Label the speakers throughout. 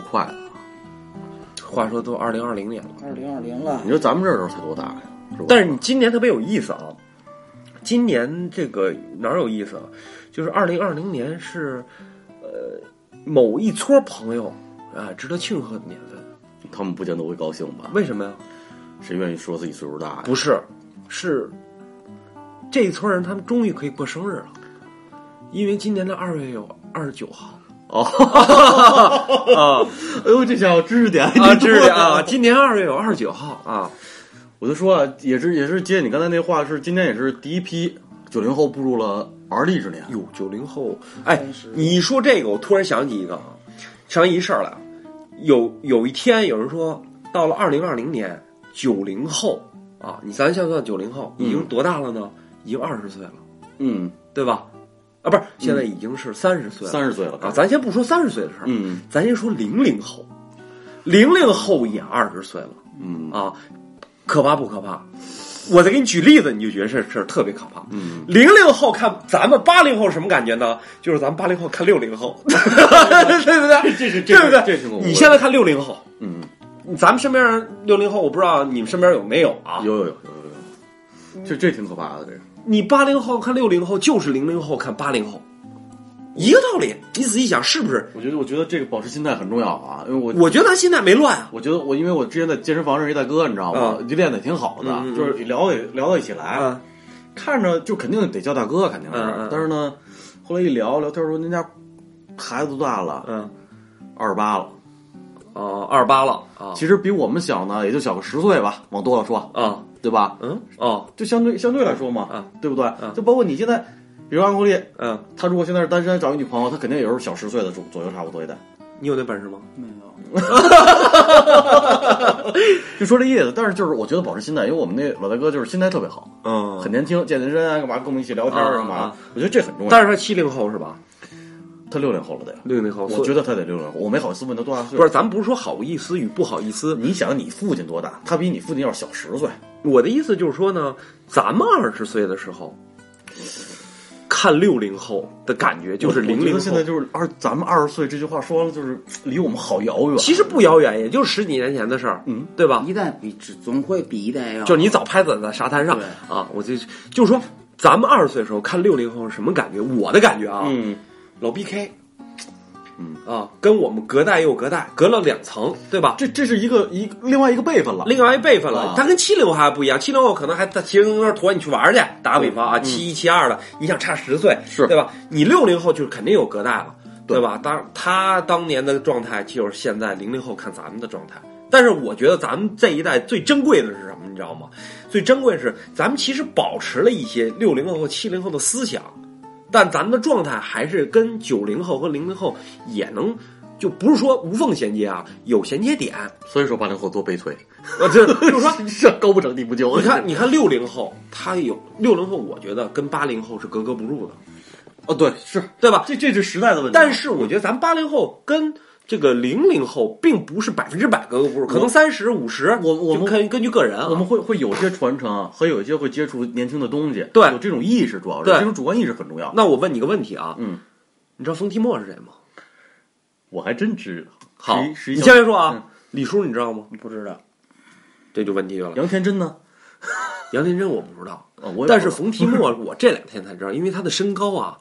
Speaker 1: 快了啊。话说都二零二零年了，
Speaker 2: 二零二零了
Speaker 1: 你，说咱们这时候才多大呀？是吧
Speaker 3: 但是你今年特别有意思啊，今年这个哪儿有意思啊？就是二零二零年是，呃，某一撮朋友啊，值得庆贺的年份。
Speaker 1: 他们不见得会高兴吧？
Speaker 3: 为什么呀？
Speaker 1: 谁愿意说自己岁数大呀？
Speaker 3: 不是，是这一撮人他们终于可以过生日了，因为今年的二月有二十九号
Speaker 1: 哦，
Speaker 3: 啊
Speaker 1: 哎呦，这家伙知识点
Speaker 3: 啊，这是啊，， 今年二月有二十九号啊，
Speaker 1: 我就说啊，也是也是接你刚才那话，是今年也是第一批九零后步入了而立之年。
Speaker 3: 哟，九零后，哎
Speaker 2: 真是，
Speaker 3: 你一说这个，我突然想起一个啊，想起一事儿来啊，有有一天有人说，到了二零二零年，九零后啊，你咱算算九零后已经多大了呢？已经二十岁了，
Speaker 1: 嗯，
Speaker 3: 对吧？啊，不是，现在已经是三十岁了。
Speaker 1: 三十岁了
Speaker 3: 啊，咱先不说三十岁的事儿，
Speaker 1: 嗯
Speaker 3: 咱先说零零后，零零后也二十岁了
Speaker 1: 嗯
Speaker 3: 啊，可怕不可怕？我再给你举例子，你就觉得这事儿特别可怕。
Speaker 1: 嗯，
Speaker 3: 零零后看咱们八零后什么感觉呢？就是咱们八零后看六 零后，对不对？
Speaker 1: 这是
Speaker 3: 对不对？
Speaker 1: 这是我
Speaker 3: 你现在看六零后，
Speaker 1: 嗯
Speaker 3: 咱们身边六零后，我不知道你们身边有没有啊？
Speaker 1: 有有有有有有，这这挺可怕的，这个
Speaker 3: 你八零后看六零后，就是零零后看八零后，一个道理。你仔细想，是不是？
Speaker 1: 我觉得我觉得这个保持心态很重要啊，因为我
Speaker 3: 我觉得咱心态没乱啊。
Speaker 1: 我觉得我因为我之前在健身房认识一大哥，你知道吗？
Speaker 3: 嗯
Speaker 1: 就练的挺好的，
Speaker 3: 嗯嗯嗯
Speaker 1: 就是聊得聊到一起来，
Speaker 3: 啊，
Speaker 1: 看着就肯定得叫大哥，肯定是。
Speaker 3: 嗯嗯嗯
Speaker 1: 但是呢，后来一聊聊天说，您家孩子多大了？
Speaker 3: 嗯，
Speaker 1: 二十八了。
Speaker 3: 哦，二八了啊
Speaker 1: 其实比我们小呢，也就小个十岁吧，往多了说，
Speaker 3: 啊，
Speaker 1: 对吧？
Speaker 3: 嗯，哦，
Speaker 1: 就相对相对来说嘛，
Speaker 3: 嗯
Speaker 1: 对不对？
Speaker 3: 嗯
Speaker 1: 就包括你现在，比如安国丽，
Speaker 3: 嗯，
Speaker 1: 他如果现在是单身找一女朋友，他肯定也是小十岁的左左右差不多一代，
Speaker 3: 你有那本事吗？
Speaker 2: 没有，
Speaker 1: 就说这意思。但是就是我觉得保持心态，因为我们那老大哥就是心态特别好，
Speaker 3: 嗯
Speaker 1: 很年轻，健健身啊，干嘛跟我们一起聊天啊，
Speaker 3: 嗯
Speaker 1: 干嘛
Speaker 3: 嗯？
Speaker 1: 我觉得这很重要。
Speaker 3: 但是他七零后是吧？
Speaker 1: 他六零后了得，
Speaker 3: 六零后，
Speaker 1: 我觉得他得六零后，我没好意思问他多大岁
Speaker 3: 不
Speaker 1: 数
Speaker 3: 是，。咱们不是说好意思与不好意思，
Speaker 1: 你想你父亲多大？他比你父亲要小十岁。
Speaker 3: 我的意思就是说呢，咱们二十岁的时候，看六零后的感觉就是
Speaker 1: 我
Speaker 3: 零
Speaker 1: 觉
Speaker 3: 零
Speaker 1: 得现在
Speaker 3: 后，
Speaker 1: 就是二，咱们二十岁这句话说完了，就是离我们好遥远。
Speaker 3: 其实不遥远，也就是十几年前的事儿，
Speaker 1: 嗯，
Speaker 3: 对吧？
Speaker 2: 一代比只总会比一代要，
Speaker 3: 就是你早拍子在沙滩上
Speaker 2: 对
Speaker 3: 啊，我就就是说，咱们二十岁的时候看六零后是什么感觉？我的感觉啊，
Speaker 1: 嗯，
Speaker 3: 老 BK，
Speaker 1: 嗯
Speaker 3: 啊，跟我们隔代又隔代，隔了两层，对吧？
Speaker 1: 这这是一个一另外一个辈分了。
Speaker 3: 另外一辈分了
Speaker 1: 啊，
Speaker 3: 他跟七零后还不一样，七零后可能还在骑自行车驮你去玩儿去，打个比方啊，七一七二的，你想差十岁，
Speaker 1: 嗯是
Speaker 3: 对吧？你六零后就是肯定有隔代了，
Speaker 1: 对
Speaker 3: 对吧？当他当年的状态就是现在零零后看咱们的状态，但是我觉得咱们这一代最珍贵的是什么？你知道吗？最珍贵是咱们其实保持了一些六零后和七零后的思想，但咱们的状态还是跟九零后和零零后也能。就不是说无缝衔接啊，有衔接点，
Speaker 1: 所以说八零后多悲催，
Speaker 3: 我就就是说
Speaker 1: 这高不成低不就。
Speaker 3: 你看，你看六零后，他有六零后，我觉得跟八零后是格格不入的，
Speaker 1: 哦，对，是
Speaker 3: 对吧？
Speaker 1: 这这是时代的问题。
Speaker 3: 但是我觉得咱八零后跟这个零零后并不是百分之百格格不入，可能三十五十，
Speaker 1: 我我们
Speaker 3: 就根根据个人啊，
Speaker 1: 我们会会有些传承，啊和有一些会接触年轻的东西，
Speaker 3: 对
Speaker 1: 有这种意识，主要是
Speaker 3: 对
Speaker 1: 这种主观意识很重要。
Speaker 3: 那我问你个问题啊，
Speaker 1: 嗯，
Speaker 3: 你知道冯提莫是谁吗？
Speaker 1: 我还真知道。
Speaker 3: 好，
Speaker 1: 十一十一
Speaker 3: 你
Speaker 1: 小
Speaker 3: 先别说
Speaker 1: 嗯
Speaker 3: 啊，李叔你知道吗？
Speaker 2: 不知道，
Speaker 3: 这就问题了。
Speaker 1: 杨天真呢？
Speaker 3: 杨天真我不知道，
Speaker 1: 啊，我也
Speaker 3: 但是
Speaker 1: 不知道
Speaker 3: 冯提莫我这两天才知道，因为他的身高啊，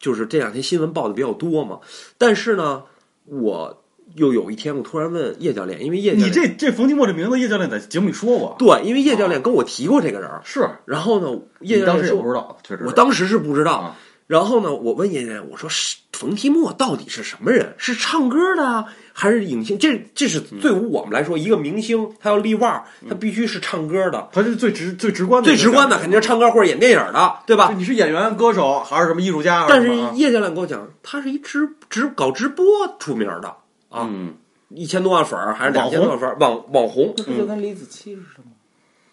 Speaker 3: 就是这两天新闻报的比较多嘛。但是呢，我又有一天我突然问叶教练，因为叶教
Speaker 1: 你
Speaker 3: 练
Speaker 1: 这这冯提莫这名字，叶教练在节目里说过，
Speaker 3: 对，因为叶教练跟我提过这个人儿，
Speaker 1: 是，
Speaker 3: 然后呢，叶
Speaker 1: 你
Speaker 3: 教
Speaker 1: 当
Speaker 3: 练
Speaker 1: 时也不
Speaker 3: 说，
Speaker 1: 知道，确实是，
Speaker 3: 我当时是不知道
Speaker 1: 啊。
Speaker 3: 然后呢，我问叶教练，我说是冯提莫到底是什么人？是唱歌的啊，还是影星？这这是
Speaker 1: 嗯
Speaker 3: 对于我们来说，一个明星他要立腕儿，他必须是唱歌的，
Speaker 1: 他是最直最直观的，
Speaker 3: 最直观的肯定是唱歌或者演电影的，对吧
Speaker 1: 就？你是演员、歌手还是什么艺术家？
Speaker 3: 但是
Speaker 1: 还什么啊
Speaker 3: 叶教练跟我讲，他是一直直搞直播出名的啊，
Speaker 1: 嗯，
Speaker 3: 一千多万粉儿还是两
Speaker 1: 网
Speaker 3: 千
Speaker 1: 红
Speaker 3: 多万粉儿，网网红。
Speaker 2: 这不就跟李子柒似的吗？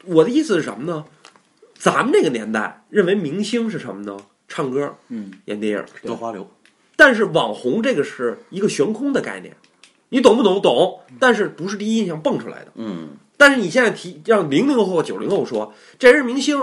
Speaker 3: 我的意思是什么呢？咱们这个年代认为明星是什么呢？唱歌、
Speaker 2: 嗯，
Speaker 3: 演电影，
Speaker 1: 多花流，
Speaker 3: 但是网红这个是一个悬空的概念，你懂不懂？懂，但是不是第一印象蹦出来的。
Speaker 1: 嗯，
Speaker 3: 但是你现在提让零零后、九零后说这人是明星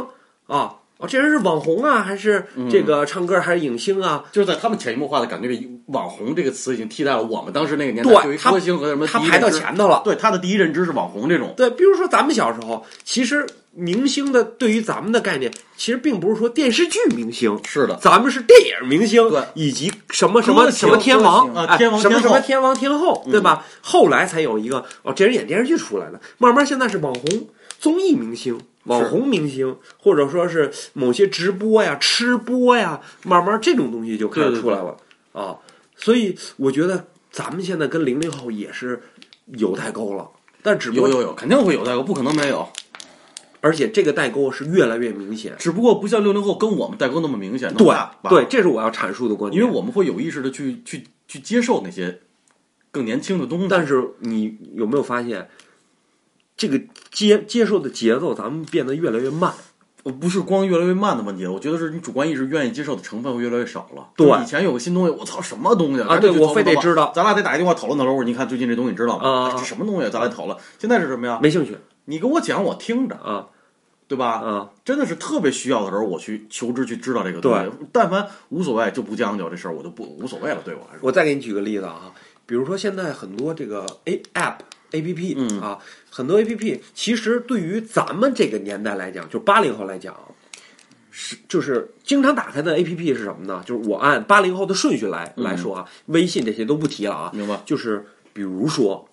Speaker 3: 啊，哦，这人是网红啊，还是
Speaker 1: 嗯
Speaker 3: 这个唱歌，还是影星啊？
Speaker 1: 就是在他们潜移默化的感觉里，网红这个词已经替代了我们当时那个年
Speaker 3: 对
Speaker 1: 代对于
Speaker 3: 他
Speaker 1: 歌星和什么
Speaker 3: 他
Speaker 1: 第一
Speaker 3: 排到
Speaker 1: 认知
Speaker 3: 前头了。
Speaker 1: 对他的第一认知是网红这种，
Speaker 3: 对，比如说咱们小时候，其实明星的对于咱们的概念，其实并不是说电视剧明星，
Speaker 1: 是的，
Speaker 3: 咱们是电影明星，
Speaker 1: 对
Speaker 3: 以及什么什么
Speaker 1: 歌
Speaker 3: 什
Speaker 1: 星
Speaker 3: 么天王
Speaker 1: 歌星
Speaker 3: 哎
Speaker 1: 啊天王
Speaker 3: 什么
Speaker 1: 天
Speaker 3: 什
Speaker 1: 后嗯
Speaker 3: 么天王天后，对吧？后来才有一个哦，这人演电视剧出来的，慢慢现在是网红综艺明星。网红明星，或者说是某些直播呀、吃播呀，慢慢这种东西就开始
Speaker 1: 对对
Speaker 3: 出来了啊。所以我觉得咱们现在跟零零后也是有代沟了，但只不
Speaker 1: 有
Speaker 3: 过
Speaker 1: 有有，肯定会有代沟，不可能没有。
Speaker 3: 而且这个代沟是越来越明显。
Speaker 1: 只不过不像六零后跟我们代沟那么明显，那
Speaker 3: 对
Speaker 1: 么大吧
Speaker 3: 对，，这是我要阐述的观点。
Speaker 1: 因为我们会有意识的去去去接受那些更年轻的东西。
Speaker 3: 但是你有没有发现，这个接接受的节奏咱们变得越来越慢？
Speaker 1: 呃不是光越来越慢的问题，我觉得是你主观意识愿意接受的成分会越来越少了。
Speaker 3: 对
Speaker 1: 就是以前有个新东西，我操，什么东西
Speaker 3: 啊
Speaker 1: 咱
Speaker 3: 对
Speaker 1: 就去
Speaker 3: 我
Speaker 1: 讨论
Speaker 3: 非得
Speaker 1: 吧
Speaker 3: 知道
Speaker 1: 咱俩得打一电话讨论讨论。我说你看最近这东西，你知道吗？
Speaker 3: 啊啊啊
Speaker 1: 这什么东西？咱俩讨论。现在是什么呀？
Speaker 3: 没兴趣
Speaker 1: 你跟我讲，我听着，
Speaker 3: 啊
Speaker 1: 对吧？
Speaker 3: 啊！
Speaker 1: 真的是特别需要的时候，我去求知去知道这个东西。但凡无所谓就不将就这事儿，我就不无所谓了。对我来说，
Speaker 3: 我再给你举个例子啊，比如说现在很多这个 A app。A P P
Speaker 1: 嗯
Speaker 3: 啊，很多 A P P 其实对于咱们这个年代来讲，就八零后来讲，是就是经常打开的 A P P 是什么呢？就是我按八零后的顺序
Speaker 1: 嗯
Speaker 3: 来来说啊，微信这些都不提了啊，
Speaker 1: 明白？
Speaker 3: 就是比如说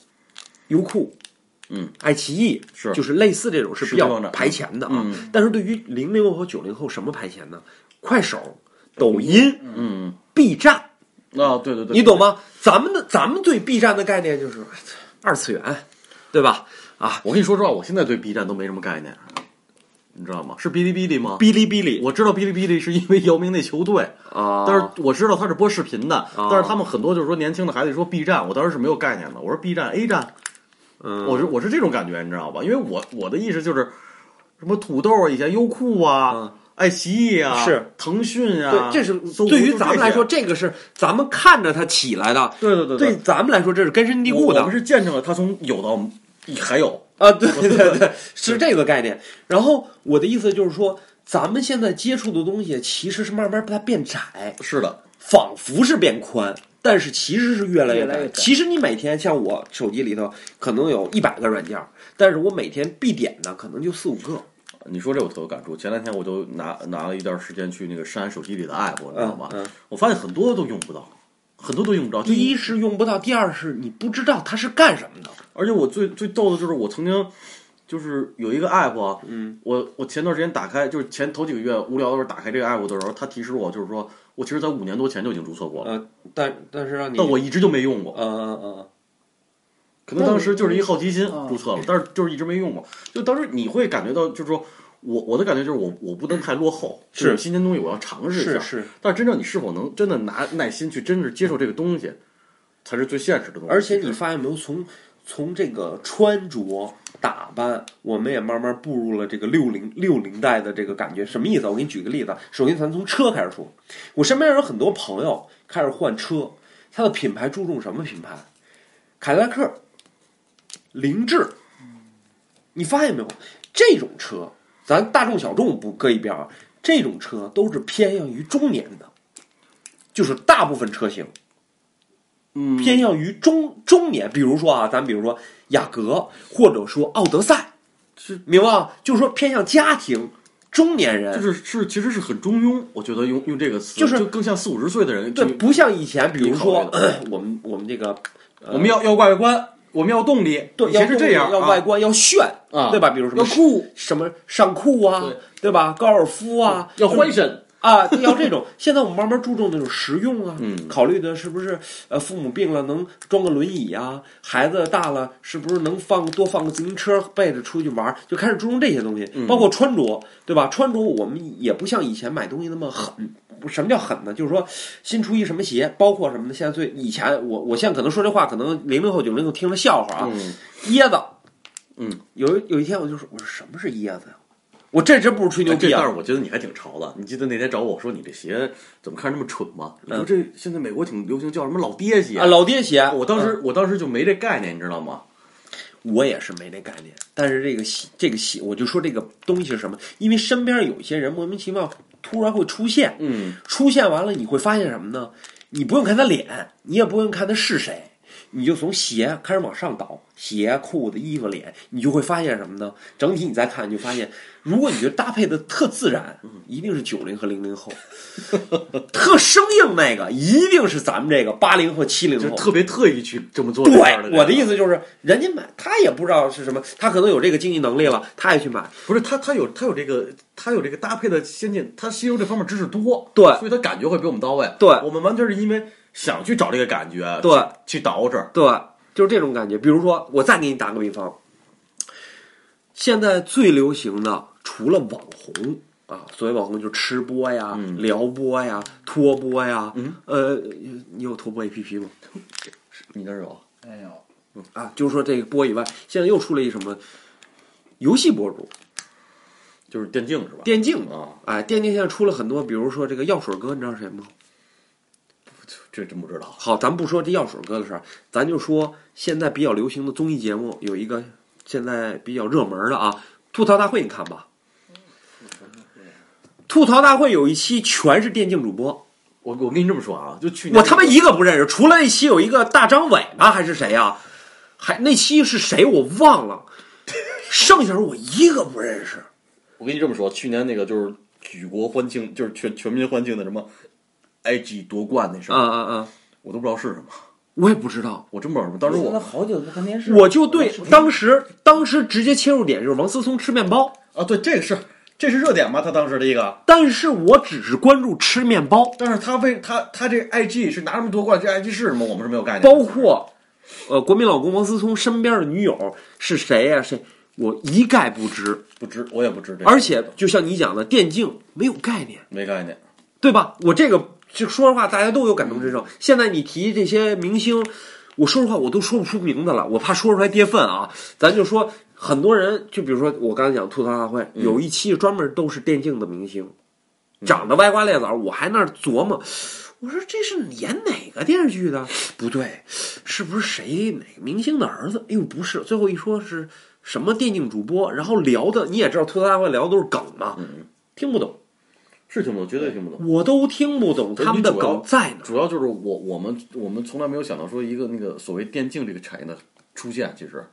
Speaker 3: 优酷，
Speaker 1: 嗯，
Speaker 3: 爱奇艺
Speaker 1: 是
Speaker 3: 就是类似这种是比
Speaker 1: 是这
Speaker 3: 较
Speaker 1: 样的
Speaker 3: 排前的啊。
Speaker 1: 嗯
Speaker 3: 但是对于零零后和九零后，什么排前呢？快手、抖音、
Speaker 1: 嗯，
Speaker 3: B 站，
Speaker 1: 啊，对对对，
Speaker 3: 你懂吗？咱们的咱们对 B 站的概念就是哎二次元，对吧？啊，
Speaker 1: 我跟你说实话，我现在对 B 站都没什么概念，你知道吗？是哔哩哔哩吗？
Speaker 3: 哔哩哔哩
Speaker 1: 我知道哔哩哔哩是因为姚明那球队，
Speaker 3: 啊，
Speaker 1: 但是我知道他是播视频的。
Speaker 3: 啊
Speaker 1: 但是他们很多就是说年轻的孩子一说 B 站，我当时是没有概念的。我说 B 站 A 站，
Speaker 3: 嗯
Speaker 1: 我是我是这种感觉，你知道吧？因为我我的意识就是什么土豆啊，以前优酷啊。
Speaker 3: 嗯
Speaker 1: 爱奇艺啊，
Speaker 3: 是
Speaker 1: 腾讯啊，
Speaker 3: 对，这是
Speaker 1: 搜狐
Speaker 3: 对于
Speaker 1: 就
Speaker 3: 咱们
Speaker 1: 这
Speaker 3: 来
Speaker 1: 些
Speaker 3: 说，，这个是咱们看着它起来的，
Speaker 1: 对对对
Speaker 3: 对咱们来说这是根深蒂固的。
Speaker 1: 我们是见证了他从有到还有，
Speaker 3: 啊，对对对，是这个概念。然后我的意思就是说，咱们现在接触的东西其实是慢慢它变窄，
Speaker 1: 是的，
Speaker 3: 仿佛是变宽，但是其实是越来
Speaker 2: 越来
Speaker 3: 窄
Speaker 2: 越。窄
Speaker 3: 其实你每天像我手机里头可能有一百个软件儿，但是我每天必点的可能就四五个。
Speaker 1: 你说这我特有感触。前两天我就拿拿了一段时间去那个删手机里的 app，你知道吗？
Speaker 3: 嗯嗯
Speaker 1: 我发现很多都用不到，很多都用不到。就
Speaker 3: 第一是用不到，第二是你不知道它是干什么的。
Speaker 1: 而且我最最逗的就是我曾经就是有一个 app，啊
Speaker 3: 嗯，
Speaker 1: 我我前段时间打开，就是前头几个月无聊的时候打开这个 app 的时候，它提示我就是说我其实在五年多前就已经注册过了，
Speaker 3: 呃，但但是让你
Speaker 1: 但哦我一直就没用过。
Speaker 3: 呃呃
Speaker 1: 可能当时就是一好奇心
Speaker 2: 嗯
Speaker 1: 注册了，但是就是一直没用过。就当时你会感觉到，就是说我我的感觉就是我我不能太落后，
Speaker 3: 是
Speaker 1: 这种新鲜东西我要尝试一
Speaker 3: 是
Speaker 1: 下。
Speaker 3: 是，
Speaker 1: 但是真正你是否能真的拿耐心去真是接受这个东西，才是最现实的东西。
Speaker 3: 而且你发现没有，从从这个穿着打扮，我们也慢慢步入了这个六零六零代的这个感觉。什么意思啊？我给你举个例子啊，首先咱从车开始说，我身边有很多朋友开始换车，它的品牌注重什么品牌？凯迪拉克、凌志，你发现没有？这种车，咱大众小众不搁一边啊，这种车都是偏向于中年的，就是大部分车型。
Speaker 1: 嗯，
Speaker 3: 偏向于中中年，比如说啊，咱比如说雅阁，或者说奥德赛，
Speaker 1: 是
Speaker 3: 明白吗？就是说偏向家庭中年人，
Speaker 1: 就是是其实是很中庸，我觉得用用这个词
Speaker 3: 就是
Speaker 1: 更像四五十岁的人。
Speaker 3: 这
Speaker 1: 就
Speaker 3: 不像以前，比如说
Speaker 1: 你考虑
Speaker 3: 我们我们这个
Speaker 1: 我们要要外观，我们要动力，
Speaker 3: 呃对
Speaker 1: 以
Speaker 3: 要
Speaker 1: 前是这样
Speaker 3: 要
Speaker 1: 啊
Speaker 3: 外观、要炫
Speaker 1: 啊
Speaker 3: 对吧？比如什么
Speaker 1: 要酷，
Speaker 3: 什么上酷啊，
Speaker 1: 对
Speaker 3: 吧？高尔夫啊，
Speaker 1: 要欢神，
Speaker 3: 啊，对要这种。 现在我们慢慢注重那种实用啊，
Speaker 1: 嗯
Speaker 3: 考虑的是不是呃父母病了能装个轮椅啊，孩子大了是不是能放多放个自行车背着出去玩儿，就开始注重这些东西，
Speaker 1: 嗯
Speaker 3: 包括穿着，对吧？穿着我们也不像以前买东西那么狠。不什么叫狠呢？就是说新出一什么鞋，包括什么呢？现在最以前我我现在可能说这话，可能零零后九零后听了笑话啊，
Speaker 1: 嗯
Speaker 3: 椰子，
Speaker 1: 嗯，
Speaker 3: 有一有一天我就说，我说什么是椰子呀？我这真不是吹牛
Speaker 1: 哎这
Speaker 3: 逼
Speaker 1: 但
Speaker 3: 啊！
Speaker 1: 是我觉得你还挺潮的。你记得那天找我说你这鞋怎么看着那么蠢吗？你说
Speaker 3: 嗯
Speaker 1: 这现在美国挺流行叫什么老爹鞋
Speaker 3: 啊，老爹鞋，
Speaker 1: 我当时我当时就没这概念，你知道吗？
Speaker 3: 我也是没那概念。但是这个喜，这个喜，我就说这个东西是什么？因为身边有一些人莫名其妙突然会出现，
Speaker 1: 嗯，
Speaker 3: 出现完了你会发现什么呢？你不用看他脸，你也不用看他是谁，你就从鞋开始往上倒，鞋、裤子、衣服、脸，你就会发现什么呢？整体你再看，你就发现，如果你就搭配的特自然，一定是九零和零零 后，特生硬那个一定是咱们这个八零后、七零
Speaker 1: 就
Speaker 3: 后，
Speaker 1: 特别特意去这么做这事儿
Speaker 3: 对，我的意
Speaker 1: 思
Speaker 3: 思就是，人家买他也不知道是什么，他可能有这个经济能力
Speaker 1: 嗯
Speaker 3: 了，他也去买。
Speaker 1: 不是他，他有他有这个，他有这个搭配的先进，他吸收这方面知识多，
Speaker 3: 对
Speaker 1: 所以他感觉会比我们到位。
Speaker 3: 对
Speaker 1: 我们完全是因为想去找这个感觉，
Speaker 3: 对
Speaker 1: 去倒饬。
Speaker 3: 对，就是这种感觉。比如说，我再给你打个比方，现在最流行的除了网红啊，所谓网红就是吃播呀、
Speaker 1: 嗯
Speaker 3: 撩拨呀、脱播呀，
Speaker 1: 嗯
Speaker 3: 呃，你有脱播 APP 吗？
Speaker 1: 你那儿有？
Speaker 2: 没有，
Speaker 3: 啊，就是说这个播以外，现在又出了一什么游戏博主、
Speaker 1: 就是电竞是吧？
Speaker 3: 电竞啊，
Speaker 1: 啊，
Speaker 3: 哎，电竞现在出了很多，比如说这个药水哥，你知道谁吗？
Speaker 1: 这真不知道。
Speaker 3: 好，咱不说这药水哥的事儿，咱就说现在比较流行的综艺节目有一个现在比较热门的啊，吐槽大会，你看吧。吐槽大会有一期全是电竞主播，
Speaker 1: 我我跟你这么说啊，就去年
Speaker 3: 我他妈一个不认识，除了那期有一个大张伟吧，还是谁呀、还那期是谁我忘了，剩下人我一个不认识。
Speaker 1: 我跟你这么说，去年那个就是举国欢庆，就是全全民欢庆的什么埃及夺冠那事
Speaker 3: 啊
Speaker 1: 儿，
Speaker 3: 啊啊！
Speaker 1: 我都不知道是什么，
Speaker 3: 我也不知道，
Speaker 1: 我真不知道什么。当时
Speaker 2: 现在
Speaker 1: 我
Speaker 2: 好久不看电视了，
Speaker 3: 我就对
Speaker 2: 我都
Speaker 3: 当时当时直接切入点就是王思聪吃面包，
Speaker 1: 啊，对，这个是这是热点吗？他当时的一个，
Speaker 3: 但是我只是关注吃面包，
Speaker 1: 但是他为他他这 IG 是拿什么夺冠？这 IG 是什么？我们是没有概念的。
Speaker 3: 包括呃，国民老公王思聪身边的女友是谁呀、谁我一概不知。
Speaker 1: 不知我也不知这个，
Speaker 3: 而且就像你讲的，电竞没有概念，
Speaker 1: 没概念。
Speaker 3: 对吧？我这个就说实话，大家都有感同身受。现在你提这些明星，我说实话我都说不出名字了，我怕说出来跌份啊。咱就说很多人，就比如说我刚才讲吐槽大会，有一期专门都是电竞的明星，长得歪瓜裂枣，我还那儿琢磨。我说这是演哪个电视剧的？不对，是不是谁哪个明星的儿子？哎呦，不是，最后一说是什么电竞主播，然后聊的你也知道，吐槽大会聊的都是梗嘛，听不懂，
Speaker 1: 是听不懂，绝对听不懂。
Speaker 3: 我都听不懂他们的梗在哪儿。
Speaker 1: 主要就是我我们我们从来没有想到说一个那个所谓电竞这个产业的出现，其实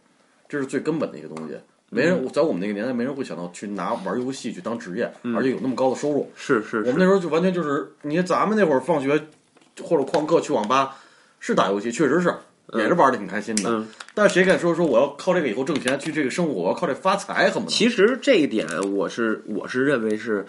Speaker 1: 这是最根本的一个东西。没人在我们那个年代，没人会想到去拿玩游戏去当职业，而且有那么高的收入。
Speaker 3: 是是
Speaker 1: 我们
Speaker 3: 是，
Speaker 1: 那时候就完全就是，你看咱们那会儿放学或者旷课去网吧是打游戏，确实是也是玩的挺开心的。
Speaker 3: 嗯
Speaker 1: 但是谁敢说说我要靠这个以后挣钱去这个生活，我要靠这发财，恨不得
Speaker 3: 其实这一点我是我是认为是，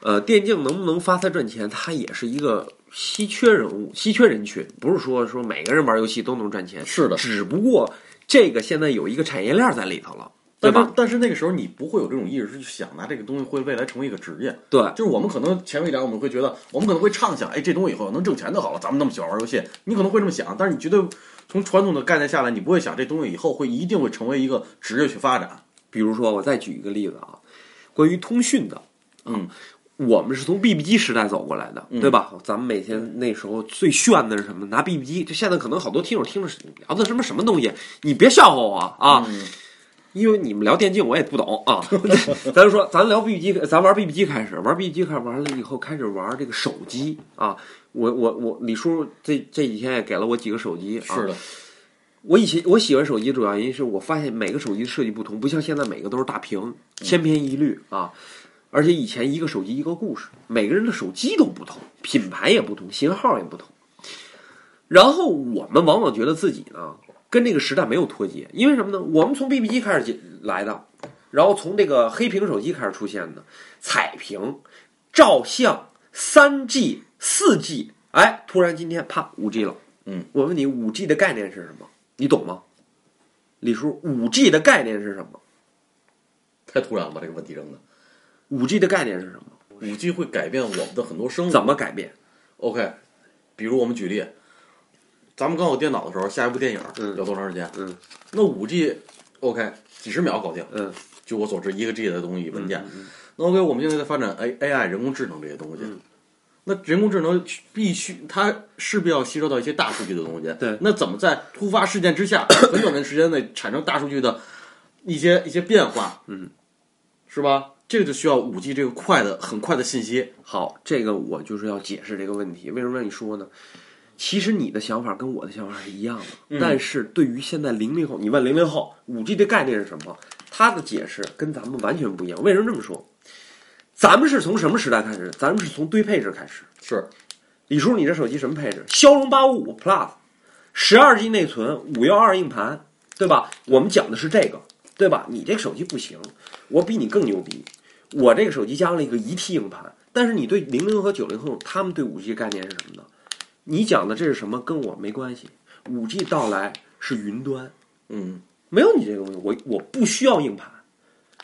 Speaker 3: 呃，电竞能不能发财赚钱，它也是一个稀缺人物、稀缺人群，不是说说每个人玩游戏都能赚钱，
Speaker 1: 是的
Speaker 3: 只不过这个现在有一个产业链在里头了，对
Speaker 1: 但是
Speaker 3: 吧？
Speaker 1: 但是那个时候你不会有这种意识，是想拿这个东西会未来成为一个职业。
Speaker 3: 对，
Speaker 1: 就是我们可能前面一点我们会觉得，我们可能会畅想，哎，这东西以后能挣钱就好了。咱们那么喜欢玩游戏，你可能会这么想，但是你绝对从传统的概念下来，你不会想这东西以后会一定会成为一个职业去发展。
Speaker 3: 比如说，我再举一个例子啊，关于通讯的，啊
Speaker 1: 嗯，
Speaker 3: 我们是从 BB 机时代走过来的，对吧？咱们每天那时候最炫的是什么？拿 BB 机。这现在可能好多听友听着是聊的什么什么东西，你别笑话我
Speaker 1: 嗯
Speaker 3: 啊，因为你们聊电竞我也不懂啊。咱就说，咱聊 BB 机，咱玩 BB 机开始，玩 BB 机开始完了以后，开始玩这个手机啊。我我我，李叔这这几天也给了我几个手机啊，
Speaker 1: 是的，
Speaker 3: 我以前我喜欢手机，主要原因是我发现每个手机设计不同，不像现在每个都是大屏，千篇一律啊。而且以前一个手机一个故事，每个人的手机都不同，品牌也不同，型号也不同。然后我们往往觉得自己呢跟这个时代没有脱节，因为什么呢？我们从 BB 机开始来的，然后从这个黑屏手机开始出现的，彩屏、照相、三 G、四 G，哎，突然今天啪五 G 了。
Speaker 1: 嗯，
Speaker 3: 我问你，五 G 的概念是什么？你懂吗？李叔，五 G 的概念是什么？
Speaker 1: 太突然了吧，这个问题扔的。
Speaker 3: 五 G 的概念是什么？
Speaker 1: 五 G 会改变我们的很多生活。
Speaker 3: 怎么改变？
Speaker 1: OK，比如我们举例，咱们刚有电脑的时候，下一部电影要多长时间？
Speaker 3: 嗯，
Speaker 1: 那五 G，OK，几十秒搞定。
Speaker 3: 嗯，
Speaker 1: 据哎
Speaker 3: 嗯
Speaker 1: 我所知，一个 G 的东西文件。那 OK，我们现在在发展 A AI 人工智能这些东西，那人工智能必须，它势必要吸收到一些大数据的东西。
Speaker 3: 对
Speaker 1: 那怎么在突发事件之下，很短的时间内产生大数据的一些一些变化？嗯，是吧？这个就需要五 G 这个快的、很快的信息。
Speaker 3: 好，这个我就是要解释这个问题。为什么让你说呢？其实你的想法跟我的想法是一样的，但是对于现在零零后，你问零零后五 G 的概念是什么，他的解释跟咱们完全不一样。为什么这么说？咱们是从什么时代开始？咱们是从堆配置开始。
Speaker 1: 是，
Speaker 3: 李叔，你这手机什么配置？骁龙八五五 Plus，十二 G 内存，五幺二硬盘，对吧？我们讲的是这个，对吧？你这个手机不行，我比你更牛逼。我这个手机加了一个一 T 硬盘，但是你对零零和九零后，他们对五 G 概念是什么呢？你讲的这是什么，跟我没关系。五 G 到来是云端，
Speaker 1: 嗯
Speaker 3: 没有你这个东西，我我不需要硬盘，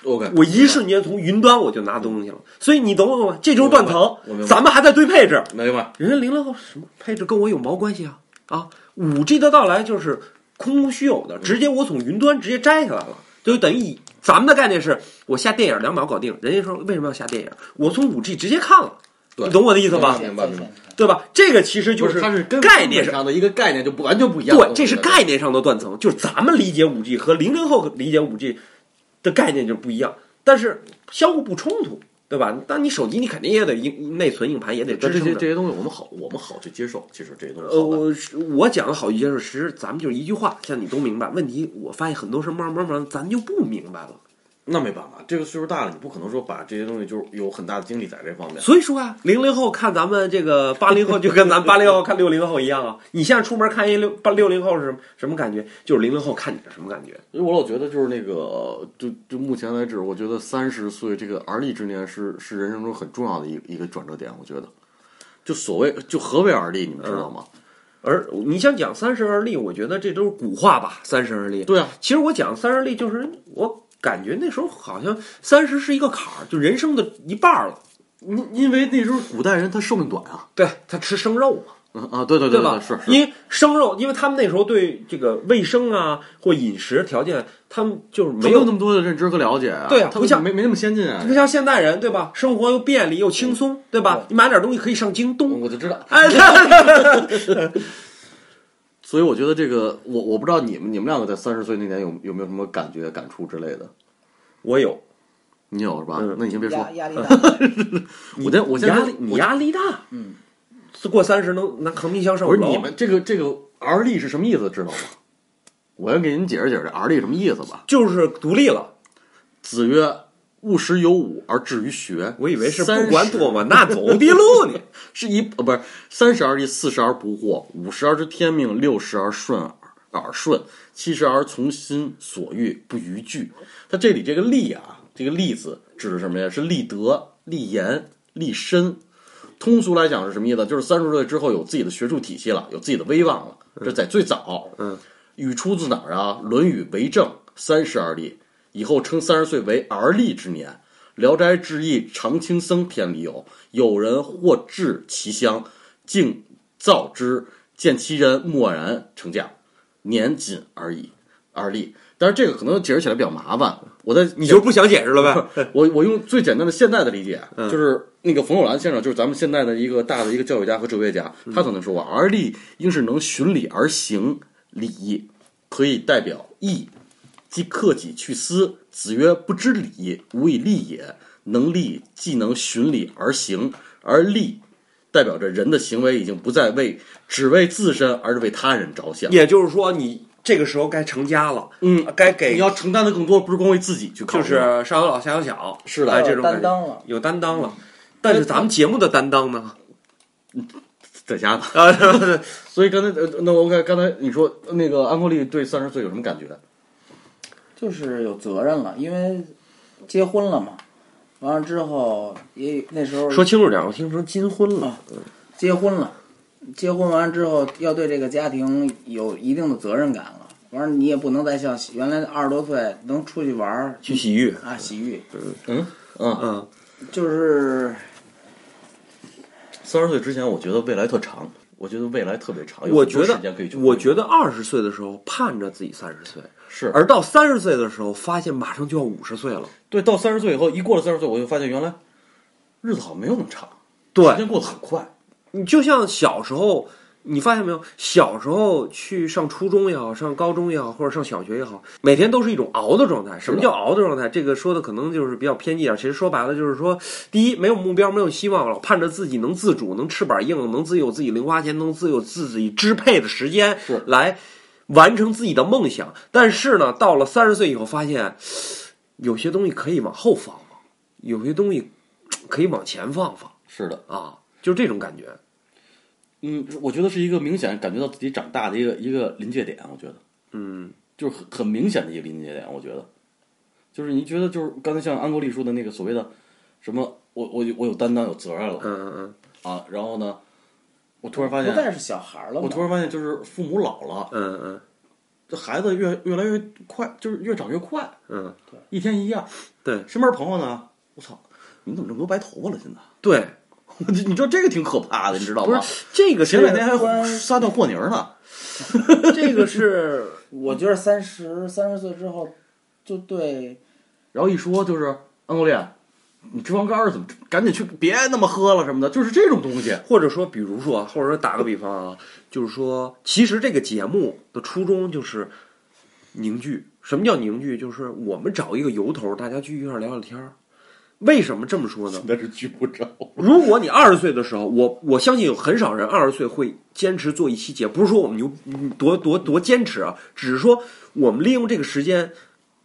Speaker 1: ，OK，
Speaker 3: 我一瞬间从云端我就拿东西了。所以你懂我吗？这就是断层
Speaker 1: 我明白我明，白
Speaker 3: 咱们还在堆配置。
Speaker 1: 明白。
Speaker 3: 人家零零后什么配置跟我有毛关系啊？啊，五 G 的到来就是空无虚
Speaker 1: 嗯
Speaker 3: 有的，直接我从云端直接摘下来了，就等于以咱们的概念是我下电影两秒搞定。人家说为什么要下电影？我从五 G 直接看了，
Speaker 1: 对
Speaker 3: 你懂我的意思吧？
Speaker 1: 明白明白
Speaker 3: 对吧？这个其实就
Speaker 1: 不是，它是跟
Speaker 3: 概念上。
Speaker 1: 上的一个概念就不完全不一样的
Speaker 3: 对，
Speaker 1: 东西。
Speaker 3: 这是概念上的断层，就是咱们理解五 G 和零零后理解五 G 的概念就不一样，但是相互不冲突，对吧？但你手机你肯定也得硬内存硬盘也得
Speaker 1: 这这些
Speaker 3: 支撑
Speaker 1: 这
Speaker 3: 着。
Speaker 1: 些东西，我们好，我们好去接受。其实这些东西
Speaker 3: 呃，
Speaker 1: 好办，
Speaker 3: 我我讲的好一些是，其实咱们就是一句话，像你都明白。问题我发现很多事儿慢慢慢慢咱就不明白了。
Speaker 1: 那没办法，这个岁数大了，你不可能说把这些东西就是有很大的精力在这方面。
Speaker 3: 所以说啊，零零后看咱们这个八零后，就跟咱八零后看六零后一样啊。 你现在出门看一六八六零后是什么什么感觉？就是零零后看你是什么感觉？
Speaker 1: 因为我老觉得就是那个，就就目前为止，我觉得三十岁这个而立之年是是人生中很重要的一一个转折点。我觉得，就所谓就何为而立，你们知道吗？
Speaker 3: 而你想讲三十而立，我觉得这都是古话吧。三十而立，
Speaker 1: 对啊，
Speaker 3: 其实我讲三十而立，就是我感觉那时候好像三十是一个坎儿，就人生的一半儿了。
Speaker 1: 因因为那时候古代人他寿命短啊，
Speaker 3: 对他吃生肉嘛，
Speaker 1: 嗯啊，对对对
Speaker 3: 吧？
Speaker 1: 是是，
Speaker 3: 因为生肉，因为他们那时候对这个卫生啊或饮食条件，他们就是
Speaker 1: 没
Speaker 3: 没
Speaker 1: 有
Speaker 3: 有
Speaker 1: 那么多的认知和了解啊，
Speaker 3: 对啊
Speaker 1: 他
Speaker 3: 不像
Speaker 1: 没没那么嗯先进啊
Speaker 3: 不。像现代人，对吧？生活又便利又轻松，对吧？你买点东西可以上京东。
Speaker 1: 我就知道，
Speaker 3: 哎，对
Speaker 1: 所以我觉得这个，我我不知道你们你们两个在三十岁那年有有没有什么感觉、感触之类的，
Speaker 3: 我有，
Speaker 1: 你有是吧？
Speaker 3: 嗯
Speaker 1: 那你先别说，
Speaker 2: 压压力大，
Speaker 1: 我在我现
Speaker 3: 压
Speaker 1: 在
Speaker 3: 力你压力大，嗯，过三十能能扛冰箱上
Speaker 1: 不是
Speaker 3: 楼
Speaker 1: 你们这个这个 R 力是什么意思，知道吗？我要给您解释解释这 R 力什么意思吧。
Speaker 3: 就是独立了。
Speaker 1: 子曰：“勿食有吾而志于学。”
Speaker 3: 我以为是
Speaker 1: 三
Speaker 3: 不管
Speaker 1: 十
Speaker 3: 多么，那走的 路呢。
Speaker 1: 是一呃不是三十而立，四十而不惑，五十而知天命，六十而顺耳耳顺，七十而从心所欲不逾矩。它这里这个立啊，这个立字指的什么呀？是立德、立言、立身。通俗来讲是什么意思？就是三十岁之后有自己的学术体系了，有自己的威望了。这在最早，
Speaker 3: 嗯，
Speaker 1: 语出自哪儿啊？《论语·为政》：“三十而立，以后称三十岁为而立之年。”《聊斋志异》常青僧篇里有：“有人或置其乡，敬造之，见其人默然成驾，年仅而已而立。”但是这个可能解释起来比较麻烦，我在
Speaker 3: 你就不想解释了呗？
Speaker 1: 我我用最简单的现在的理解，
Speaker 3: 嗯
Speaker 1: 就是那个冯友兰先生，就是咱们现在的一个大的一个教育家和哲学家，
Speaker 3: 嗯
Speaker 1: 他曾经说过，而立应是能循理而行，礼可以代表义，即克己去思。子曰：“不知礼，无以立也。能立，既能循礼而行，而立。”代表着人的行为已经不再为只为自身，而是为他人着想。
Speaker 3: 也就是说，你这个时候该成家了，
Speaker 1: 嗯，
Speaker 3: 该
Speaker 1: 你
Speaker 3: 给
Speaker 1: 要承担的更多，不是光为自己去考
Speaker 3: 就
Speaker 1: 虑，
Speaker 3: 是上有老下有小，
Speaker 1: 是的
Speaker 3: 哎这种感觉
Speaker 2: 有担当了
Speaker 3: 有担
Speaker 1: 嗯
Speaker 3: 当了。但是咱们节目的担当呢？
Speaker 1: 在家吧。
Speaker 3: 啊，对对对
Speaker 1: 所以刚才呃，那我看刚才你说那个安国丽对三十岁有什么感觉？
Speaker 2: 就是有责任了，因为结婚了嘛。完了之后也那时 候
Speaker 3: 说清楚点，我听成金婚了
Speaker 2: 啊。
Speaker 1: 嗯
Speaker 2: 结婚了，结婚完之后要对这个家庭有一定的责任感了。完了，你也不能再像原来二十多岁能出去玩儿
Speaker 3: 去洗浴，
Speaker 2: 啊，洗浴，
Speaker 1: 嗯啊，
Speaker 3: 嗯，
Speaker 2: 就是
Speaker 1: 三十岁之前，我觉得未来特长，我觉得未来特别嗯长，有
Speaker 3: 我
Speaker 1: 很多
Speaker 3: 觉得
Speaker 1: 时间可以去，
Speaker 3: 我觉得二十岁的时候盼着自己三十岁，
Speaker 1: 是，
Speaker 3: 而到三十岁的时候，发现马上就要五十岁了。
Speaker 1: 对，到三十岁以后，一过了三十岁，我就发现原来日子好像没有那么长，
Speaker 3: 对
Speaker 1: 时间过得很快。
Speaker 3: 你就像小时候，你发现没有？小时候去上初中也好，上高中也好，或者上小学也好，每天都是一种熬的状态。什么叫熬的状态？这个说的可能就是比较偏激点。其实说白了就是说，第一没有目标，没有希望，老盼着自己能自主，能翅膀硬，能自己有自己零花钱，能自有自己支配的时间
Speaker 1: 是
Speaker 3: 来完成自己的梦想。但是呢，到了三十岁以后，发现有些东西可以往后放放，有些东西可以往前放放
Speaker 1: 是的，
Speaker 3: 啊，就这种感觉。
Speaker 1: 嗯，我觉得是一个明显感觉到自己长大的一个一个临界点，我觉得
Speaker 3: 嗯，
Speaker 1: 就是很很明显的一个临界点，我觉得就是你觉得就是刚才像安国丽说的那个所谓的什么，我我有我有担当有责任了
Speaker 3: 嗯嗯
Speaker 1: 啊，然后呢，我突然发
Speaker 2: 不再
Speaker 1: 现，
Speaker 2: 是小孩了嘛。
Speaker 1: 我突然发现就是父母老了，
Speaker 3: 嗯嗯
Speaker 1: 这孩子越越来越快，就是越长越快，
Speaker 3: 嗯，
Speaker 1: 一天一样。
Speaker 3: 对
Speaker 1: 身边朋友呢，我操，你们怎么这么多白头发了？现在，
Speaker 3: 对，
Speaker 1: 你知道这个挺可怕的，你知道
Speaker 3: 不
Speaker 1: 吗？
Speaker 3: 是这个
Speaker 1: 前
Speaker 3: 是
Speaker 1: 两天还撒尿和泥儿呢。
Speaker 3: 这个是
Speaker 2: 我觉得三十三十岁之后，就对
Speaker 1: 然后一说就是安国烈，你脂肪肝儿怎么？赶紧去，别那么喝了什么的，就是这种东西。
Speaker 3: 或者说，比如说，或者说打个比方啊，就是说，其实这个节目的初衷就是凝聚。什么叫凝聚？就是我们找一个由头，大家聚一块儿聊聊天儿。为什么这么说呢？
Speaker 1: 那是聚不着，
Speaker 3: 如果你二十岁的时候，我我相信有很少人二十岁会坚持做一期节目，不是说我们牛嗯多多多坚持啊，只是说我们利用这个时间，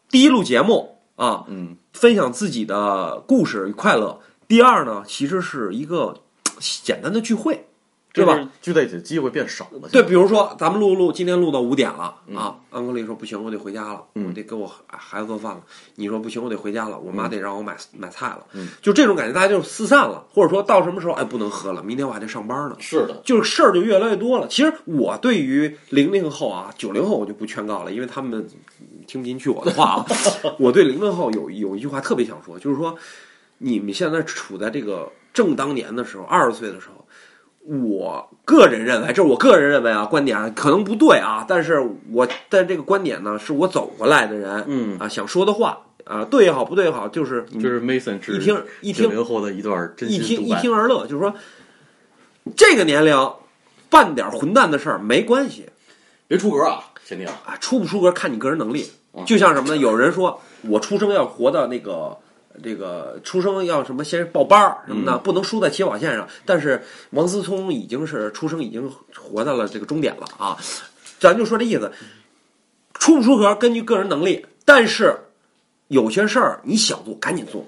Speaker 3: 第一录节目啊，
Speaker 1: 嗯，
Speaker 3: 分享自己的故事与快乐；第二呢，其实是一个嘖简单的聚会，对吧？？
Speaker 1: 聚在一起的机会变少了。
Speaker 3: 对，比如说咱们录录，今天录到五点了啊，安格丽说不行，我得回家了，
Speaker 1: 嗯
Speaker 3: 我得给我孩子做饭了。你说不行，我得回家了，我妈得让我买、买菜了，
Speaker 1: 嗯
Speaker 3: 就这种感觉，大家就四散了，或者说到什么时候，哎，不能喝了，明天我还得上班呢。
Speaker 1: 是的，
Speaker 3: 就是事儿就越来越多了。其实我对于零零后啊、九零后我就不劝告了，因为他们听不进去我的话啊。 我对零零后有有一句话特别想说，就是说你们现在处在这个正当年的时候，二十岁的时候，我个人认为，这是我个人认为啊，观点啊可能不对啊，但是我但这个观点呢，是我走过来的人，
Speaker 1: 嗯
Speaker 3: 啊想说的话啊，对也好，不对也好，就是你
Speaker 1: 就是 Mason 是
Speaker 3: 一听一听
Speaker 1: 九零后的嗯一段真
Speaker 3: 一
Speaker 1: 心
Speaker 3: 听
Speaker 1: 独
Speaker 3: 一
Speaker 1: 白。
Speaker 3: 听而乐，就是说这个年龄办点混蛋的事儿没关系
Speaker 1: 别出格啊，前提啊，
Speaker 3: 啊，出不出格看你个人能力。就像什么呢？有人说我出生要活到那个这个出生要什么先报班儿什么的，不能输在起跑线上。但是王思聪已经是出生已经活到了这个终点了啊，咱就说这意思，出不出格根据个人能力，但是有些事儿你想做赶紧做，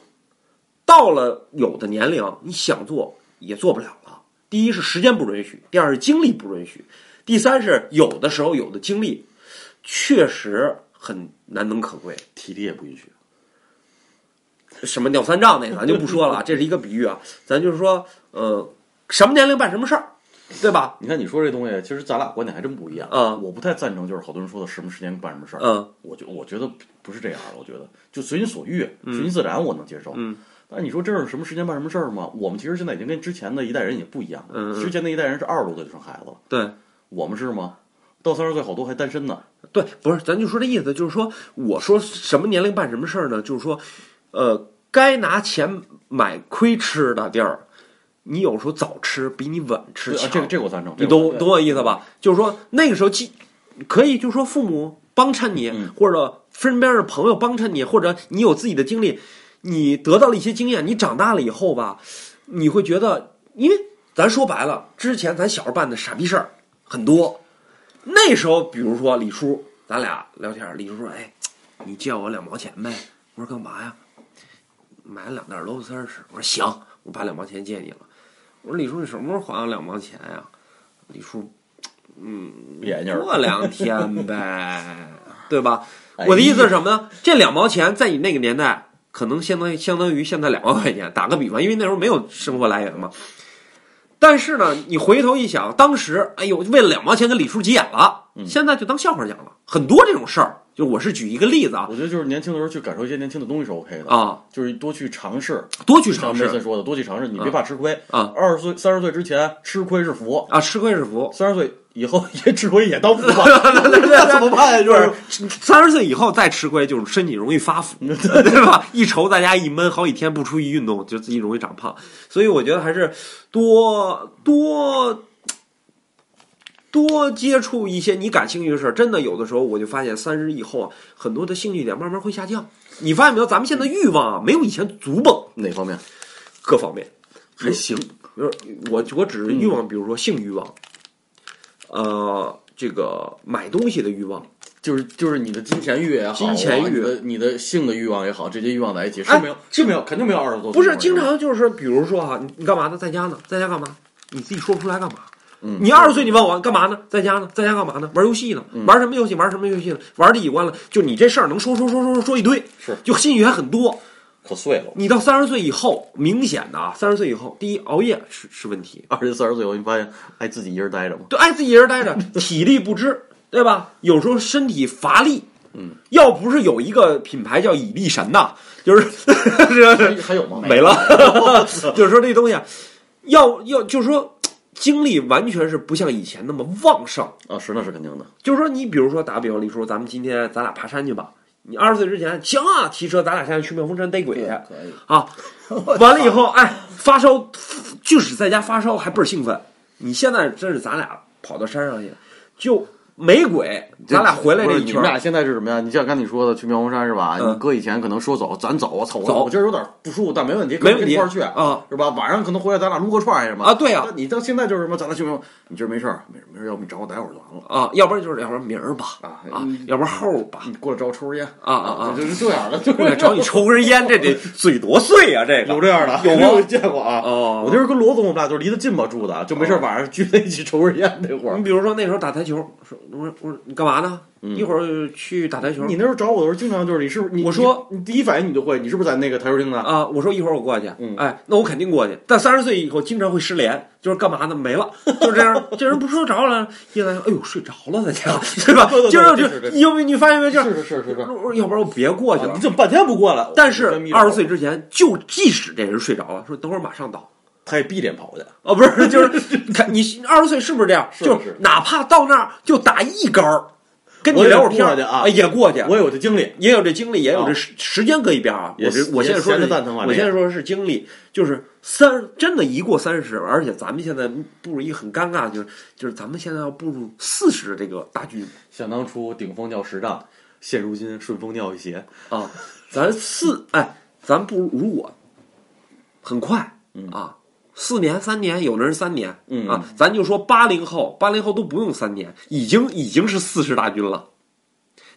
Speaker 3: 到了有的年龄你想做也做不了了。第一是时间不允许，第二是精力不允许，第三是有的时候有的精力确实很难能可贵。
Speaker 1: 体力也不允许。
Speaker 3: 什么尿三丈那个咱就不说了， 这是一个比喻啊，咱就是说，呃，什么年龄办什么事儿，对吧？
Speaker 1: 你看你说这东西，其实咱俩观点还真不一样
Speaker 3: 嗯
Speaker 1: 我不太赞成，就是好多人说的什么时间办什么事儿。
Speaker 3: 嗯
Speaker 1: 我觉我觉得不是这样的，我觉得就随心所欲、随心自然，我能接受。
Speaker 3: 嗯
Speaker 1: 但是你说这是什么时间办什么事儿吗？我们其实现在已经跟之前的一代人也不一样了。
Speaker 3: 嗯嗯
Speaker 1: 之前那一代人是二十多岁就生孩子了，
Speaker 3: 对
Speaker 1: 我们是吗？到三十岁好多还单身呢。
Speaker 3: 对，不是，咱就说这意思，就是说，我说什么年龄办什么事儿呢？就是说，呃，该拿钱买亏吃的地儿，你有时候早吃比你晚吃
Speaker 1: 对啊
Speaker 3: 强。
Speaker 1: 这个这个我赞成，
Speaker 3: 你
Speaker 1: 这个我嗯
Speaker 3: 懂懂我意思吧？就是说那个时候既可以，就是说父母帮衬你，
Speaker 1: 嗯
Speaker 3: 或者身边的朋友帮衬你，或者你有自己的经历，你得到了一些经验，你长大了以后吧，你会觉得，因为咱说白了，之前咱小时候办的傻逼事儿很多，那时候比如说李叔，咱俩聊天，李叔说：“哎，你借我两毛钱呗。”我说：“干嘛呀？”买了两袋螺丝儿吃。我说：“行，我把两毛钱借你了。”我说：“李叔，你什么时候还我两毛钱呀、李叔，
Speaker 1: 不严谨儿。
Speaker 3: 过两天呗，对吧？
Speaker 1: 哎
Speaker 3: 我的意思是什么呢？这两毛钱在你那个年代，可能相当于相当于现在两万块钱。打个比方，因为那时候没有生活来源嘛。但是呢，你回头一想，当时哎呦，为了两毛钱跟李叔急眼了，现在就当笑话讲了。很多这种事儿，就我是举一个例子啊
Speaker 1: 我觉得就是年轻的时候去感受一些年轻的东西是 OK 的，
Speaker 3: 啊，
Speaker 1: 就是多去尝试。
Speaker 3: 多去尝
Speaker 1: 像梅森
Speaker 3: 试嗯
Speaker 1: 说的，多去尝试，你别怕吃亏
Speaker 3: 啊。
Speaker 1: 二十岁、三十岁之前吃亏是福，
Speaker 3: 啊，吃亏是福。
Speaker 1: 三十岁以后 也吃亏也当不吧， 那怎么办呀？就是
Speaker 3: 是三十岁以后再吃亏，就是身体容易 发福，对吧？一愁在家一闷，好几天不出去运动，就自己容易长胖。所以我觉得还是多多多接触一些你感兴趣的事儿。真的，有的时候我就发现三十以后啊，很多的兴趣点慢慢会下降。你发现没有？咱们现在欲望啊，没有以前足蹦，
Speaker 1: 哪方面
Speaker 3: 各方面。
Speaker 1: 还行？
Speaker 3: 比如我我指欲
Speaker 1: 嗯
Speaker 3: 望，比如说性欲望，呃，这个买东西的欲望。
Speaker 1: 就是就是你的金钱欲也好，啊
Speaker 3: 金钱欲
Speaker 1: 你的你的性的欲望也好，这些欲望在一起
Speaker 3: 哎
Speaker 1: 是没有是没有肯定没有二十多岁
Speaker 3: 不是
Speaker 1: 那会儿
Speaker 3: 经常就是比如说啊，你你干嘛呢？在家呢，在家干嘛？你自己说不出来干嘛？
Speaker 1: 嗯
Speaker 3: 你二十岁，你问我干嘛呢？在家呢，在家干嘛呢？玩游戏呢？玩什么游戏？玩什么游戏呢？玩第几关了？就你这事儿能说说说说说一堆，
Speaker 1: 是
Speaker 3: 就兴趣还很多。
Speaker 1: 可碎了。
Speaker 3: 你到三十岁以后，明显的啊，三十岁以后，第一熬夜是是问题，
Speaker 1: 二十三十岁以后，你发现爱自己一人待着吗？
Speaker 3: 就爱自己一人待着，体力不支，对吧？有时候身体乏力。嗯，要不是有一个品牌叫以力神呐，就是是
Speaker 1: 还还有吗？
Speaker 3: 没了。就是说这东西啊要要，就是说精力完全是不像以前那么旺盛。
Speaker 1: 啊，是那是肯定的。
Speaker 3: 就是说，你比如说打个比方，李叔，咱们今天咱俩爬山去吧。你二十岁之前行啊，骑车咱俩现在去妙峰山逮鬼去
Speaker 2: 可以。
Speaker 3: 啊。完了以后，哎，发烧，即使在家发烧还倍儿兴奋。你现在真是咱俩跑到山上去，就没鬼，咱俩回来
Speaker 1: 不
Speaker 3: 这
Speaker 1: 是
Speaker 3: 一
Speaker 1: 你
Speaker 3: 圈
Speaker 1: 们
Speaker 3: 儿，
Speaker 1: 俩现在是什么呀？你像刚你说的去妙峰山是吧？
Speaker 3: 嗯
Speaker 1: 你哥以前可能说走，咱走，我操，我
Speaker 3: 走
Speaker 1: 我今儿有点不舒服，但没问题，
Speaker 3: 没问
Speaker 1: 跟你
Speaker 3: 题
Speaker 1: 一块儿去
Speaker 3: 啊
Speaker 1: 是吧？晚上可能回来咱俩撸个串儿还是什么
Speaker 3: 啊对啊
Speaker 1: 但你到现在就是什么，咱俩去妙峰，你今儿没事儿，没事儿没事儿，要不你找我待会儿就完了
Speaker 3: 啊，要不然就是要不然明儿吧，
Speaker 1: 啊
Speaker 3: 啊
Speaker 1: 你，
Speaker 3: 要不然后儿吧，
Speaker 1: 你过来找我抽根烟
Speaker 3: 啊啊啊
Speaker 1: 就是这样的，就
Speaker 3: 过来
Speaker 1: 是
Speaker 3: 找你抽根烟，这得嘴多碎啊！这 个
Speaker 1: 有这样的，
Speaker 3: 有
Speaker 1: 没有
Speaker 3: 吗？
Speaker 1: 见过啊？
Speaker 3: 哦
Speaker 1: 我就是跟罗总我们俩就是离得近吧住的，就没事儿
Speaker 3: 哦
Speaker 1: 晚上聚在一起抽根烟那会儿
Speaker 3: 你。比如说那时候打台球，说我说我说你干嘛呢？一会儿去打台球
Speaker 1: 你那时候找我的时候，经常就是你是不是你
Speaker 3: 嗯我说
Speaker 1: 你你第一反应你就会，你是不是在那个台球厅呢？
Speaker 3: 啊！我说一会儿我过去
Speaker 1: 嗯，
Speaker 3: 哎，那我肯定过去。但三十岁以后经常会失联，就是干嘛呢？没了，就是这样。这人不睡着了，一来哎呦睡着了在家， 对吧
Speaker 1: 对对对？
Speaker 3: 经常
Speaker 1: 是是
Speaker 3: 就是因为你发现没有，就是
Speaker 1: 是是是是是。
Speaker 3: 我说要不然我别过去
Speaker 1: 啊
Speaker 3: 了
Speaker 1: 你。怎么半天不过来？
Speaker 3: 但是
Speaker 1: 我真迷
Speaker 3: 二
Speaker 1: 了
Speaker 3: 十岁之前，就即使这人睡着了，说等会儿马上到。
Speaker 1: 他也闭着眼跑去，
Speaker 3: 哦，不是，就是看你二十岁是不是这样？
Speaker 1: 是
Speaker 3: 就是哪怕到那儿就打一杆儿，跟你
Speaker 1: 我也
Speaker 3: 聊会儿天
Speaker 1: 过去啊
Speaker 3: 哎也过去。
Speaker 1: 我有这经历。
Speaker 3: 也有这经历，也有这
Speaker 1: 啊
Speaker 3: 时时间搁一边啊。
Speaker 1: 也
Speaker 3: 我这
Speaker 1: 是
Speaker 3: 我现在
Speaker 1: 也
Speaker 3: 说
Speaker 1: 闲
Speaker 3: 是
Speaker 1: 着蛋疼，吧啊
Speaker 3: 我
Speaker 1: 这
Speaker 3: 现
Speaker 1: 个
Speaker 3: 在说的是经历，就是三真的，一过三十，而且咱们现在步入一个很尴尬，就是就是咱们现在要步入四十的这个大军
Speaker 1: 想当初顶峰叫十丈，现如今顺风尿一鞋。
Speaker 3: 啊，咱四哎，咱不如果很快啊，四年三年，有的人三年，
Speaker 1: 嗯
Speaker 3: 啊，咱就说八零后，八零后都不用三年，已经已经是四十大军了，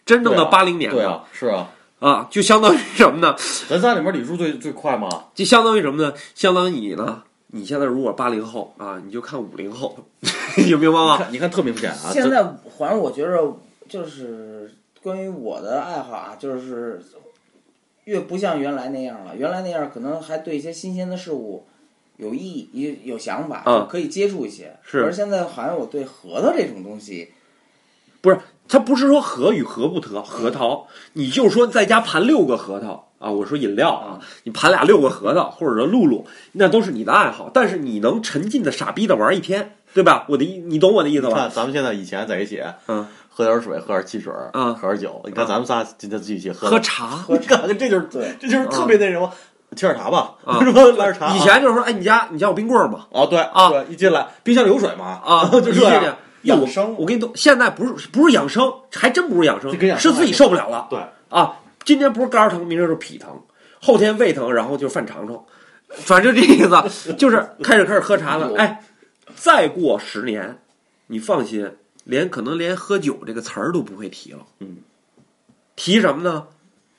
Speaker 3: 真正的
Speaker 1: 对啊
Speaker 3: 八零年
Speaker 1: 对啊，是啊，
Speaker 3: 啊，就相当于什么呢？
Speaker 1: 咱仨里面李叔最最快嘛，
Speaker 3: 就相当于什么呢？相当于你呢，你现在如果八零后啊，你就看五零后， 你明白
Speaker 1: 你
Speaker 3: 吗？
Speaker 1: 看你看特明显啊。
Speaker 2: 现
Speaker 1: 这
Speaker 2: 在反正我觉着就是关于我的爱好啊，就是越不像原来那样了。原来那样可能还对一些新鲜的事物有意义、有想法，
Speaker 3: 嗯
Speaker 2: 可以接触一些。
Speaker 3: 是
Speaker 2: 而现在好像我对核桃这种东西，
Speaker 3: 不是，他不是说核与核不得，核桃，你就说在家盘六个核桃啊，我说饮料啊，你盘俩六个核桃，或者说露露，那都是你的爱好，但是你能沉浸的傻逼的玩一天，对吧？我的意，你懂我的意思吧？
Speaker 1: 看咱们现在以前在一起，
Speaker 3: 嗯，
Speaker 1: 喝点水，喝点汽水，
Speaker 3: 嗯
Speaker 1: 喝点酒。你看咱们仨今天一起喝
Speaker 3: 喝，茶。
Speaker 1: 你看 这就是
Speaker 2: 对
Speaker 1: 这就是特别那什么，沏点茶吧，
Speaker 3: 啊
Speaker 1: 是吧？来点茶啊。
Speaker 3: 以前就是说，哎，你家你家有冰棍儿吗？
Speaker 1: 哦对
Speaker 3: 啊
Speaker 1: 对，一进来冰箱里有水嘛
Speaker 3: 啊，
Speaker 1: 就这样。
Speaker 3: 养
Speaker 2: 养生
Speaker 3: 我跟你都现在不是不是养生，还真不是养生
Speaker 1: 这跟，养生
Speaker 3: 是自己受不了了。
Speaker 1: 对
Speaker 3: 啊，今天不是肝儿疼，明儿就是脾疼，后天胃疼，然后就是犯肠虫，反正这意思就是开始开始喝茶 了
Speaker 2: 有。
Speaker 3: 哎，再过十年，你放心，连可能连喝酒这个词儿都不会提了。
Speaker 1: 嗯，
Speaker 3: 提什么呢？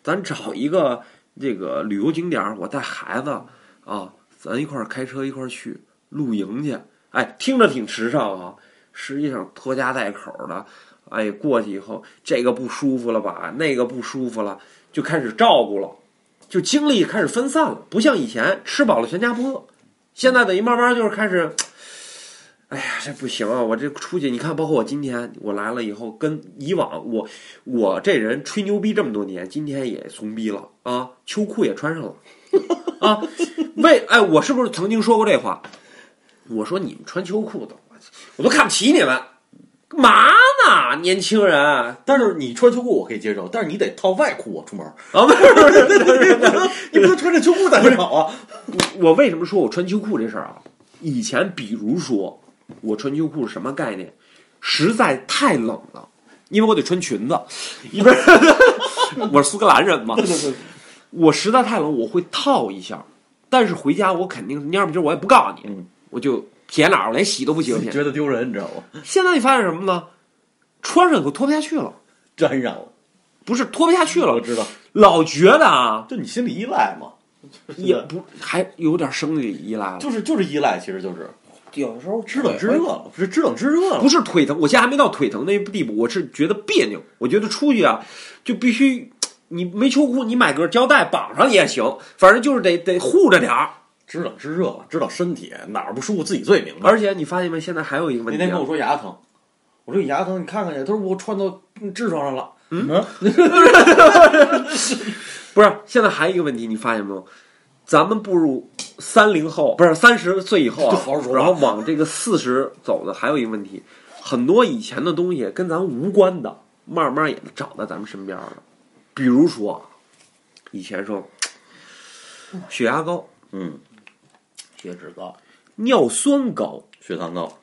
Speaker 3: 咱找一个这个旅游景点儿，我带孩子啊，咱一块儿开车一块儿去露营去。哎，听着挺时尚啊，实际上拖家带口的，哎，过去以后这个不舒服了吧，那个不舒服了，就开始照顾了，就精力开始分散了，不像以前吃饱了全家不饿，现在等于慢慢就是开始。哎呀，这不行啊！我这出去，你看，包括我今天我来了以后，跟以往我我这人吹牛逼这么多年，今天也怂逼了啊，秋裤也穿上了啊。为哎，我是不是曾经说过这话？我说你们穿秋裤的，我都看不起你们。嘛呢？年轻人啊，
Speaker 1: 但是你穿秋裤我可以接受，但是你得套外裤啊，出门 儿，
Speaker 3: 不是不是不是不是，
Speaker 1: 你不能穿着秋裤在这跑啊。
Speaker 3: 我为什么说我穿秋裤这事儿啊？以前比如说我穿秋裤是什么概念？实在太冷了，因为我得穿裙 子，一边我是苏格兰人嘛，我实在太冷，我会套一下，但是回家我肯定是蔫不唧，我也不告诉你，
Speaker 1: 嗯
Speaker 3: 我就撇哪儿，我连洗都不洗我
Speaker 1: 你
Speaker 3: 撇。
Speaker 1: 觉得丢人，你知道吗？
Speaker 3: 现在你发现什么呢？穿上以后脱不下去了，
Speaker 1: 沾染了，
Speaker 3: 不是脱不下去
Speaker 1: 嗯我
Speaker 3: 了，
Speaker 1: 知道，
Speaker 3: 老觉得啊，
Speaker 1: 就你心理依赖嘛，
Speaker 3: 也不还有点生理依赖了。
Speaker 1: 就是就是依赖，其实就是
Speaker 2: 有时候
Speaker 1: 知冷知热了，不是知冷知热了
Speaker 3: 不。是腿疼，我现在还没到腿疼那地步，我是觉得别扭。我觉得出去啊，就必须你没秋裤，你买根胶带绑上也行，反正就是得得护着点儿。
Speaker 1: 知冷知热，知道身体哪儿不舒服自己最明白。
Speaker 3: 而且你发现没，现在还有一个问
Speaker 1: 嗯那
Speaker 3: 题、
Speaker 1: 天
Speaker 3: 啊
Speaker 1: 跟我，说牙疼，我说你牙疼，你看看去。他说我穿到痔疮上了。嗯，
Speaker 3: 不是现在还有一个问题，你发现没有？咱们步入三零后，不是三十岁以后啊
Speaker 1: 这好好说话
Speaker 3: 然后往这个四十走的，还有一个问题，很多以前的东西跟咱无关的，慢慢也找到咱们身边了。比如说啊，以前说血压高，
Speaker 1: 嗯，
Speaker 2: 血脂高，
Speaker 3: 尿酸高、
Speaker 1: 血糖高，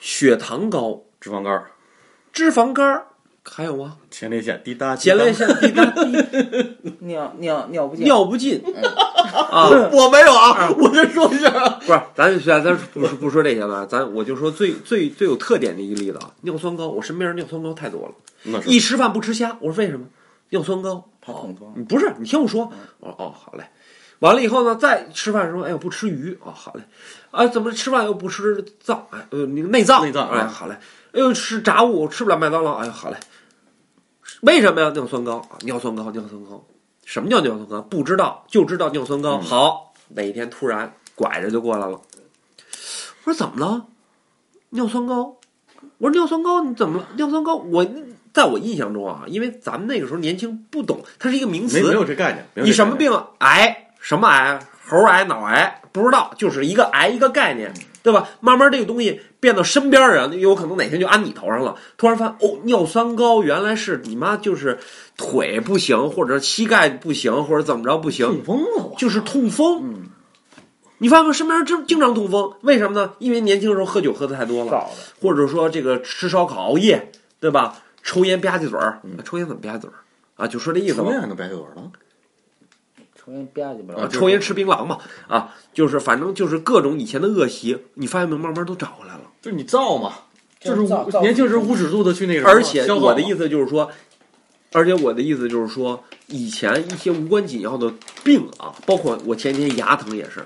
Speaker 3: 血糖高、
Speaker 1: 脂肪肝，
Speaker 3: 脂肪肝儿，还有吗？
Speaker 1: 前列腺滴答，
Speaker 3: 前列腺滴答滴，
Speaker 2: 尿尿尿不尽，
Speaker 3: 尿不尽啊！
Speaker 1: 我没有啊，我先说一下啊，
Speaker 3: 不是，咱就咱咱不说不说这些了，咱我就说最最最有特点的一个例子啊，尿酸高，我身边人尿酸高太多了，
Speaker 1: 那是
Speaker 3: 一吃饭不吃虾，我说为什么？尿酸高，
Speaker 2: 怕痛风。
Speaker 3: 你不是，你听我说，哦哦，好嘞。完了以后呢，再吃饭的时候，哎，我不吃鱼，哦，好嘞。啊，怎么吃饭又不吃脏？哎，呃，那个内脏，
Speaker 1: 内脏
Speaker 3: 哎，
Speaker 1: 嗯
Speaker 3: 好嘞。哎呦，吃炸物，我吃不了麦当劳，哎呦，好嘞。为什么呀？尿酸高，啊尿酸高，尿酸高。什么叫尿酸高？不知道，就知道尿酸高。
Speaker 1: 嗯
Speaker 3: 好，哪一天突然拐着就过来了，我说怎么了？尿酸高。我说尿酸高你怎么了？尿酸高，我在我印象中啊，因为咱们那个时候年轻不懂，它是一个名词，
Speaker 1: 没没有这概念，没有这概念
Speaker 3: 你什么？病啊？癌？什么癌？啊猴癌、脑癌？不知道，就是一个癌一个概念，对吧？慢慢这个东西变到身边人，有可能哪天就安你头上了。突然发现，哦，尿酸高原来是你妈就是腿不行，或者膝盖不行，或者怎么着不行，
Speaker 1: 痛风了我，
Speaker 3: 就是痛风。
Speaker 2: 嗯
Speaker 3: 你发现身边人真经常痛风，为什么呢？因为年轻时候喝酒喝的太多了，
Speaker 2: 造的
Speaker 3: 或者说这个吃烧烤熬夜，对吧？抽烟吧唧嘴儿，抽烟怎么吧唧嘴儿啊？就说这意思吧。
Speaker 1: 嗯抽烟还能白血管呢？
Speaker 2: 抽烟吧唧不
Speaker 1: 啊
Speaker 2: 了
Speaker 1: 就，是
Speaker 3: 抽烟吃槟榔嘛，啊，就是反正就是各种以前的恶习，你发现没有，慢慢都找回来了。
Speaker 1: 就是你造嘛，就
Speaker 2: 就是是造
Speaker 1: 无年轻时候无止度的去那个什么，
Speaker 3: 而且我的意
Speaker 1: 思，
Speaker 3: 思就是说，而且我的意思就是说，以前一些无关紧要的病啊，包括我前天牙疼也是，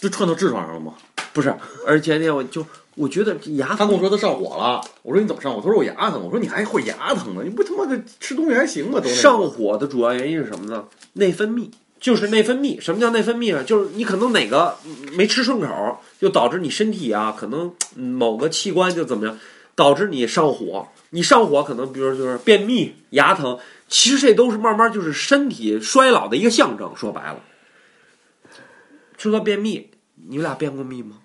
Speaker 1: 就串到痔疮上了吗？
Speaker 3: 不是，而前天我就我觉得这牙
Speaker 1: 他跟我
Speaker 3: 疼，
Speaker 1: 说他上火了，我说你怎么上火？他说我牙疼。我说你还会牙疼呢？你不他妈的吃东西还行啊吗？都那个
Speaker 3: 上火的主要原因是什么呢？内分泌。就是内分泌，什么叫内分泌啊？就是你可能哪个嗯没吃顺口，就导致你身体啊，可能嗯某个器官就怎么样，导致你上火。你上火可能，比如就是便秘、牙疼，其实这都是慢慢就是身体衰老的一个象征。说白了，说到便秘，你们俩便过秘吗？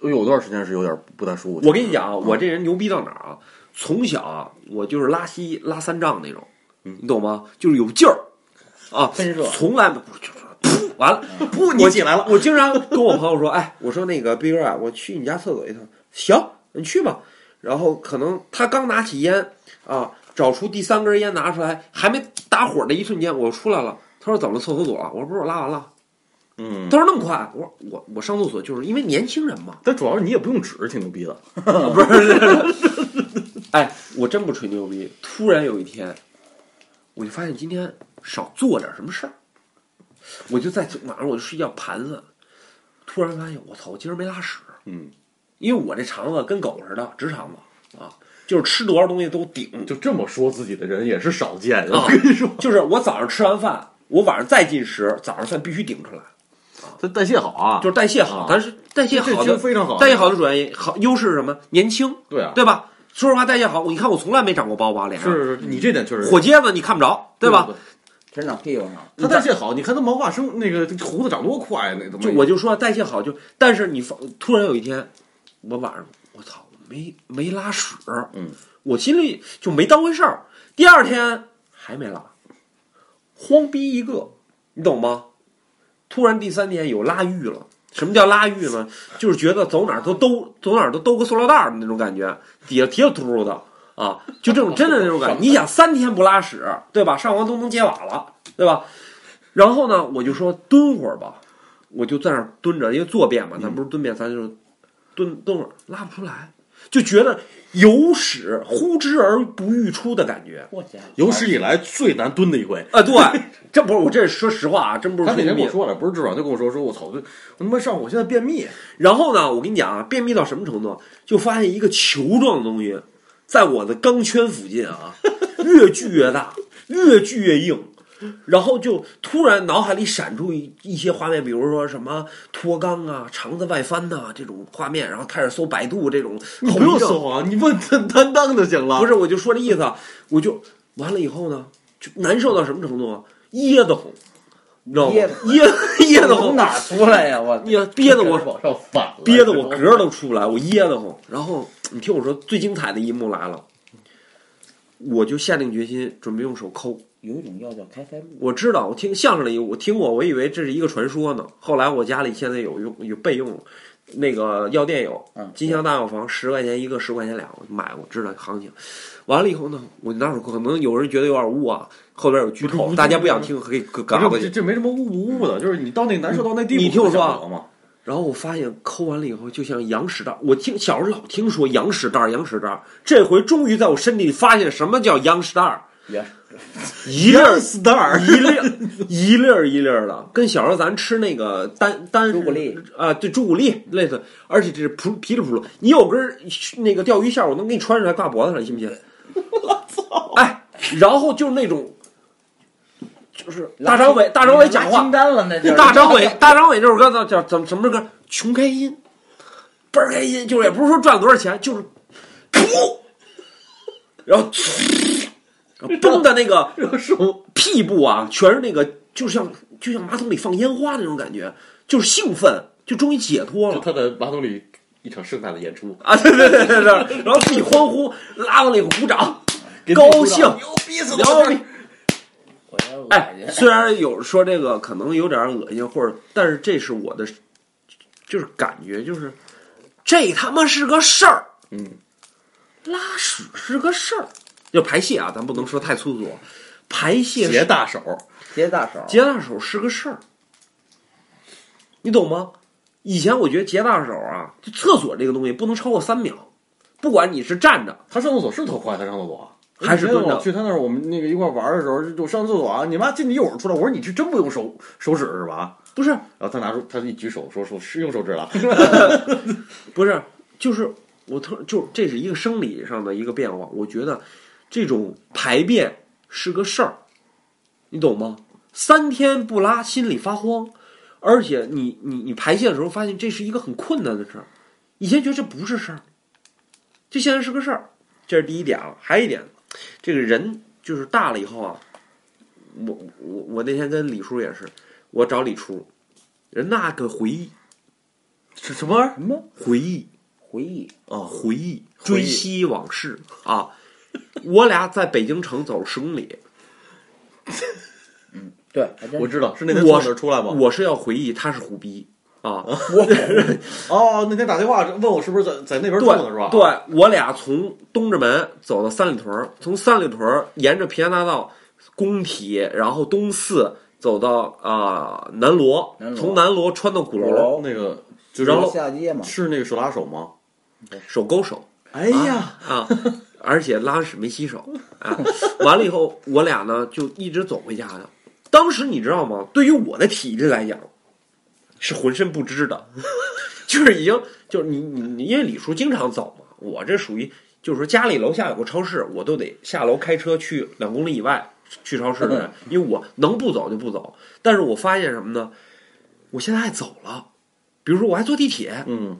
Speaker 1: 我有段时间是有点不太舒服。
Speaker 3: 我跟你讲啊，我这人牛逼到哪儿啊？从小啊，我就是拉稀拉三丈那种，你懂吗？就是有劲儿啊，
Speaker 2: 分热
Speaker 3: 从来不就是噗完了，
Speaker 1: 不，
Speaker 3: 嗯我
Speaker 1: 你进来了，
Speaker 3: 我经常跟我朋友说，哎，我说那个斌哥啊，我去你家厕所一趟，行，你去吧。然后可能他刚拿起烟啊，找出第三根烟拿出来，还没打火的一瞬间，我出来了。他说怎么了？厕所走了？我说不是，我拉完了。
Speaker 1: 嗯，
Speaker 3: 他说那么快？我说我我上厕所就是因为年轻人嘛，
Speaker 1: 但主要是你也不用纸，挺牛逼的。
Speaker 3: 不是，哎，我真不吹牛逼。突然有一天，我就发现今天少做点什么事儿，我就在晚上我就睡觉盘算，突然发现我操，我今儿没拉屎，
Speaker 1: 嗯，
Speaker 3: 因为我这肠子跟狗似的，直肠子啊，就是吃多少东西都顶。
Speaker 1: 嗯就这么说自己的人也是少见
Speaker 3: 啊
Speaker 1: 我跟你说，
Speaker 3: 就是我早上吃完饭，我晚上再进食，早上饭必须顶出来，
Speaker 1: 他代谢好啊，
Speaker 3: 就是代谢好
Speaker 1: 啊。
Speaker 3: 但是代谢
Speaker 1: 这
Speaker 3: 好
Speaker 1: 其实
Speaker 3: 的，
Speaker 1: 非常好。
Speaker 3: 代谢好的主要原因好优势是什么？年轻，
Speaker 1: 对啊，
Speaker 3: 对吧？说实话，代谢好，我你看我从来没长过包吧，脸上。
Speaker 1: 是是是，你这点确实
Speaker 3: 火疖子你看不着，对吧？？
Speaker 2: 只长屁股上。
Speaker 1: 他代谢好，你看他毛发生那个胡子长多快啊，那他妈
Speaker 3: 就我就说代谢好就，但是你发突然有一天，我晚上我操，没没拉屎，
Speaker 1: 嗯，
Speaker 3: 我心里就没当回事儿。第二天还没拉，慌逼一个，你懂吗？突然第三天有拉欲了。什么叫拉欲呢？就是觉得走哪儿都兜，走哪儿都兜个塑料袋儿的那种感觉，底下提了秃噜的啊，就这种真的那种感觉。你想三天不拉屎，对吧？上完都能接瓦了，对吧？然后呢，我就说蹲会儿吧，我就在那儿蹲着，因为坐便嘛，咱不是蹲便，咱就是蹲蹲会儿，拉不出来，就觉得有屎呼之而不欲出的感觉。
Speaker 2: 我家伙
Speaker 1: 有史以来最难蹲的一回。
Speaker 3: 啊、对， 这不是我这是说实话啊，真不是
Speaker 1: 他那
Speaker 3: 吹牛
Speaker 1: 天
Speaker 3: 逼
Speaker 1: 跟我。说了，不是痔疮，就跟我说说，我操，我就我他妈上午我现在便秘，
Speaker 3: 然后呢，我跟你讲啊，便秘到什么程度，就发现一个球状的东西在我的肛圈附近啊，越聚越大，越聚越硬。然后就突然脑海里闪出一一些画面，比如说什么脱肛啊、肠子外翻呐、这种画面，然后开始搜百度这种
Speaker 1: 你
Speaker 3: 后
Speaker 1: 不
Speaker 3: 遗
Speaker 1: 用
Speaker 3: 症。
Speaker 1: 搜啊，你问他担当就行了。
Speaker 3: 不是，我就说这意思啊，我就完了以后呢，就难受到什么程度啊？噎得慌，你知道吗？
Speaker 2: 噎
Speaker 3: 噎
Speaker 2: 得
Speaker 3: 噎得
Speaker 2: 从
Speaker 3: 慌，
Speaker 2: 哪儿出来呀？我
Speaker 3: 噎憋得我
Speaker 1: 往上反了，
Speaker 3: 憋得我嗝儿都出不来，我噎得慌。然后你听我说，最精彩的一幕来了，我就下定决心准备用手抠。
Speaker 2: 有一种药叫开塞露，
Speaker 3: 我知道，我听相声里我听过，我以为这是一个传说呢。后来我家里现在有用有备用，那个药店有
Speaker 2: 嗯，
Speaker 3: 金祥大药房十块钱一个，十块钱俩，我买过，知道行情。完了以后呢，我拿手抠，可能有人觉得有点污啊，后边有剧
Speaker 1: 不是不
Speaker 3: 透，
Speaker 1: 是
Speaker 3: 大家不想听可以可以嘎
Speaker 1: 这
Speaker 3: 过
Speaker 1: 这
Speaker 3: 去。
Speaker 1: 这没什么污不污的，就是你到那难受到那地步，
Speaker 3: 你听我说
Speaker 1: 你
Speaker 3: 啊
Speaker 1: 想得嘛，
Speaker 3: 然后我发现抠完了以后，就像羊屎蛋儿。我听小时候老听说羊屎蛋儿，羊屎蛋儿。这回终于在我身体里发现什么叫羊屎蛋儿，
Speaker 2: 也
Speaker 3: 一粒儿
Speaker 1: star
Speaker 3: 一粒儿 一粒儿一粒儿的，跟小时候咱吃那个丹丹
Speaker 2: 朱古力
Speaker 3: 啊，对朱古力类似。而且这是扑噼里扑噜，你有根儿那个钓鱼线儿，我能给你穿出来挂脖子上，你信不信？我操！哎，然后就是那种，就是大张伟，大张伟讲
Speaker 2: 拉
Speaker 3: 话
Speaker 2: 清，单了那就是
Speaker 3: 大张 伟，大张伟这首歌叫叫怎么什么歌？穷开心，倍儿开心，就是也不是说赚多少钱，就是噗，然后然后崩的那 个
Speaker 1: 热手
Speaker 3: 屁部啊，全是那个，就像就像马桶里放烟花那种感觉，就是兴奋，就终于解脱
Speaker 1: 就
Speaker 3: 了。
Speaker 1: 他在马桶里一场盛大的演出，
Speaker 3: 啊，对对对对对，然后自己欢呼，拉完了以后鼓掌，
Speaker 1: 给
Speaker 3: 高
Speaker 1: 自己鼓掌
Speaker 3: 兴
Speaker 1: 牛逼死
Speaker 3: 然后
Speaker 1: 了！
Speaker 2: 我觉得我
Speaker 3: 哎
Speaker 2: 感，觉
Speaker 3: 虽然有说这个可能有点恶心，或者，但是这是我的，就是感觉，就是这他妈是个事儿，
Speaker 1: 嗯，
Speaker 3: 拉屎是个事儿，就排泄啊，咱不能说太粗俗，排泄
Speaker 1: 携
Speaker 3: 是
Speaker 1: 大手，
Speaker 2: 接大手，
Speaker 3: 结大手是个事儿，你懂吗？以前我觉得结大手啊，就厕所这个东西不能超过三秒，不管你是站着，
Speaker 1: 他上厕所是特快，他上厕所啊
Speaker 3: 还是
Speaker 1: 我以前
Speaker 3: 蹲着
Speaker 1: 我去他那儿，我们那个一块儿玩儿的时候，就上厕所啊，你妈进去一会儿出来，我说你这真不用手手指是吧？
Speaker 3: 不是
Speaker 1: 然后他拿出他一举手说说是用手指了，
Speaker 3: 不是，就是我特就这是一个生理上的一个变化，我觉得这种排便是个事儿，你懂吗？三天不拉，心里发慌，而且你你你排泄的时候发现这是一个很困难的事儿，以前觉得这不是事儿，这现在是个事儿，这是第一点啊。还有一点，这个人就是大了以后啊，我我我那天跟李叔也是，我找李叔，人那个回忆
Speaker 1: 是 什么玩意儿
Speaker 2: 什么
Speaker 3: 回忆。
Speaker 2: 回忆？
Speaker 1: 啊？回
Speaker 3: 回忆，
Speaker 1: 忆
Speaker 3: 追昔往事啊！我俩在北京城走十公里，
Speaker 2: 对，还真
Speaker 1: 我
Speaker 2: 是
Speaker 1: 知道是那天
Speaker 3: 我
Speaker 1: 从那儿出来吗？
Speaker 3: 我是要回忆，他是虎逼啊！
Speaker 1: 哦，那天打电话问我是不是在在那边
Speaker 3: 对
Speaker 1: 住呢是吧？，
Speaker 3: 对，我俩从东直门走到三里屯儿，从三里屯儿沿着平安大道、工体，然后东四走到啊、呃南锣
Speaker 2: 南，锣
Speaker 3: 从南锣穿到鼓
Speaker 2: 鼓
Speaker 3: 楼，
Speaker 2: 楼
Speaker 1: 哦那个就是
Speaker 3: 然后
Speaker 2: 下街嘛，
Speaker 1: 是那个手拉手吗？
Speaker 3: 手勾手。
Speaker 1: 哎呀，
Speaker 3: 啊，而且拉屎没洗手啊。完了以后，我俩呢就一直走回家的。当时你知道吗？对于我的体力来讲，是浑身不知的， 就是已经就是你你你，因为李叔经常走嘛，我这属于就是说家里楼下有个超市，我都得下楼开车去两公里以外去超市的人，因为我能不走就不走。但是我发现什么呢？我现在爱走了，比如说我还坐地铁，
Speaker 1: 嗯，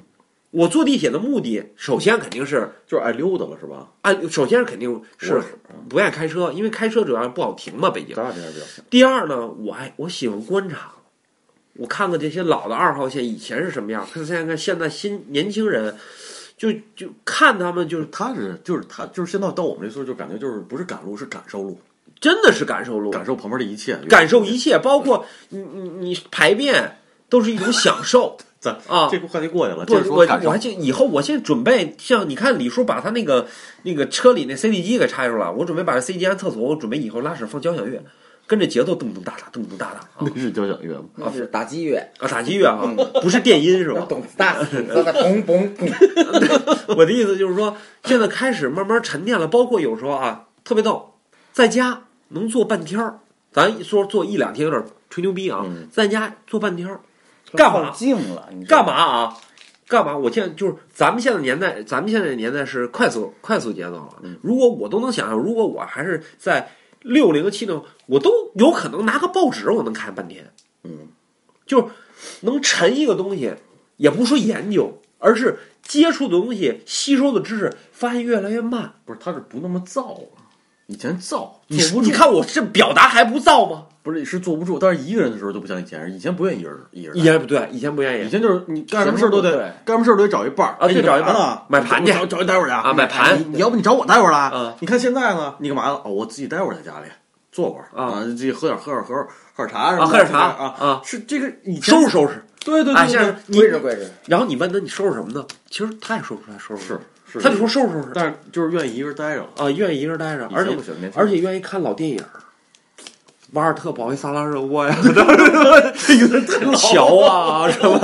Speaker 3: 我坐地铁的目的首先肯定是
Speaker 1: 就是爱溜达了是吧？
Speaker 3: 按首先是肯定
Speaker 1: 我
Speaker 3: 是不愿意开车，因为开车主要是不好停嘛，北京
Speaker 1: 咱。俩这边比较像，
Speaker 3: 第二呢，我还我喜欢观察，我看看这些老的二号线以前是什么样，看现在看现在新年轻人，就就看他们就是
Speaker 1: 他是就是他就是现在到我们这岁数，就感觉就是不是赶路，是感受路，
Speaker 3: 真的是感受路，
Speaker 1: 感受旁边的一切，
Speaker 3: 感受一切，包括你你你排便都是一种享 受。
Speaker 1: 咱
Speaker 3: 啊
Speaker 1: 这个话题过去了，
Speaker 3: 不
Speaker 1: 接着，说
Speaker 3: 我
Speaker 1: 感
Speaker 3: 我
Speaker 1: 受
Speaker 3: 还。记以后，我现在准备像你看李叔把他那个那个车里那 CD 机给拆出来，我准备把这 CD 机安厕所，我准备以后拉屎放交响乐，跟着节奏咚咚哒哒咚咚哒哒啊
Speaker 1: 那是交响乐吗？
Speaker 2: 那是打击乐，
Speaker 3: 啊打击乐啊，
Speaker 1: 嗯
Speaker 3: 不是电音是吧？
Speaker 2: 懂 大，那嘣嘣 嘣，
Speaker 3: 我的意思就是说，现在开始慢慢沉淀了，包括有时候啊，特别逗，在家能坐半天儿，咱一说坐一两天有点吹牛逼啊，
Speaker 1: 嗯
Speaker 3: 在家坐半天儿，干嘛
Speaker 2: 靠近了？你知道
Speaker 3: 干
Speaker 2: 吗？
Speaker 3: 嘛啊？干嘛？我现在就是咱们现在年代，咱们现在的年代是快速快速节奏了。
Speaker 1: 嗯
Speaker 3: 如果我都能想象，如果我还是在六零七零，我都有可能拿个报纸我能看半天。
Speaker 1: 嗯，
Speaker 3: 就是能沉一个东西，也不说研究，而是接触的东西、吸收的知识，发现越来越慢。
Speaker 1: 不是，他是不那么造啊。以前造，
Speaker 3: 你
Speaker 1: 坐不住
Speaker 3: 你看我这表达还不燥 吗？
Speaker 1: 不是是坐不住，但是一个人的时候就不像以前，以前不愿意一人一人
Speaker 3: 以前不对，以前不愿
Speaker 1: 以
Speaker 3: 意
Speaker 1: 前就是你干什么事儿都得
Speaker 2: 对
Speaker 1: 干什么事儿都得找一伴儿
Speaker 3: 啊
Speaker 1: 哎
Speaker 3: 对
Speaker 1: 你干
Speaker 3: 找一伴儿
Speaker 1: 嘛呢？
Speaker 3: 买盘去
Speaker 1: 找找一待会儿去
Speaker 3: 啊，买盘
Speaker 1: 你你要不你找我待会儿来？
Speaker 3: 嗯
Speaker 1: 你看现在呢，你干嘛呢？哦，我自己待会儿在家里坐会儿
Speaker 3: 啊，
Speaker 1: 自己喝点喝点喝点喝点茶什么
Speaker 3: 啊，
Speaker 1: 的
Speaker 3: 喝点茶
Speaker 1: 啊。
Speaker 3: 啊，
Speaker 1: 是这个以前
Speaker 3: 收拾收拾。
Speaker 1: 对对
Speaker 3: 啊
Speaker 1: 对
Speaker 3: 现在
Speaker 1: 对
Speaker 3: 是你
Speaker 2: 跪着跪着，
Speaker 3: 然后你问他你收拾什么呢？其实他也说不出来收拾什
Speaker 1: 是
Speaker 3: 么，
Speaker 1: 是，
Speaker 3: 他就说收拾收拾
Speaker 1: 但是就是愿意一个人待着了，
Speaker 3: 啊，愿意一个人待着，而
Speaker 1: 以前
Speaker 3: 且
Speaker 1: 不行，年轻
Speaker 3: 而且愿意看老电影儿，瓦尔特保卫萨拉热窝呀，这 有点太老，桥啊什么，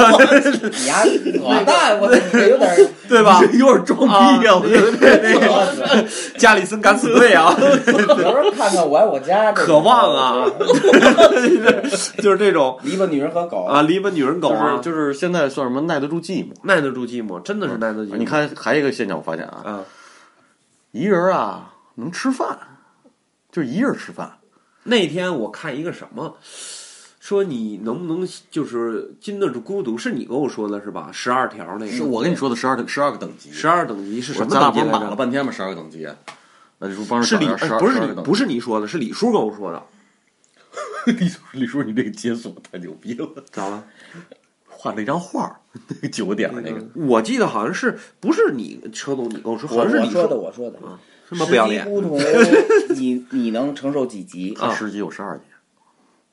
Speaker 2: 你 呀，我大我这有 点儿
Speaker 3: 对吧？
Speaker 1: 有点装
Speaker 3: 啊，
Speaker 1: 逼呀，我觉
Speaker 3: 对
Speaker 1: 得
Speaker 3: 对 对，那个加里森敢死队啊，
Speaker 2: 有时候看看我爱我家，这个
Speaker 3: 渴 望啊， 就是这种
Speaker 2: 篱笆女人和狗
Speaker 3: 啊，篱笆女人狗
Speaker 1: 就是
Speaker 3: 啊，
Speaker 1: 就是现在算什么耐得住寂寞。
Speaker 3: 耐得住寂寞，真的是耐得住寂寞。
Speaker 1: 啊你看，还有一个现象，我发现啊，
Speaker 3: 啊，
Speaker 1: 一人啊能吃饭，就是一人吃饭。
Speaker 3: 那天我看一个什么，说你能不能就是经得住孤独？是你跟我说的是吧？十二条那
Speaker 1: 是
Speaker 3: 个，
Speaker 1: 我跟你说的十二个十二个等级，
Speaker 3: 十二等级是什
Speaker 1: 我
Speaker 3: 么
Speaker 1: 咱俩
Speaker 3: 等
Speaker 1: 不是
Speaker 3: 级来
Speaker 1: 满了
Speaker 3: 着？
Speaker 1: 半天吗？十二个等级，啊那李叔帮着
Speaker 3: 是李
Speaker 1: 找一下12
Speaker 3: 哎不是
Speaker 1: 12
Speaker 3: 你
Speaker 1: 个等级
Speaker 3: 不是你说的，是李叔跟我说的。
Speaker 1: 李叔李叔，你这个解锁太牛逼了，
Speaker 3: 咋了？
Speaker 1: 画了一张画儿， 那个九个点儿那个，
Speaker 3: 我记得好像是不是你车董，你跟我说，好
Speaker 2: 我
Speaker 3: 像是
Speaker 2: 我
Speaker 3: 你
Speaker 2: 说的，啊
Speaker 3: 的，
Speaker 2: 我说的。
Speaker 3: 他妈不要
Speaker 2: 十
Speaker 3: 脸
Speaker 2: 级！ 孤独，你你能承受几级？
Speaker 1: 他十级有十二级，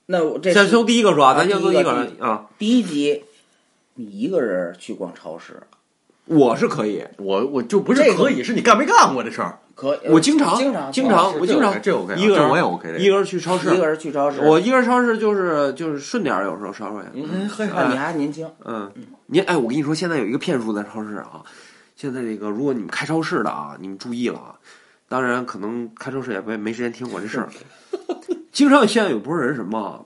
Speaker 2: 那我这
Speaker 3: 先
Speaker 2: 是
Speaker 3: 从第一个说啊，
Speaker 2: 啊
Speaker 3: 咱先从
Speaker 2: 第
Speaker 3: 个
Speaker 2: 一个
Speaker 3: 来啊，
Speaker 2: 第一级，你一个人去逛超市，
Speaker 3: 我是可以，
Speaker 1: 我我就不是
Speaker 2: 这个
Speaker 1: 可以，是你干没干过这事儿？
Speaker 2: 可以
Speaker 3: 我经常
Speaker 2: 呃经常
Speaker 3: 经常
Speaker 2: 哦是
Speaker 3: 我经常
Speaker 1: 这 OK，
Speaker 3: 一个人
Speaker 1: 这我也 OK，
Speaker 3: 一个人去超市，
Speaker 2: 一个人去超市，
Speaker 3: 我一哎个人超市就是就是顺点儿，有时候稍微，
Speaker 1: 嗯嘿，
Speaker 2: 看啊你还年轻，
Speaker 3: 嗯，您哎，我跟你说，现在有一个骗术在超市啊。现在这个，如果你们开超市的啊，你们注意了啊。当然，可能开超市也没没时间听我这事儿。 经常现在有波人什么啊，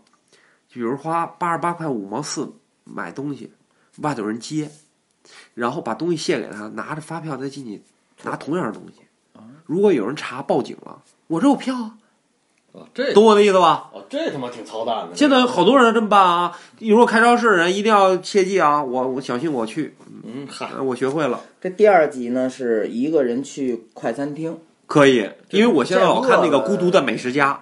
Speaker 3: 就比如花八十八块五毛四买东西，外头有人接，然后把东西卸给他，拿着发票再进去拿同样的东西。如果有人查报警了，我这有票啊，
Speaker 1: 啊这
Speaker 3: 懂我的意思吧？
Speaker 1: 哦这他妈挺操蛋的
Speaker 3: 现在好多人这么办啊！如果开超市的人一定要切记啊！我我小心我去，
Speaker 1: 嗯嗨，
Speaker 3: 呃我学会了，
Speaker 2: 这第二级呢是一个人去快餐厅，
Speaker 3: 可以，因为我现在老看那个《孤独的美食家》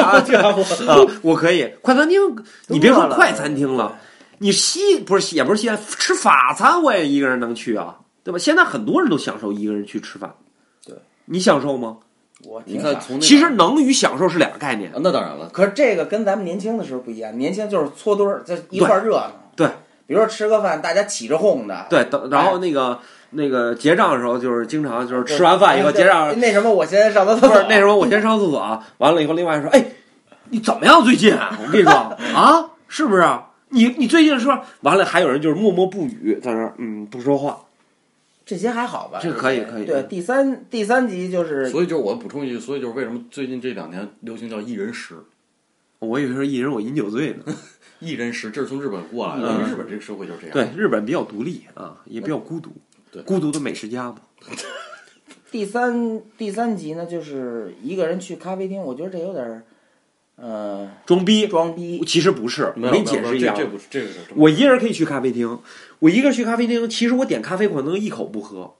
Speaker 3: 啊，啊，我可以快餐厅，你别说快餐厅了，你西不是也不是西安吃法餐，我也一个人能去啊，对吧？现在很多人都享受一个人去吃饭，
Speaker 2: 对，
Speaker 3: 你享受吗？
Speaker 2: 我
Speaker 1: 你
Speaker 2: 挺傻
Speaker 1: 看从那个
Speaker 3: 其实能与享受是俩概念
Speaker 2: 呃
Speaker 1: 啊，那当然了，
Speaker 2: 可是这个跟咱们年轻的时候不一样，年轻就是搓堆儿，在一块儿热闹。
Speaker 3: 对，
Speaker 2: 比如说吃个饭，大家起着哄的。
Speaker 3: 对，等然后那个那个结账的时候，就是经常就是吃完饭以后
Speaker 2: 哎哎对
Speaker 3: 结账。
Speaker 2: 那什么，我先上个厕
Speaker 3: 不
Speaker 2: 所
Speaker 3: 是。那什么，我先上厕所啊。完了以后，另外说，哎，你怎么样最近啊？我跟你说啊，是不是啊？你你最近说完了，还有人就是默默不语，在那儿嗯不说话。
Speaker 2: 这些还好吧？
Speaker 3: 这可以可以
Speaker 2: 对，第三第三集就是
Speaker 1: 所以就是我补充一句，所以就是为什么最近这两年流行叫一人食。
Speaker 3: 我以为是一人我饮酒醉呢。
Speaker 1: 一人食，这是从日本过来的。
Speaker 3: 嗯
Speaker 1: 日本这个社会就是这样。
Speaker 3: 对，日本比较独立啊，也比较孤独。
Speaker 1: 对
Speaker 3: 孤独的美食家嘛。
Speaker 2: 第三第三集呢，就是一个人去咖啡厅，我觉得这有点儿，呃，
Speaker 3: 装逼，
Speaker 2: 装逼。
Speaker 3: 其实不是。
Speaker 1: 没
Speaker 3: 我
Speaker 1: 有，
Speaker 3: 给你解
Speaker 1: 没有
Speaker 3: 释一下啊
Speaker 1: 这，这不是这个是什么？
Speaker 3: 我一个人可以去咖啡厅，我一个人去咖啡厅，其实我点咖啡可能一口不喝。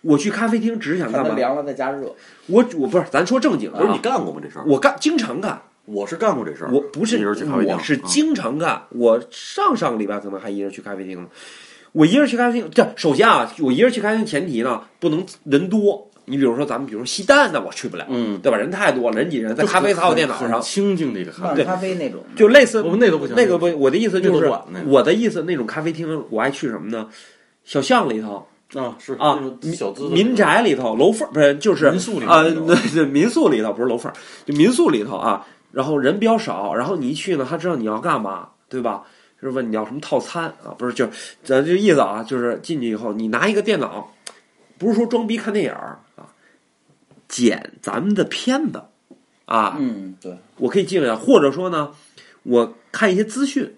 Speaker 3: 我去咖啡厅只是想
Speaker 2: 看
Speaker 3: 干
Speaker 2: 它
Speaker 3: 嘛？
Speaker 2: 凉了再加热，
Speaker 3: 我我不是，咱说正经的
Speaker 1: 不是你
Speaker 3: 啊，
Speaker 1: 干过吗？这事儿，
Speaker 3: 我干经常干。
Speaker 1: 我是干过这事儿。
Speaker 3: 我不是
Speaker 1: 一人去咖啡厅，
Speaker 3: 我是
Speaker 1: 嗯
Speaker 3: 经常干。我上上个礼拜可能还一人去咖啡厅呢。我一个人去咖啡厅，这首先啊，我一个人去咖啡厅前提呢，不能人多。你比如说咱们，比如说西单，那我去不了，
Speaker 1: 嗯，
Speaker 3: 对吧？人太多了，人挤人，在
Speaker 1: 就
Speaker 3: 咖啡
Speaker 1: 很
Speaker 3: 槽、电脑
Speaker 1: 很
Speaker 3: 上，
Speaker 1: 清静的一个咖
Speaker 2: 放
Speaker 1: 啡，
Speaker 2: 咖啡那种，
Speaker 3: 就类似
Speaker 1: 我们那都不行，
Speaker 3: 那个不，我的意思就
Speaker 1: 那
Speaker 3: 是
Speaker 1: 都短那，个
Speaker 3: 我的意思那种咖啡厅，我爱去什么呢？小巷里头，
Speaker 1: 啊是
Speaker 3: 啊
Speaker 1: 那种小资的
Speaker 3: 民宅里头，楼缝儿不是就是
Speaker 1: 民宿里头
Speaker 3: 啊，
Speaker 1: 那种
Speaker 3: 对对，民宿里头不是楼缝儿，就民宿里头啊。然后人比较少，然后你一去呢，他知道你要干嘛，对吧？就是问你要什么套餐啊？不是，就是咱就意思啊，就是进去以后，你拿一个电脑，不是说装逼看电影儿啊，剪咱们的片子啊，
Speaker 2: 嗯，对，
Speaker 3: 我可以进来，或者说呢，我看一些资讯，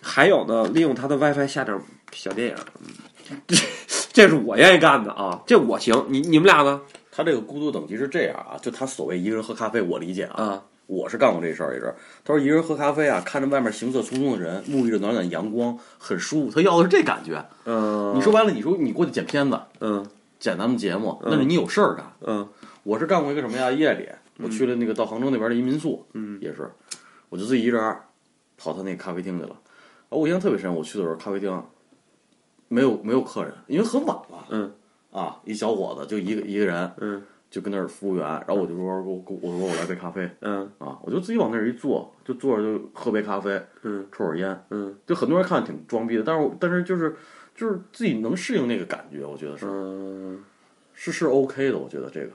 Speaker 3: 还有呢，利用他的 WiFi 下点小电影， 这这是我愿意干的啊，这我行。你你们俩呢？
Speaker 1: 他这个孤独等级是这样啊，就他所谓一个人喝咖啡，我理解啊，
Speaker 3: 啊，
Speaker 1: 我是干过这事儿一阵儿。他说一个人喝咖啡啊，看着外面行色匆匆的人，沐浴着暖暖阳光，很舒服。他要的是这感觉。
Speaker 3: 嗯，
Speaker 1: 你说白了，你说你过去剪片子，
Speaker 3: 嗯
Speaker 1: 剪咱们节目，
Speaker 3: 嗯
Speaker 1: 那是你有事儿干。
Speaker 3: 嗯
Speaker 1: 我是干过一个什么呀？夜里我去了那个到杭州那边的一民宿，
Speaker 3: 嗯，
Speaker 1: 也是，我就自己一人儿跑他那个咖啡厅去了。啊，我印象特别深，我去的时候咖啡厅没有没有客人，因为很晚了。
Speaker 3: 嗯
Speaker 1: 啊，一小伙子就一个一个人
Speaker 3: 嗯
Speaker 1: 就跟那儿服务员，然后我就说我我我说我来杯咖啡。
Speaker 3: 嗯
Speaker 1: 啊，我就自己往那儿一坐，就坐着就喝杯咖啡，
Speaker 3: 嗯
Speaker 1: 抽会儿烟，
Speaker 3: 嗯
Speaker 1: 就很多人看着挺装逼的，但是我但是就是就是自己能适应那个感觉，我觉得是、
Speaker 3: 嗯，
Speaker 1: 是是 OK 的，我觉得这个。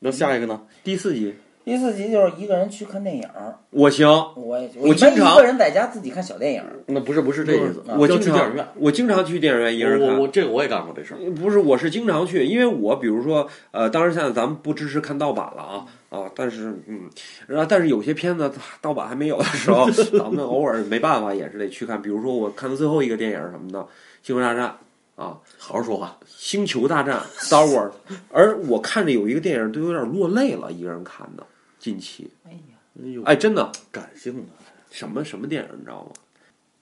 Speaker 1: 那下一个呢？
Speaker 3: 第四集
Speaker 2: 第四集就是一个人去看电影儿，
Speaker 3: 我行，
Speaker 2: 我也
Speaker 3: 我
Speaker 2: 一般
Speaker 3: 经常
Speaker 2: 一个人在家自己看小电影儿，
Speaker 1: 那不是不是这意思，啊
Speaker 3: 我
Speaker 1: 就
Speaker 3: 经
Speaker 1: 去
Speaker 3: 常
Speaker 1: 电影院。
Speaker 3: 我经常去电影院一个人
Speaker 1: 我
Speaker 3: 看
Speaker 1: 我。我这个我也干过这事儿，
Speaker 3: 不是，我是经常去，因为我比如说，呃，当然现在咱们不支持看盗版了啊啊，但是嗯，然后但是有些片子盗版还没有的时候，咱们偶尔没办法也是得去看。比如说我看到最后一个电影什么的，《星球大战》啊，《
Speaker 1: 好好说话。
Speaker 3: 星球大战》（Star Wars），而我看着有一个电影都有点落泪了，一个人看的。近期，
Speaker 2: 哎呀，
Speaker 1: 哎呦，
Speaker 3: 哎，真的，
Speaker 1: 感性的，啊
Speaker 3: 什么什么电影你知道吗？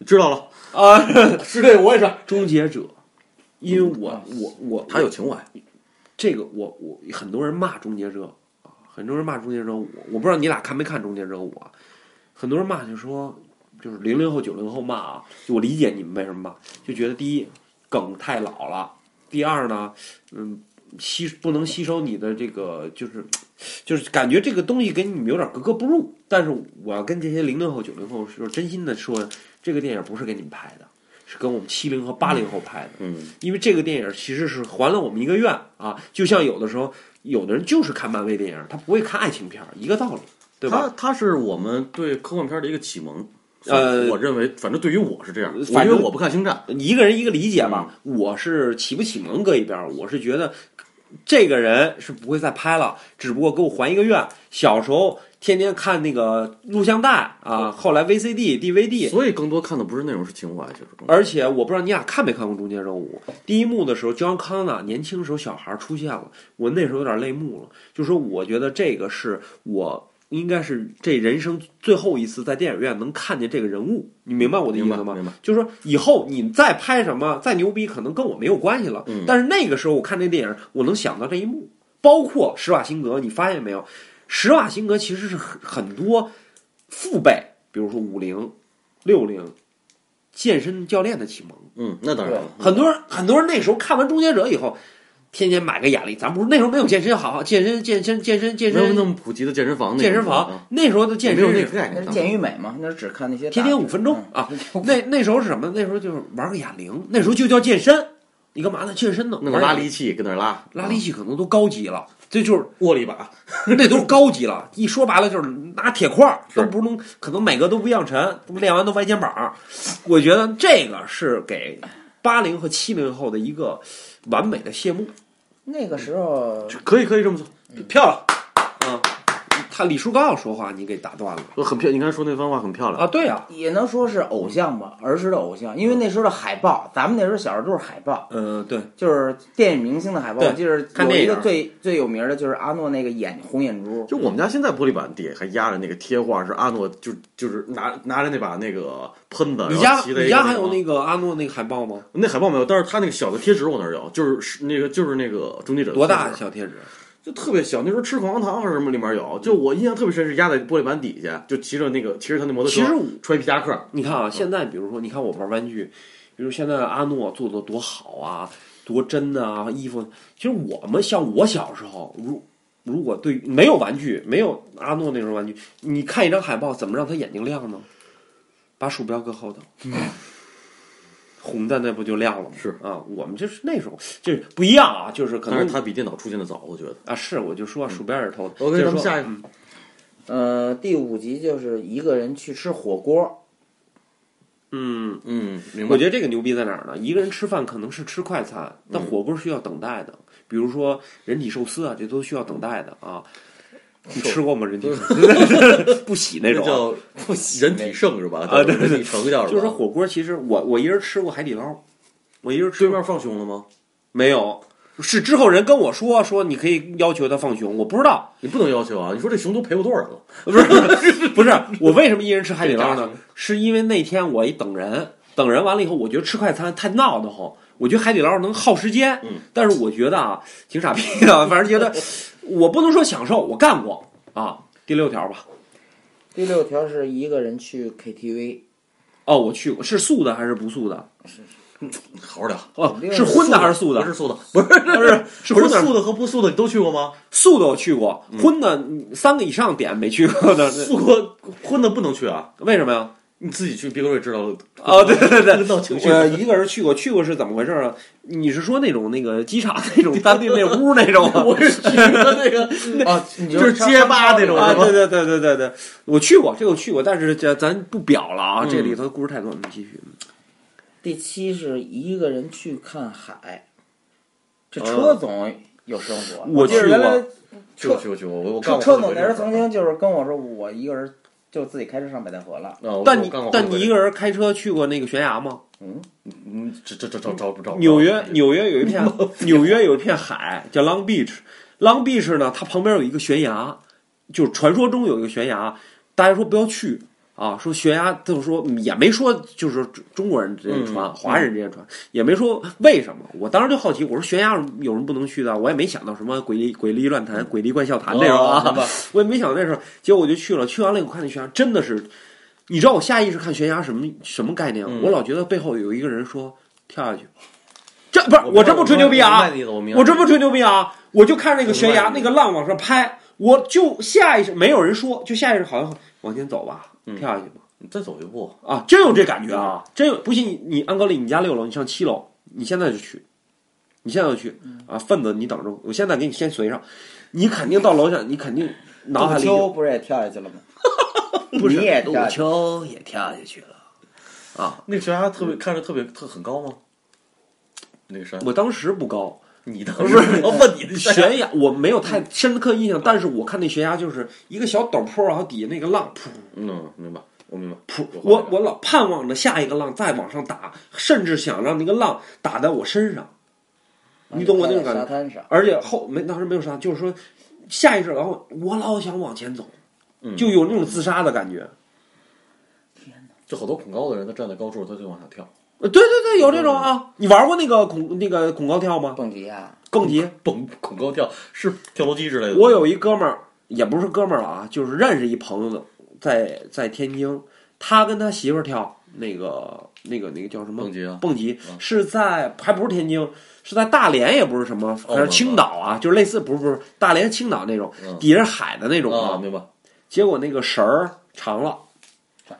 Speaker 1: 知道了，
Speaker 3: 啊，《
Speaker 1: 是这个我也是。
Speaker 3: 终结者》，因为我我我
Speaker 1: 他有情怀，
Speaker 3: 这个我我很多人骂终结者啊，很多人骂终结者五，我不知道你俩看没看终结者五啊？很多人骂就说，就是零零后九零后骂啊，就我理解你们为什么骂，就觉得第一梗太老了，第二呢，嗯，吸不能吸收你的这个就是。就是感觉这个东西跟你们有点格格不入，但是我要跟这些零零后、九零后说，真心的说，这个电影不是给你们拍的，是跟我们七零和八零后拍的。
Speaker 1: 嗯，
Speaker 3: 因为这个电影其实是还了我们一个愿啊，就像有的时候有的人就是看漫威电影，他不会看爱情片儿，一个道理，对
Speaker 1: 他
Speaker 3: 吧？
Speaker 1: 他是我们对科幻片的一个启蒙。
Speaker 3: 呃
Speaker 1: 我认为，反正对于我是这样，
Speaker 3: 反正
Speaker 1: 因为我不看星战，
Speaker 3: 一个人一个理解吧。我是启不启蒙搁一边儿，我是觉得这个人是不会再拍了，只不过给我还一个愿。小时候天天看那个录像带啊，后来 VCD、DVD。
Speaker 1: 所以更多看的不是内容，是情怀，其实更多。
Speaker 3: 而且我不知道你俩看没看过《终结者五》第一幕的时候，John Connor 年轻时候小孩儿出现了，我那时候有点泪目了。就说我觉得这个是我应该是这人生最后一次在电影院能看见这个人物，你明白我的意
Speaker 1: 明白
Speaker 3: 思吗？
Speaker 1: 明白。
Speaker 3: 就是说以后你再拍什么再牛逼，可能跟我没有关系了。
Speaker 1: 嗯
Speaker 3: 但是那个时候我看这电影，我能想到这一幕，包括施瓦辛格，你发现没有？施瓦辛格其实是很很多父辈，比如说五零、六零健身教练的启蒙。
Speaker 1: 嗯，那当然了。
Speaker 3: 很多人很多人那时候看完《终结者》以后，天天买个雅力，咱不是那时候没有健身好，健身健身健身健
Speaker 1: 没有那
Speaker 3: 身
Speaker 1: 么普及的健身房那种，
Speaker 3: 健身房
Speaker 1: 啊，，
Speaker 3: 那时候的健
Speaker 1: 没有
Speaker 3: 身
Speaker 1: 那
Speaker 3: 是
Speaker 1: 个嗯概
Speaker 2: 那
Speaker 1: 念啊
Speaker 2: 是。健与美嘛，那是只看那些大嗯
Speaker 3: 天天五分钟啊，那那时候是什么？那时候就是玩个哑铃，那时候就叫健身。你干嘛呢？健身呢？
Speaker 1: 那个
Speaker 3: 玩
Speaker 1: 拉
Speaker 3: 哑铃
Speaker 1: 力器跟那儿拉，
Speaker 3: 拉力器可能都高级了，这就是
Speaker 1: 握了一把，
Speaker 3: 那都是高级了。 一说白了就是拿铁块儿，
Speaker 1: 是
Speaker 3: 都不能，可能每个都不一样沉，练完都歪肩膀。我觉得这个是给八零和七零后的一个完美的谢幕。
Speaker 2: 那个时候
Speaker 1: 可以可以这么说，漂亮，
Speaker 3: 啊他李叔刚要说话，你给打断了
Speaker 1: 呃很漂。你刚才说那番话很漂亮
Speaker 3: 啊？，对呀、
Speaker 2: 也能说是偶像吧，儿时的偶像，因为那时候的海报，咱们那时候小时候都是海报，
Speaker 3: 嗯、对，
Speaker 2: 就是电影明星的海报。
Speaker 3: 对
Speaker 2: 我记得
Speaker 3: 看
Speaker 2: 有
Speaker 3: 电
Speaker 2: 一
Speaker 3: 影
Speaker 2: 个最最有名的就是阿诺那个眼红眼珠，
Speaker 1: 就我们家现在玻璃板底下还压着那个贴画，是阿诺就就是拿拿着那把那个喷子，
Speaker 3: 你
Speaker 1: 然
Speaker 3: 家
Speaker 1: 哎后骑着
Speaker 3: 你
Speaker 1: 一个
Speaker 3: 家还有
Speaker 1: 那
Speaker 3: 那个阿诺那个海报吗？
Speaker 1: 个那海报没有，但是他那个小的贴纸我那儿有，就是是那个就是那个终结者的
Speaker 3: 多大啊
Speaker 1: 贴纸
Speaker 3: 小贴纸？
Speaker 1: 就特别小，那时候吃口香糖还啊是什么里面有，就我印象特别深是压在玻璃板底下，就骑着那个骑着他那摩托车，
Speaker 3: 其实我
Speaker 1: 穿皮夹克，
Speaker 3: 你看啊，现在比如说，你看我玩玩具，比如现在阿诺做的多好啊，多真啊，衣服。其实我们像我小时候，如如果对没有玩具，没有阿诺那种玩具，你看一张海报，怎么让他眼睛亮呢？把鼠标搁后头，红的那不就亮了吗？
Speaker 1: 嗯是
Speaker 3: 啊，我们就是那种，就是不一样啊，就是可
Speaker 1: 但
Speaker 3: 能
Speaker 1: 是它比电脑出现的早，我觉得。
Speaker 3: 啊，是我就说鼠标也是偷的。
Speaker 1: OK，
Speaker 3: 就是
Speaker 1: 咱们
Speaker 3: 说
Speaker 1: 下一个
Speaker 3: 嗯
Speaker 2: 呃，第五集就是一个人去吃火锅，
Speaker 3: 嗯，
Speaker 1: 嗯，明白
Speaker 3: 我觉。得这个牛逼在哪儿呢？一个人吃饭可能是吃快餐，但火锅是需要等待的，比如说人体寿司啊，这都需要等待的啊。你吃过吗？人体寿司 不洗那种啊，
Speaker 1: 叫人体盛是吧？
Speaker 3: 啊对对对
Speaker 1: 人体盛叫
Speaker 3: 就是
Speaker 1: 什么？
Speaker 3: 说火锅，其实我我一人吃过海底捞，我一人吃
Speaker 1: 对
Speaker 3: 过
Speaker 1: 面放熊了吗？
Speaker 3: 没有。是之后人跟我说说你可以要求他放熊，我不知道，
Speaker 1: 你不能要求啊！你说这熊都陪我多少人了？
Speaker 3: 不是 不是我为什么一人吃海底捞
Speaker 1: 这炸
Speaker 3: 呢
Speaker 1: 熊？
Speaker 3: 是因为那天我一等人，等人完了以后，我觉得吃快餐太闹得慌，我觉得海底捞能耗时间，
Speaker 1: 嗯
Speaker 3: 但是我觉得啊，挺傻逼的，反正 觉得我不能说享受，我干过啊。第六条吧，
Speaker 2: 第六条是一个人去 KTV，
Speaker 3: 哦，我去过，是素的还是不素的？
Speaker 1: 好好聊，
Speaker 3: 哦
Speaker 2: 肯，定是
Speaker 3: 是荤的还是素
Speaker 1: 不
Speaker 3: 的？
Speaker 1: 是素的，不是
Speaker 3: 不是，是
Speaker 1: 不
Speaker 3: 荤
Speaker 1: 是
Speaker 3: 的还是，
Speaker 1: 素的和不素的，你都去过吗？
Speaker 3: 素的我去过，荤的嗯三个以上点没去 过的，
Speaker 1: 素和荤的不能去啊！
Speaker 3: 为什么呀？
Speaker 1: 你自己去，别跟我知道了。
Speaker 3: 哦，对对对，
Speaker 1: 闹情绪
Speaker 3: 我一个人去过，去过是怎么回事啊？你是说那种那个机场那种单立那屋那种啊吗？
Speaker 1: 我是去的那 个，
Speaker 2: 哦，你
Speaker 1: 就是街巴那种
Speaker 3: 啊，
Speaker 1: 是吧
Speaker 3: 对对对对对对，我去过，这个我去过，但是这咱不表了啊，这
Speaker 1: 嗯
Speaker 3: 里头故事太多，你继续。
Speaker 2: 第七是一个人去看海，这车总有生活。
Speaker 3: 呃我
Speaker 2: 记得
Speaker 3: 去
Speaker 2: 原来
Speaker 3: 过
Speaker 1: 去过去过去过，我我干
Speaker 2: 车
Speaker 1: 过
Speaker 2: 车
Speaker 1: 好几
Speaker 2: 总
Speaker 1: 回这种事儿。
Speaker 2: 那时候曾经就是跟我说，我一个人就自己开车上北戴河了。
Speaker 1: 啊，我
Speaker 3: 但你
Speaker 1: 干过好几
Speaker 3: 但你
Speaker 1: 回
Speaker 3: 一个人开车去过那个悬崖吗？
Speaker 1: 嗯，这这这找找不着。
Speaker 3: 纽约纽约 有一片纽约有一片海叫 Long Beach。Long Beach 呢，它旁边有一个悬崖，就是传说中有一个悬崖，大家说不要去啊，说悬崖就是说也没说就是中中国人之间传，
Speaker 1: 嗯
Speaker 3: 华人之间传，也没说为什么。我当时就好奇，我说悬崖有什么不能去的？我也没想到什么鬼力鬼力乱谈、鬼力怪笑谈这种啊，
Speaker 1: 哦明白
Speaker 3: 我也没想到这事儿。结果我就去了，去完了以后看那悬崖，真的是，你知道我下意识看悬崖什么什么概念？啊
Speaker 1: 嗯
Speaker 3: 我老觉得背后有一个人说跳下去。这不是
Speaker 1: 我
Speaker 3: 我这不吹牛逼啊！
Speaker 1: 我明白
Speaker 3: 我这不吹牛逼啊！我就看那个悬崖
Speaker 1: 明白
Speaker 3: 那个浪往上拍，我就下意识没有人说，就下意识好像往前走吧，
Speaker 1: 嗯
Speaker 3: 跳下去吧。
Speaker 1: 你再走一步，
Speaker 3: 啊，真有这感觉啊！真有，不信你你安格丽，你家六楼，你上七楼，你现在就去，你现在就去
Speaker 1: 嗯
Speaker 3: 啊！份子你等着，我现在给你先随上，你肯定到楼下，你肯定脑海里
Speaker 2: 杜
Speaker 3: 就
Speaker 2: 秋不是也跳下去了吗？
Speaker 3: 不是
Speaker 2: 你也跳下去
Speaker 3: 秋也跳下去了。啊
Speaker 1: 那个悬崖特别看着特别特很高吗？那个山，
Speaker 3: 我当时不高，
Speaker 1: 你当时我问你的
Speaker 3: 悬崖我没有太深刻印象，但是我看那悬崖就是一个小陡坡，然后底下那个浪噗
Speaker 1: 嗯，明白，我明白。
Speaker 3: 噗，
Speaker 1: 我
Speaker 3: 我我老盼望着下一个浪再往上打，甚至想让那个浪打在我身上，你懂我那种感觉
Speaker 2: 沙。滩上，
Speaker 3: 而且后没当时没有啥，就是说下意识，然后我老想往前走，
Speaker 1: 嗯
Speaker 3: 就有那种自杀的感觉。
Speaker 1: 就好多恐高的人，他站在高处，他就往下跳，
Speaker 3: 呃对对对，有这种啊！你玩过那个恐那个恐高跳吗？
Speaker 2: 蹦极啊，
Speaker 3: 蹦极，
Speaker 1: 蹦恐高跳是跳楼机之类的。
Speaker 3: 我有一哥们儿，也不是哥们儿了啊，就是认识一朋友的，在在天津，他跟他媳妇儿跳那个那个那个叫什么
Speaker 1: 蹦极啊
Speaker 3: 蹦极
Speaker 1: 嗯
Speaker 3: 是在还不是天津，是在大连，也不是什么，还
Speaker 1: 哦
Speaker 3: 是青岛啊，就是类似不是不是大连青岛那种
Speaker 1: 嗯
Speaker 3: 底下是海的那种
Speaker 1: 啊，
Speaker 3: 啊。
Speaker 1: 明白。
Speaker 3: 结果那个绳儿长了。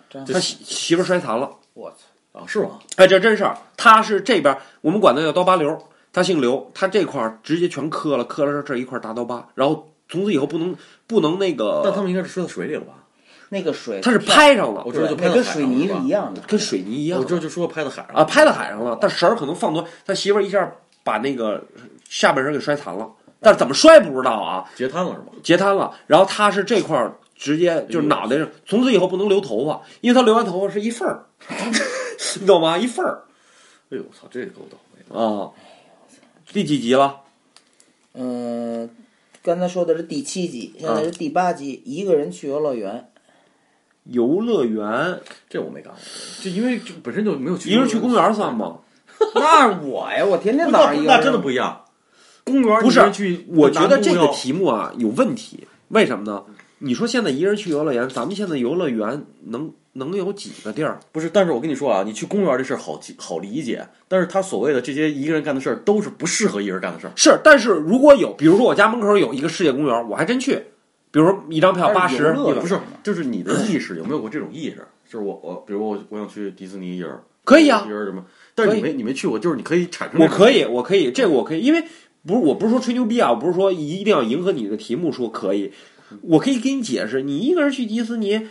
Speaker 2: 这真
Speaker 3: 他媳媳妇儿摔残了，
Speaker 2: 我操！
Speaker 1: 啊，是吗？
Speaker 3: 哎，这真事儿。他是这边儿我们管他叫刀疤瘤，他姓刘，他这块儿直接全磕了，磕了这一块儿大刀疤，然后从此以后不能不能那
Speaker 1: 但他
Speaker 3: 个，
Speaker 1: 们应该是摔在水里了吧？
Speaker 2: 那个水
Speaker 3: 他是拍上了
Speaker 1: 我，知道
Speaker 2: 对
Speaker 1: 就拍
Speaker 2: 那
Speaker 1: 到
Speaker 2: 跟
Speaker 1: 海
Speaker 2: 水
Speaker 1: 上
Speaker 2: 泥
Speaker 1: 是
Speaker 2: 是
Speaker 1: 吧
Speaker 2: 一样的，
Speaker 3: 跟水泥一样
Speaker 1: 我这就说拍到海上
Speaker 3: 啊，拍到海上了，但绳儿可能放多，他媳妇儿一下把那个下半身给摔残了，但是怎么摔不知道啊，
Speaker 1: 截瘫了是吗？
Speaker 3: 截瘫了，然后他是这块儿直接就是脑袋上，从此以后不能留头发，因为他留完头发是一份儿， 你懂吗？一份儿
Speaker 1: 哎呦，我操，这个够倒霉的。
Speaker 3: 啊，第几集了？
Speaker 2: 嗯，刚才说的是第七集，现在是第八集，一个人去游乐园。
Speaker 3: 游乐园，
Speaker 1: 这我没干过，就因为就本身就没有去。
Speaker 3: 一个人去公园算吗？
Speaker 2: 那我呀，我天天早
Speaker 1: 那
Speaker 2: 上一个人
Speaker 1: 那真的不一样。公园
Speaker 3: 不
Speaker 1: 一
Speaker 3: 是
Speaker 1: 个人去，，
Speaker 3: 我觉得这
Speaker 1: 拿
Speaker 3: 个
Speaker 1: 公钥匙
Speaker 3: 题目啊有问题，为什么呢？你说现在一个人去游乐园，咱们现在游乐园能能有几个地儿？
Speaker 1: 不是，但是我跟你说啊，你去公园这事儿好记好理解，但是他所谓的这些一个人干的事儿，都是不适合一个人干的事儿。
Speaker 3: 是，但是如果有，比如说我家门口有一个世界公园，我还真去。比如说一张票八
Speaker 2: 但是
Speaker 3: 十，
Speaker 2: 游乐
Speaker 1: 不是，嗯就是你的意识有没有过这种意识？就是我我，比如我我想去迪士尼一人儿，
Speaker 3: 可以啊
Speaker 1: 一，人儿什么？但是你
Speaker 3: 可
Speaker 1: 没你没去过，就是你可以产生
Speaker 3: 我
Speaker 1: 这种
Speaker 3: 可以，我可以，这个我可以，因为不是，我不是说吹牛逼啊，我不是说一定要迎合你的题目说可以，我可以给你解释，你一个人去迪士尼。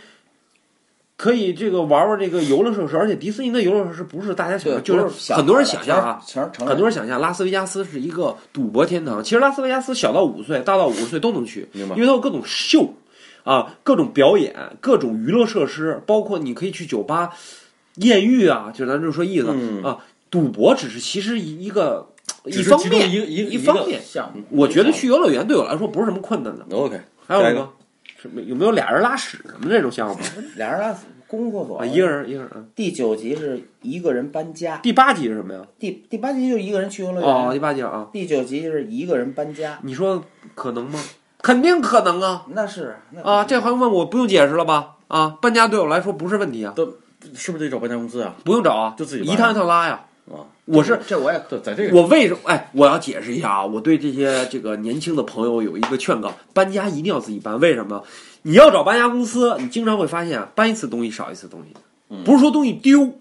Speaker 3: 可以这个玩玩这个游乐设施，而且迪士尼的游乐设施不是大家想
Speaker 2: 对，
Speaker 3: 象，就是
Speaker 2: 不小
Speaker 3: 很多人
Speaker 2: 孩
Speaker 3: 想
Speaker 2: 的
Speaker 3: 象啊，，
Speaker 2: 全是成
Speaker 3: 很
Speaker 2: 人
Speaker 3: 多人想象拉斯维加斯是一个赌博天堂，其实拉斯维加斯小到五岁，大到五十岁都能去，
Speaker 1: 明白
Speaker 3: 因为它有各种秀啊，各种表演，各种娱乐设施，包括你可以去酒吧艳遇啊，就咱就说意思、
Speaker 1: 嗯
Speaker 3: 啊，赌博只是其实一一个一
Speaker 1: 只是
Speaker 3: 方
Speaker 1: 其中
Speaker 3: 面
Speaker 1: 一个一个
Speaker 3: 一
Speaker 1: 一
Speaker 3: 方
Speaker 1: 个
Speaker 3: 面，
Speaker 2: 项目，
Speaker 3: 我觉得去游乐园对我来说不是什么困难的。
Speaker 1: OK，
Speaker 3: 还有
Speaker 1: 下
Speaker 3: 什
Speaker 1: 一个
Speaker 3: 么？什么有没有俩人拉屎什么这种项目
Speaker 2: 俩人拉公共厕所
Speaker 3: 啊？一个人一个人。嗯
Speaker 2: 第九集是一个人搬家，
Speaker 3: 第八集是什么呀？
Speaker 2: 第第八集就是一个人去游乐
Speaker 3: 哦，
Speaker 2: 园，
Speaker 3: 第八集啊，
Speaker 2: 第九集就是一个人搬家，
Speaker 3: 你说可能吗？肯定可能啊。
Speaker 2: 那是那
Speaker 3: 啊，这还用问我不用解释了吧？啊，搬家对我来说不是问题啊，
Speaker 1: 是不是得找搬家公司啊？
Speaker 3: 不用找啊，
Speaker 1: 就自己搬
Speaker 3: 一趟一趟拉呀。
Speaker 1: 啊，
Speaker 3: 我是
Speaker 2: 这我也
Speaker 1: 对，在这个
Speaker 3: 我为什么？哎，我要解释一下啊，我对这些这个年轻的朋友有一个劝告：搬家一定要自己搬。为什么？你要找搬家公司，你经常会发现啊，搬一次东西少一次东西，
Speaker 1: 嗯
Speaker 3: 不是说东西丢，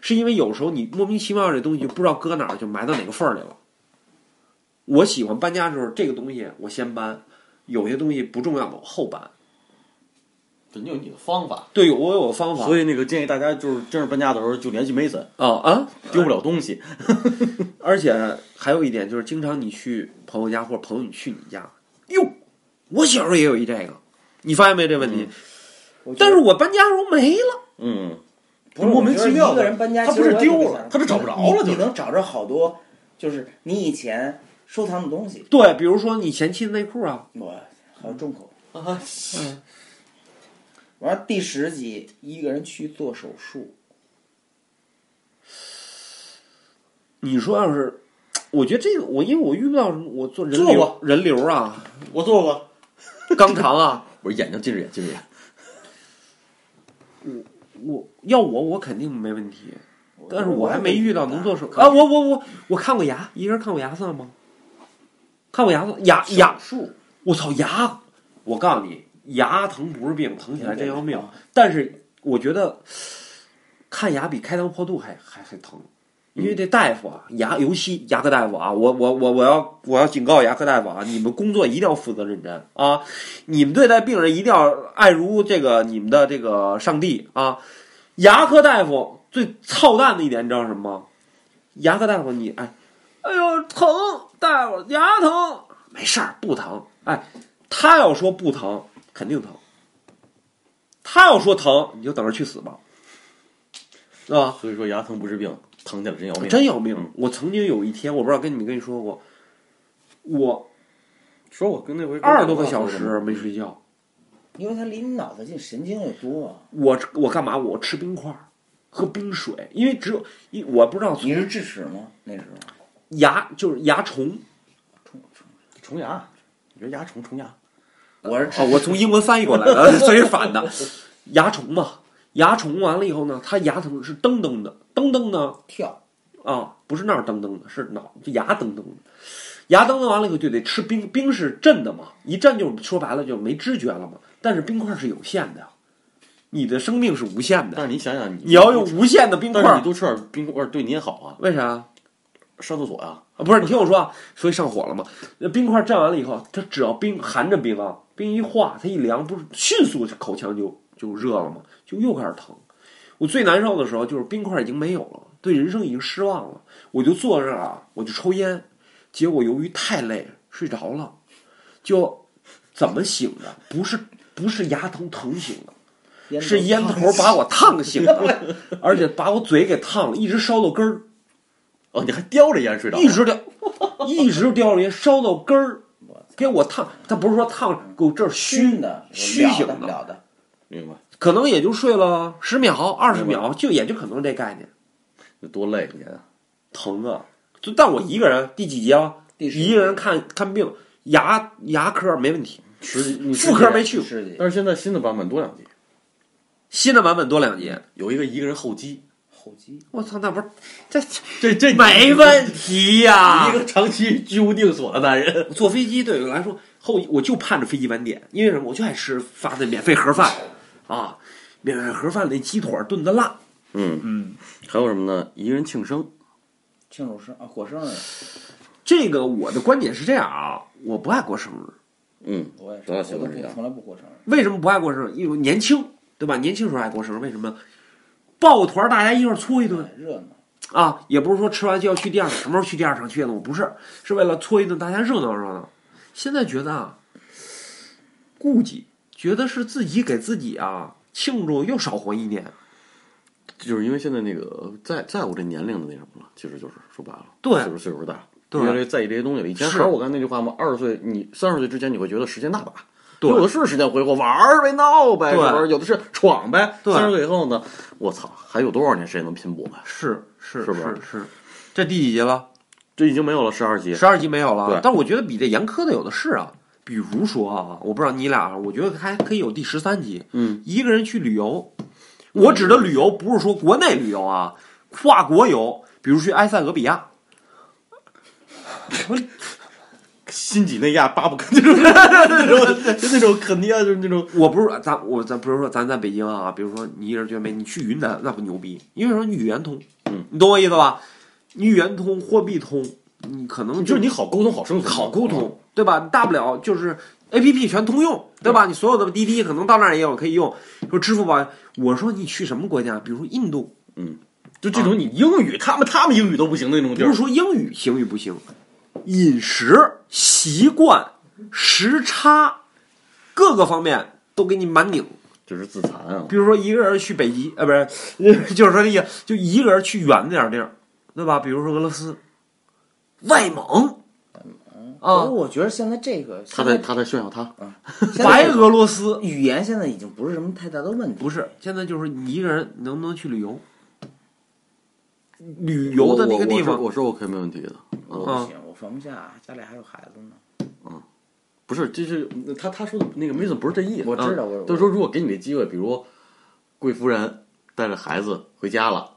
Speaker 3: 是因为有时候你莫名其妙这东西就不知道搁哪儿，就埋到哪个缝儿里了。我喜欢搬家的时候，这个东西我先搬，有些东西不重要的我后搬。
Speaker 1: 你有你的方法，
Speaker 3: 对，有我有我方法。
Speaker 1: 所以那个建议大家就是真是搬家的时候就联系 Mason，
Speaker 3: 啊啊，
Speaker 1: 丢不了东西。
Speaker 3: 而且还有一点就是，经常你去朋友家或者朋友你去你家，哟，我小时候也有一这个，你发现没这问题？
Speaker 2: 我觉得
Speaker 3: 但是我搬家的时候没了，
Speaker 1: 嗯，
Speaker 2: 不是
Speaker 1: 莫名其
Speaker 2: 我觉得
Speaker 1: 妙
Speaker 2: 一个
Speaker 1: 的
Speaker 2: 人搬家，
Speaker 1: 他不是
Speaker 2: 其实我也
Speaker 1: 丢了他
Speaker 2: 特别想，
Speaker 1: 是找不着了，
Speaker 2: 你
Speaker 1: 就
Speaker 2: 你
Speaker 1: 是
Speaker 2: 能找着好多，就是你以前收藏的东西，
Speaker 3: 对，比如说你前妻的内裤啊，
Speaker 2: 我还有重口。
Speaker 1: 啊，
Speaker 2: 完了第十集，一个人去做手术，
Speaker 3: 你说要是，我觉得这个我因为我遇不到什么，我做人
Speaker 1: 做
Speaker 3: 流
Speaker 1: 过
Speaker 3: 人流啊，
Speaker 1: 我做过，
Speaker 3: 肛肠啊，
Speaker 1: 我眼睛近视眼，近视眼。
Speaker 3: 我要我我肯定没问题，但是我还没遇到能做手
Speaker 2: 我
Speaker 3: 啊，我我我我看过牙，一个人看过牙算吗？看过牙算牙牙
Speaker 2: 手术，
Speaker 3: 我操牙！我告诉你，牙疼不是病，疼起来真要命。但是我觉得看牙比开膛破肚还还还疼，因为这大夫啊，牙尤其牙科大夫啊，我我我我要我要警告牙科大夫啊，你们工作一定要负责认真啊，你们对待病人一定要爱如这个你们的这个上帝啊。牙科大夫最操蛋的一点，你知道是什么吗？牙科大夫你哎，哎呦疼，大夫牙疼，没事儿不疼。哎，他要说不疼，肯定疼；他要说疼，你就等着去死吧，是吧？
Speaker 1: 所以说牙疼不是病，疼起来真要命。
Speaker 3: 真要命
Speaker 1: 嗯！
Speaker 3: 我曾经有一天，我不知道跟你们跟你说过，我
Speaker 1: 说我跟那回
Speaker 3: 二十多个小时没睡觉，
Speaker 2: 因为他离你脑袋近，神经也多啊。
Speaker 3: 我我干嘛？我吃冰块儿，喝冰水，因为只有一我不知道从
Speaker 2: 你是智齿吗？那时候
Speaker 3: 啊牙就是牙虫
Speaker 2: 冲冲，
Speaker 1: 虫牙，你觉得牙虫虫牙？
Speaker 2: 我是 智
Speaker 3: 哦，我从英文翻译过来的，所以是反的。蚜虫嘛，蚜虫完了以后呢，它牙疼是噔噔的，噔噔呢
Speaker 2: 跳，
Speaker 3: 啊，不是那儿噔噔的，是脑就牙噔噔的，牙噔噔完了以后就得吃冰，冰是震的嘛，一震就说白了就没知觉了嘛。但是冰块是有限的呀，你的生命是无限的，
Speaker 1: 但是你想想，
Speaker 3: 你要用，无限的冰
Speaker 1: 但是你
Speaker 3: 块，
Speaker 1: 多吃点冰棍儿对你也好啊，
Speaker 3: 为啥？
Speaker 1: 上厕所呀、
Speaker 3: 啊，不是你听我说啊，所以上火了嘛。那冰块震完了以后，它只要冰含着冰啊，冰一化，它一凉，不是迅速口腔就就热了嘛，就又开始疼。我最难受的时候就是冰块已经没有了，对人生已经失望了，我就坐这儿啊，我就抽烟，结果由于太累睡着了，就怎么醒的？不是不是牙疼疼醒的。
Speaker 2: 烟头
Speaker 3: 是烟头把我烫醒的，而且把我嘴给烫了，一直烧到根儿，
Speaker 1: 哦，你还叼着烟睡着？
Speaker 3: 一直 掉，一直掉着烟，烧到根儿
Speaker 2: 我操，
Speaker 3: 给我烫。他不是说烫，给我这儿
Speaker 2: 熏
Speaker 3: 熏
Speaker 2: 的，
Speaker 3: 虚醒
Speaker 2: 了的
Speaker 3: 的，
Speaker 2: 了的。
Speaker 1: 明白？
Speaker 3: 可能也就睡了十秒、二十
Speaker 1: 明白
Speaker 3: 秒，就也就可能这概念。
Speaker 1: 有多累你看？
Speaker 3: 疼啊！就但我一个人，第几集啊？
Speaker 2: 第十
Speaker 3: 一个人看看病，牙牙科没问题，
Speaker 1: 十几，你
Speaker 3: 妇科没
Speaker 1: 去。
Speaker 3: 去过。
Speaker 2: 是的，
Speaker 1: 但是现在新的版本多两集，
Speaker 3: 新的版本多两集。
Speaker 1: 有一个一个人候机，
Speaker 2: 后机
Speaker 3: 我操，那不是这
Speaker 1: 这这
Speaker 3: 没问题呀、
Speaker 1: 一个长期居无定所的男人，
Speaker 3: 坐飞机对我来说后我就盼着飞机晚点，因为什么？我就爱吃发的免费盒饭啊，免费盒饭那鸡腿儿炖的辣，
Speaker 1: 嗯
Speaker 3: 嗯，
Speaker 1: 还有什么呢？一个人庆生，
Speaker 2: 庆祝生啊，过生日，
Speaker 3: 这个我的观点是这样啊，我不爱过生日，
Speaker 1: 嗯，
Speaker 2: 我也是，
Speaker 1: 咱俩
Speaker 2: 我
Speaker 1: 想
Speaker 2: 都
Speaker 1: 法是一
Speaker 2: 不
Speaker 1: 样
Speaker 2: 从来不过生日。
Speaker 3: 为什么不爱过生日？因为年轻，对吧？年轻时候爱过生日，为什么？抱个团儿，大家一块儿搓一顿
Speaker 2: 哎热闹，
Speaker 3: 啊，也不是说吃完就要去第二场，什么时候去第二场去呢？我不是，是为了搓一顿，大家热闹热闹。现在觉得啊，顾忌，觉得是自己给自己啊庆祝又少活一年。
Speaker 1: 就是因为现在那个在在乎这年龄的那什么了，其实就是说白了，
Speaker 3: 对
Speaker 1: 就是岁数大，
Speaker 3: 对
Speaker 1: 越来越在意这些东西了。以前
Speaker 3: 是
Speaker 1: 还是我刚才那句话嘛，二十岁你三十岁之前你会觉得时间大把，
Speaker 3: 对
Speaker 1: 有的是时间挥霍，玩儿呗，闹呗，
Speaker 3: 对
Speaker 1: 是不是有的是闯呗。
Speaker 3: 对
Speaker 1: 三十岁以后呢，我操，还有多少年时间能拼搏呀？
Speaker 3: 是是
Speaker 1: 是不
Speaker 3: 是
Speaker 1: 是
Speaker 3: 是，这第几集了？
Speaker 1: 这已经没有了十二集，
Speaker 3: 十二集没有了啊
Speaker 1: 对。
Speaker 3: 但我觉得比这严苛的有的是啊。比如说啊，我不知道你俩，我觉得还可以有第十三集。
Speaker 1: 嗯，
Speaker 3: 一个人去旅游，我指的旅游不是说国内旅游啊，跨国游，比如去埃塞俄比亚，
Speaker 1: 新几内亚巴布克就是 那种就那种肯尼亚就是那种
Speaker 3: 我不是咱我咱不是说咱在北京啊，比如说你一人觉得美，你去云南那不牛逼，因为什么？你语言通，
Speaker 1: 嗯，
Speaker 3: 你懂我意思吧？你语言通，货币通，你可能
Speaker 1: 就是你好沟通好生存啊
Speaker 3: 好沟通，对吧？大不了就是 A P P 全通用，对吧？你所有的滴滴可能到那儿也有可以用。说支付宝，我说你去什么国家？比如说印度，
Speaker 1: 就这种你英语，他们他们英语都不行的那种地
Speaker 3: 不
Speaker 1: 儿
Speaker 3: 是，说英语行与不行，饮食习惯、时差各个方面都给你满拧。
Speaker 1: 就是自残啊！
Speaker 3: 比如说一个人去北极，呃，不是， 就是说那个，就一个人去远的点儿地儿，对吧？比如说俄罗斯、外蒙
Speaker 2: 不过
Speaker 3: 啊、
Speaker 2: 我觉得现在这个
Speaker 1: 他在他在炫耀他，
Speaker 2: 现
Speaker 3: 白
Speaker 2: 在
Speaker 3: 俄罗斯，
Speaker 2: 语言现在已经不是什么太大的问题，
Speaker 3: 不是，现在就是你一个人能不能去旅游？旅游的那个地
Speaker 1: 我
Speaker 3: 方，
Speaker 1: 我是我是 OK 没问题的，嗯，
Speaker 2: 不行，我放不下，家里还有孩子呢。
Speaker 1: 不是，这是他他说的那个 Mason 不是这意思，啊
Speaker 2: 我知道，我
Speaker 1: 就是说如果给你这机会，比如贵夫人带着孩子回家了，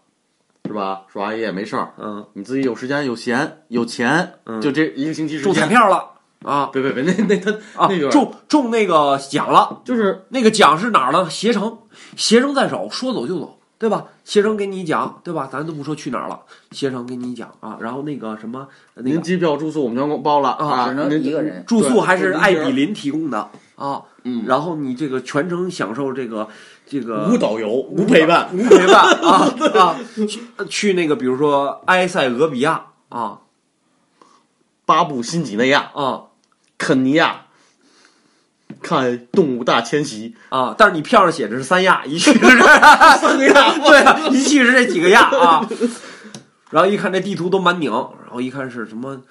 Speaker 1: 是吧？说阿姨也没事儿，
Speaker 3: 嗯，
Speaker 1: 你自己有时间有闲有钱，
Speaker 3: 嗯
Speaker 1: 就这一个星期时
Speaker 3: 中彩
Speaker 1: 间，
Speaker 3: 票了啊
Speaker 1: 别别别，那那他
Speaker 3: 啊
Speaker 1: 那有点，
Speaker 3: 中中那个奖了，
Speaker 1: 就是
Speaker 3: 那个奖是哪儿呢？携程，携程在手，说走就走，对吧？携程给你奖，对吧？咱都不说去哪儿了，携程给你奖啊。然后那个什么，那
Speaker 1: 您
Speaker 3: 个
Speaker 1: 机票住宿我们全包了
Speaker 3: 啊
Speaker 1: 啊，
Speaker 2: 只能
Speaker 1: 您
Speaker 2: 一个人
Speaker 3: 住宿
Speaker 1: 对
Speaker 3: 还是
Speaker 1: 就
Speaker 3: 艾
Speaker 1: 一人
Speaker 3: 比林提供的啊。
Speaker 1: 嗯，
Speaker 3: 然后你这个全程享受这个这个
Speaker 1: 无导游无陪伴，
Speaker 3: 无陪伴啊啊，去去那个比如说埃塞俄比亚啊
Speaker 1: 巴布新几内亚、
Speaker 3: 啊
Speaker 1: 肯尼亚，看动物大迁徙，
Speaker 3: 啊！但是你票上写着是三亚，一去是 三亚， 对啊，一去是这几个亚啊。然后一看这地图都满拧，然后一看是什么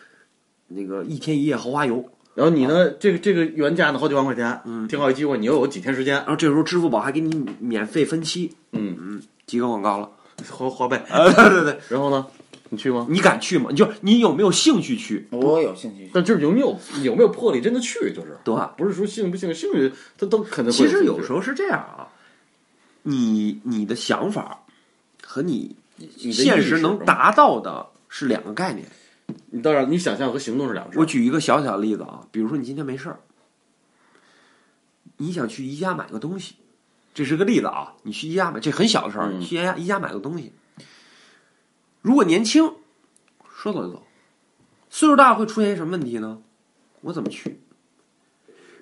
Speaker 3: 那个一天一夜豪华游，
Speaker 1: 然后你呢，这个这个原价呢好几万块钱，
Speaker 3: 嗯
Speaker 1: 挺好一机会，你又有几天时间
Speaker 3: 然，后这时候支付宝还给你免费分期，
Speaker 1: 嗯，
Speaker 3: 几个广告了。
Speaker 1: 花花呗，
Speaker 2: 呃
Speaker 3: 啊，对对对，
Speaker 1: 然后呢，你去吗？
Speaker 3: 你敢去吗？你就你有没有兴趣去？
Speaker 2: 我有兴趣去，
Speaker 1: 但就是有没有有没有魄力真的去，就是
Speaker 3: 对吧？
Speaker 1: 不是说兴不兴兴趣，他都肯定会
Speaker 3: 其实有
Speaker 1: 兴趣
Speaker 3: 时候是这样啊，你你的想法和你
Speaker 1: 你的
Speaker 3: 现
Speaker 1: 意
Speaker 3: 实
Speaker 1: 识
Speaker 3: 能达到的是两个概念。
Speaker 1: 你当然你想象和行动是两个事儿。
Speaker 3: 我举一个小小的例子啊，比如说你今天没事儿，你想去宜家买个东西，这是个例子啊。你去宜家买，这很小的事儿，
Speaker 1: 嗯
Speaker 3: 你去宜家宜家买个东西。如果年轻，说走就走；岁数大会出现什么问题呢？我怎么去？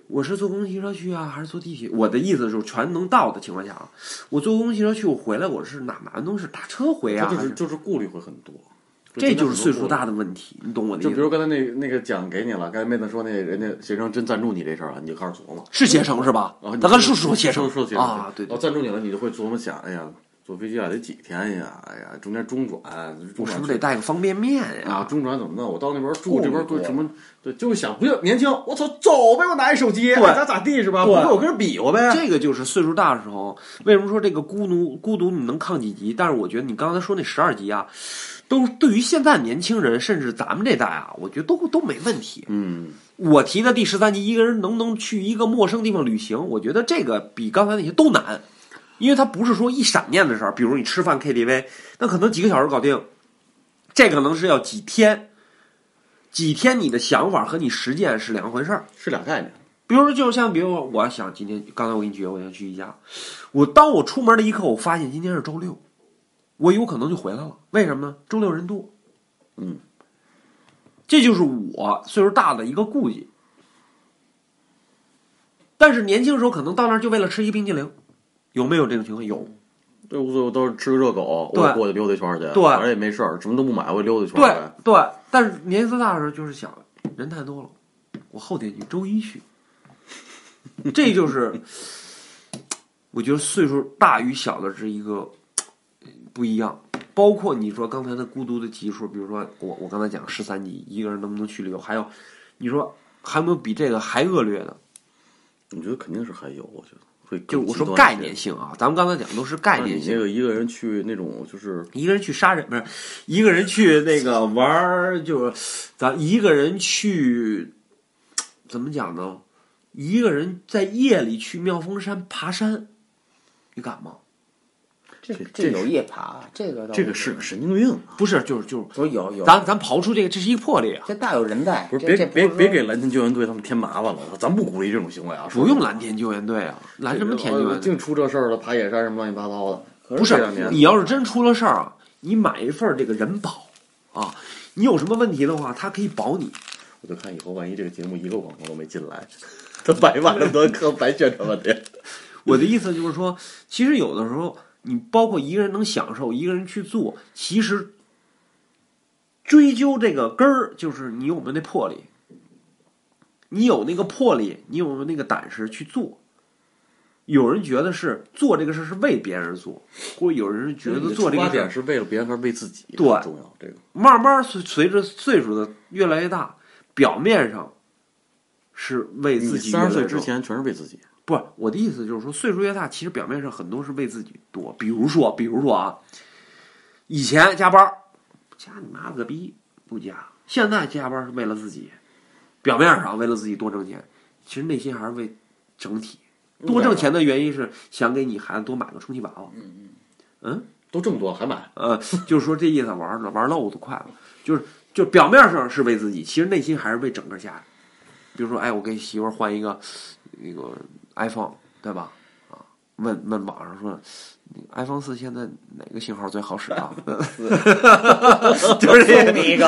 Speaker 3: 我是坐公共汽车去啊，还是坐地铁？我的意思就是全能到的情况下啊，我坐公共汽车去，我回来我是哪买完东西是打车回啊？
Speaker 1: 他就
Speaker 3: 还
Speaker 1: 是
Speaker 3: 是
Speaker 1: 就是顾虑会很多，
Speaker 3: 这
Speaker 1: 真
Speaker 3: 就
Speaker 1: 的
Speaker 3: 是
Speaker 1: 很
Speaker 3: 岁数
Speaker 1: 多顾虑。
Speaker 3: 大的问题，你懂我的
Speaker 1: 就
Speaker 3: 意
Speaker 1: 比
Speaker 3: 思吗？
Speaker 1: 如刚才那那个奖给你了，刚才妹子说那人家学生真赞助你这事儿了，你就开始琢磨。
Speaker 3: 是携程是吧？
Speaker 1: 啊，
Speaker 3: 咱刚是说携程
Speaker 1: 说说携程
Speaker 3: 啊，对对
Speaker 1: 哦，赞助你了，你就会琢磨想，哎呀，坐飞机啊得几天呀，哎呀，中间中转，中
Speaker 3: 我是
Speaker 1: 转
Speaker 3: 不是得带个方便面呀？
Speaker 1: 啊，中转怎么弄？我到那边住，
Speaker 2: 顾虑
Speaker 1: 这边
Speaker 2: 多
Speaker 1: 做
Speaker 2: 了
Speaker 1: 什么？对，就是想不就年轻，我操，走呗，我拿一手机，
Speaker 3: 对
Speaker 1: 爱咋咋地是吧？不
Speaker 2: 对
Speaker 1: 会我跟人比划呗。
Speaker 3: 这个就是岁数大的时候，为什么说这个孤独孤独你能抗几级？但是我觉得你刚才说那十二级啊，都对于现在年轻人，甚至咱们这代啊，我觉得都都没问题。
Speaker 1: 嗯，
Speaker 3: 我提的第十三级，一个人能不能去一个陌生地方旅行，我觉得这个比刚才那些都难。因为它不是说一闪念的事儿，比如你吃饭 KTV，那可能几个小时搞定，这可能是要几天，几天你的想法和你实践是两回事儿。
Speaker 1: 是俩概念。
Speaker 3: 比如说，就像比如说，我想今天刚才我给你举，我想去宜家，我当我出门的一刻，我发现今天是周六，我有可能就回来了。为什么呢？周六人多，
Speaker 1: 嗯，
Speaker 3: 这就是我岁数大的一个顾忌。但是年轻时候可能到那儿就为了吃一冰淇淋，有没有这种情况？有。
Speaker 1: 对，无所谓，我到时候吃个热狗，我
Speaker 3: 对
Speaker 1: 过去溜达一圈儿去，
Speaker 3: 对
Speaker 1: 反正也没事儿，什么都不买，我溜达一圈
Speaker 3: 对
Speaker 1: 儿呗。
Speaker 3: 对，但是年纪大的时候就是想，人太多了，我后天去，周一去。 这就是我觉得岁数大与小的是一个呃不一样。包括你说刚才的孤独的级数，比如说我我刚才讲十三级，一个人能不能去旅游？还有，你说还有没有比这个还恶劣的？
Speaker 1: 我觉得肯定是还有，我觉得会更
Speaker 3: 就是我说
Speaker 1: 极端一些
Speaker 3: 概念性啊，咱们刚才讲的都是概
Speaker 1: 那
Speaker 3: 念
Speaker 1: 你
Speaker 3: 性
Speaker 1: 那。个一个人去那种就是
Speaker 3: 一个人去杀人不是，一个人去那个玩儿，就是咱一个人去怎么讲呢？一个人在夜里去妙峰山爬山，你敢吗？
Speaker 2: 这
Speaker 1: 这这
Speaker 2: 这有夜爬，这个倒
Speaker 1: 这个
Speaker 2: 不
Speaker 1: 是个神经病，啊
Speaker 3: 不是，就是就是，
Speaker 2: 不是有有，
Speaker 3: 咱咱刨出这个，这是一个破例啊，
Speaker 2: 这大有人在，
Speaker 1: 不是别
Speaker 2: 这这
Speaker 1: 别
Speaker 2: 是
Speaker 1: 别
Speaker 2: 说
Speaker 1: 给蓝天救援队他们添麻烦了，咱不鼓励这种行为啊，
Speaker 3: 不用蓝天救援队啊，蓝什么天救援队？
Speaker 1: 净出这事儿了，爬野山什么乱七八糟的，
Speaker 2: 可
Speaker 3: 不
Speaker 1: 这
Speaker 3: 是
Speaker 1: 两年，
Speaker 3: 你要是真出了事儿啊，你买一份儿这个人保啊，你有什么问题的话，他可以保你。
Speaker 1: 我就看以后万一这个节目一个广告都没进来， 他白买那么多课白宣传半天。
Speaker 3: 我的意思就是说，其实有的时候，你包括一个人能享受，一个人去做，其实追究这个根儿，就是你有没有那魄力，你有那个魄力，你有没有那个胆识去做。有人觉得是做这个事儿是为别人做，或者有人是觉得做这
Speaker 1: 出发
Speaker 3: 个事
Speaker 1: 点
Speaker 3: 儿，
Speaker 1: 是为了别人还是为自己？
Speaker 3: 对
Speaker 1: 很重要这个。
Speaker 3: 慢慢随随着岁数的越来越大，表面上是为自己越
Speaker 1: 三
Speaker 3: 来越
Speaker 1: 十岁之
Speaker 3: 多
Speaker 1: 前全是为自己，
Speaker 3: 不是我的意思，就是说岁数越大，其实表面上很多是为自己多。比如说，比如说啊，以前加班儿，加你妈了个逼，不加。现在加班儿是为了自己，表面上为了自己多挣钱，其实内心还是为整体。多挣钱的原因是想给你孩子多买个充气娃娃，
Speaker 1: 都这么多了还 买，
Speaker 3: 呃，就是说这意思玩儿了玩儿漏子快了，就是就表面上是为自己，其实内心还是为整个家。比如说，哎，我给媳妇儿换一个那个 iPhone，对吧？啊，问问网上说那个 iPhone 四现在哪个型号最好使啊？ 就是这
Speaker 2: 送 你一个，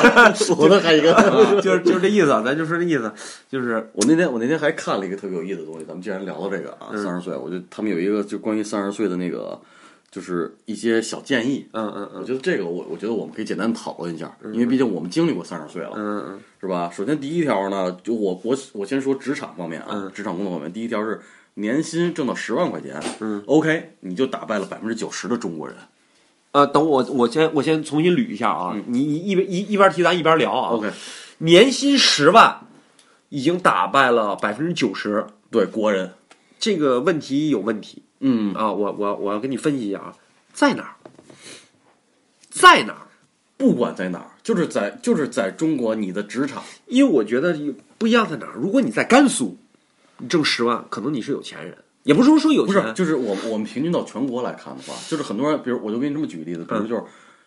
Speaker 1: 我的还一个。
Speaker 3: 啊就是就是这意思啊，咱就说这意思，就是
Speaker 1: 我那天我那天还看了一个特别有意思的东西，咱们既然聊到这个啊，
Speaker 3: 嗯
Speaker 1: 三十岁，我就他们有一个就关于三十岁的那个，就是一些小建议。
Speaker 3: 嗯嗯
Speaker 1: 我
Speaker 3: 嗯
Speaker 1: 觉得这个我我觉得我们可以简单讨论一下，因为毕竟我们经历过三十岁了，
Speaker 3: 嗯嗯
Speaker 1: 是吧？首先第一条呢，就我我我先说职场方面啊
Speaker 3: 嗯，
Speaker 1: 职场工作方面，第一条是年薪挣到十万块钱
Speaker 3: 嗯
Speaker 1: ，OK，你就打败了百分之九十的中国人。
Speaker 3: 呃，等我我先我先重新捋一下啊，你你一边一一边提咱一边聊啊
Speaker 1: OK，
Speaker 3: 年薪十万，已经打败了百分之九十，
Speaker 1: 对国人，
Speaker 3: 这个问题有问题
Speaker 1: 嗯，
Speaker 3: 啊！我我我要跟你分析一下啊，在哪儿，在哪儿？
Speaker 1: 不管在哪儿，就是在就是在中国你的职场，
Speaker 3: 因为我觉得不一样在哪儿。如果你在甘肃，你挣十万，可能你是有钱人，也不是说说有
Speaker 1: 不是
Speaker 3: 钱，
Speaker 1: 就是我们我们平均到全国来看的话，就是很多人，比如我就给你这么举个例子，比如就是。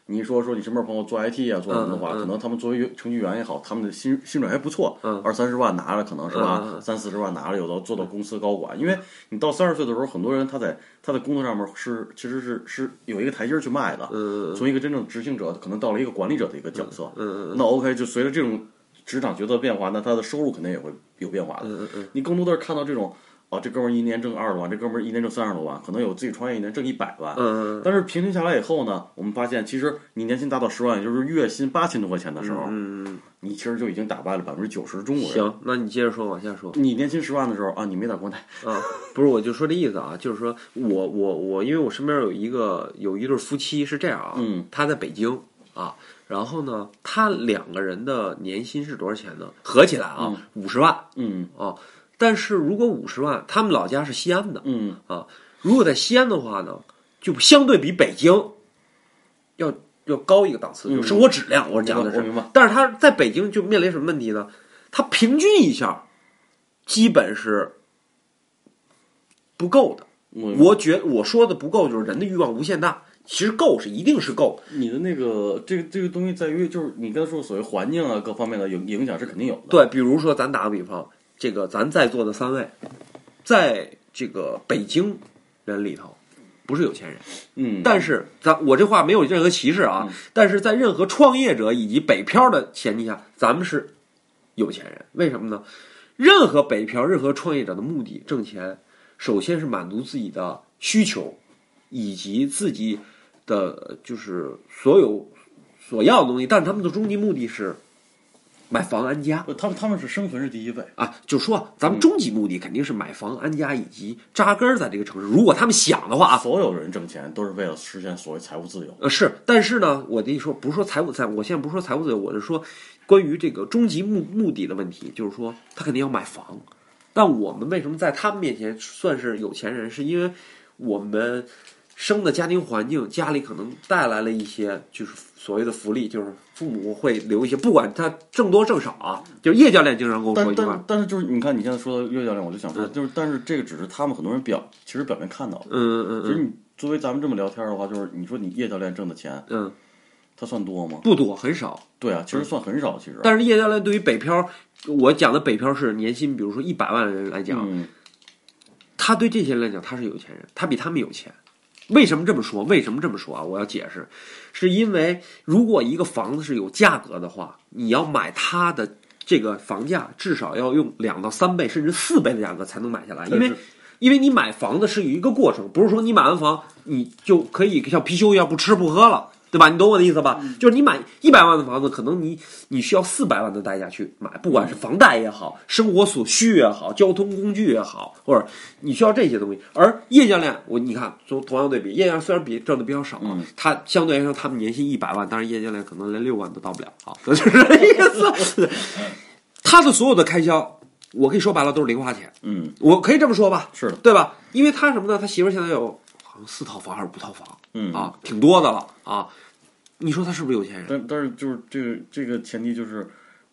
Speaker 1: 你一说说你身边朋友做 IT 啊，做什么的话，
Speaker 3: 嗯嗯嗯嗯
Speaker 1: 可能他们作为程序员也好，他们的薪薪水还不错，
Speaker 3: 嗯
Speaker 1: 二三十万拿着可能是
Speaker 3: 嗯嗯
Speaker 1: 吧，
Speaker 3: 嗯
Speaker 1: 三四十万拿着，有的做到公司高管。因为你到三十岁的时候，很多人他在他在工作上面是其实是是有一个台阶儿去迈的，
Speaker 3: 嗯
Speaker 1: 从一个真正执行者可能到了一个管理者的一个角色。
Speaker 3: 嗯嗯
Speaker 1: 那 OK，就随着这种职场角色变化，那他的收入肯定也会有变化的。
Speaker 3: 嗯嗯
Speaker 1: 你更多的是看到这种，啊，这哥们儿一年挣二十多万，这哥们儿一年挣三十多万，可能有自己创业一年挣一百万。
Speaker 3: 嗯
Speaker 1: 但是平均下来以后呢，我们发现其实你年薪达到十万，也就是月薪八千多块钱的时候，
Speaker 3: 嗯嗯，
Speaker 1: 你其实就已经打败了百分之九十的中国人。，
Speaker 3: 行，那你接着说，往下说。
Speaker 1: 你年薪十万的时候啊，你没在国内，
Speaker 3: 啊，不是，我就说这意思啊，就是说我我我，因为我身边有一个有一对夫妻是这样啊，
Speaker 1: 嗯
Speaker 3: 他在北京啊，然后呢，他两个人的年薪是多少钱呢？合起来啊，五十、万
Speaker 1: 嗯
Speaker 3: 啊。但是如果五十万，他们老家是西安的，
Speaker 1: 嗯，
Speaker 3: 如果在西安的话呢，就相对比北京要要高一个档次，
Speaker 1: 嗯
Speaker 3: 就生活质量。我讲的
Speaker 1: 我
Speaker 3: 是
Speaker 1: 明白，
Speaker 3: 但是他在北京就面临什么问题呢？他平均一下，基本是不够的。
Speaker 1: 我
Speaker 3: 我觉我说的不够，就是人的欲望无限大，其实够是一定是够，
Speaker 1: 你的那个这个这个东西在于，就是你刚才说所谓环境啊各方面的影影响是肯定有的。
Speaker 3: 对，比如说咱打个比方，这个咱在座的三位，在这个北京人里头，不是有钱人，
Speaker 1: 嗯，
Speaker 3: 但是咱我这话没有任何歧视啊，但是在任何创业者以及北漂的前提下，咱们是有钱人，为什么呢？任何北漂、任何创业者的目的挣钱，首先是满足自己的需求，以及自己的就是所有所要的东西，但是他们的终极目的是买房安家。
Speaker 1: 不他们他们是生存是第一位，
Speaker 3: 啊，就说啊咱们终极目的肯定是买房安家以及扎根儿在这个城市。如果他们想的话啊，
Speaker 1: 所有人挣钱都是为了实现所谓财务自由。
Speaker 3: 呃是，但是呢，我的意思说不是说财务自由，我现在不是说财务自由，我是说关于这个终极目目的的问题，就是说他肯定要买房，但我们为什么在他们面前算是有钱人，是因为我们生的家庭环境，家里可能带来了一些就是所谓的福利，就是父母会留一些，不管他挣多挣少啊，就是叶教练经常跟我说
Speaker 1: 但
Speaker 3: 一句话
Speaker 1: 但，但是就是你看你现在说到岳教练，我就想说，就是但是这个只是他们很多人表其实表面看到的。
Speaker 3: 嗯嗯
Speaker 1: 其
Speaker 3: 嗯
Speaker 1: 实你作为咱们这么聊天的话，就是你说你叶教练挣的钱，
Speaker 3: 嗯，
Speaker 1: 他算多吗？
Speaker 3: 不多，很少。
Speaker 1: 对啊，其实算很少，其实。
Speaker 3: 嗯但是叶教练对于北漂，我讲的北漂是年薪，比如说一百万的人来讲，
Speaker 1: 嗯，
Speaker 3: 他对这些人来讲，他是有钱人，他比他们有钱。为什么这么说？为什么这么说啊？我要解释，是因为如果一个房子是有价格的话，你要买它的这个房价，至少要用两到三倍甚至四倍的价格才能买下来，因为
Speaker 1: 是
Speaker 3: 因为你买房子是有一个过程，不是说你买完房你就可以像貔貅一样不吃不喝了，对吧？你懂我的意思吧？就是你买一百万的房子，可能你你需要四百万的代价去买，不管是房贷也好，生活所需也好，交通工具也好，或者你需要这些东西。而叶教练，我你看，从同样对比，叶教练虽然比挣的比较少，
Speaker 1: 嗯
Speaker 3: 他相对来说他们年薪一百万，但是叶教练可能连六万都到不了，啊，就是这意思。他的所有的开销，我可以说白了都是零花钱，
Speaker 1: 嗯，
Speaker 3: 我可以这么说吧，
Speaker 1: 是的，
Speaker 3: 对吧？因为他什么呢？他媳妇儿现在有好像四套房还是五套房，
Speaker 1: 嗯
Speaker 3: 啊，挺多的了啊。你说他是不是有钱人？
Speaker 1: 但但是就是这个这个前提就是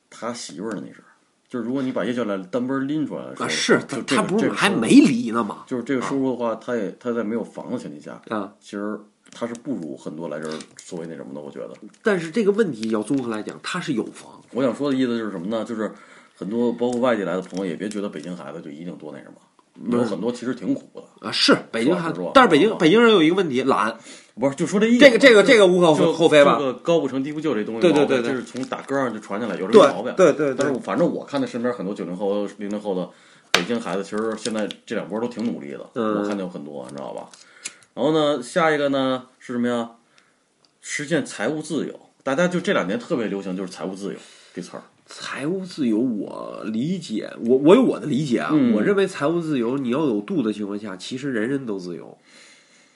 Speaker 1: 他媳妇儿的那是，就是如果你把叶教练单奔儿拎出来来说，
Speaker 3: 啊，是
Speaker 1: 就
Speaker 3: 他，
Speaker 1: 这
Speaker 3: 他
Speaker 1: 个
Speaker 3: 不
Speaker 1: 这
Speaker 3: 是
Speaker 1: 个
Speaker 3: 还
Speaker 1: 收入
Speaker 3: 没啊离呢吗？
Speaker 1: 就是这个收入的话，他也他在没有房的前提下，
Speaker 3: 啊，
Speaker 1: 其实他是不如很多来这儿所谓那什么的。我觉得，
Speaker 3: 但是这个问题要综合来讲，他是有房，
Speaker 1: 我想说的意思就是什么呢？就是很多包括外地来的朋友也别觉得北京孩子就一定多那什么，有很多其实挺苦的。
Speaker 3: 啊，是北京还
Speaker 1: 是吧，
Speaker 3: 但是北京
Speaker 1: 是吧
Speaker 3: 北京人有一个问题，懒，
Speaker 1: 不是，就说这意思嘛。
Speaker 3: 这个这个这个无可
Speaker 1: 就
Speaker 3: 厚非吧
Speaker 1: 这？个高不成低不就这东西，
Speaker 3: 对对对对
Speaker 1: 就是从打歌上就传下来，有这个
Speaker 3: 对
Speaker 1: 毛病。
Speaker 3: 对对
Speaker 1: 但
Speaker 3: 对
Speaker 1: 是，反正我看到身边很多九零后、零零后的北京孩子，其实现在这两波都挺努力的，
Speaker 3: 嗯
Speaker 1: 我看见有很多，你知道吧？然后呢，下一个呢是什么呀？实现财务自由，大家就这两年特别流行就是财务自由这词儿。
Speaker 3: 财务自由，我理解，我我有我的理解啊，
Speaker 1: 嗯
Speaker 3: 我认为财务自由你要有度的情况下，其实人人都自由。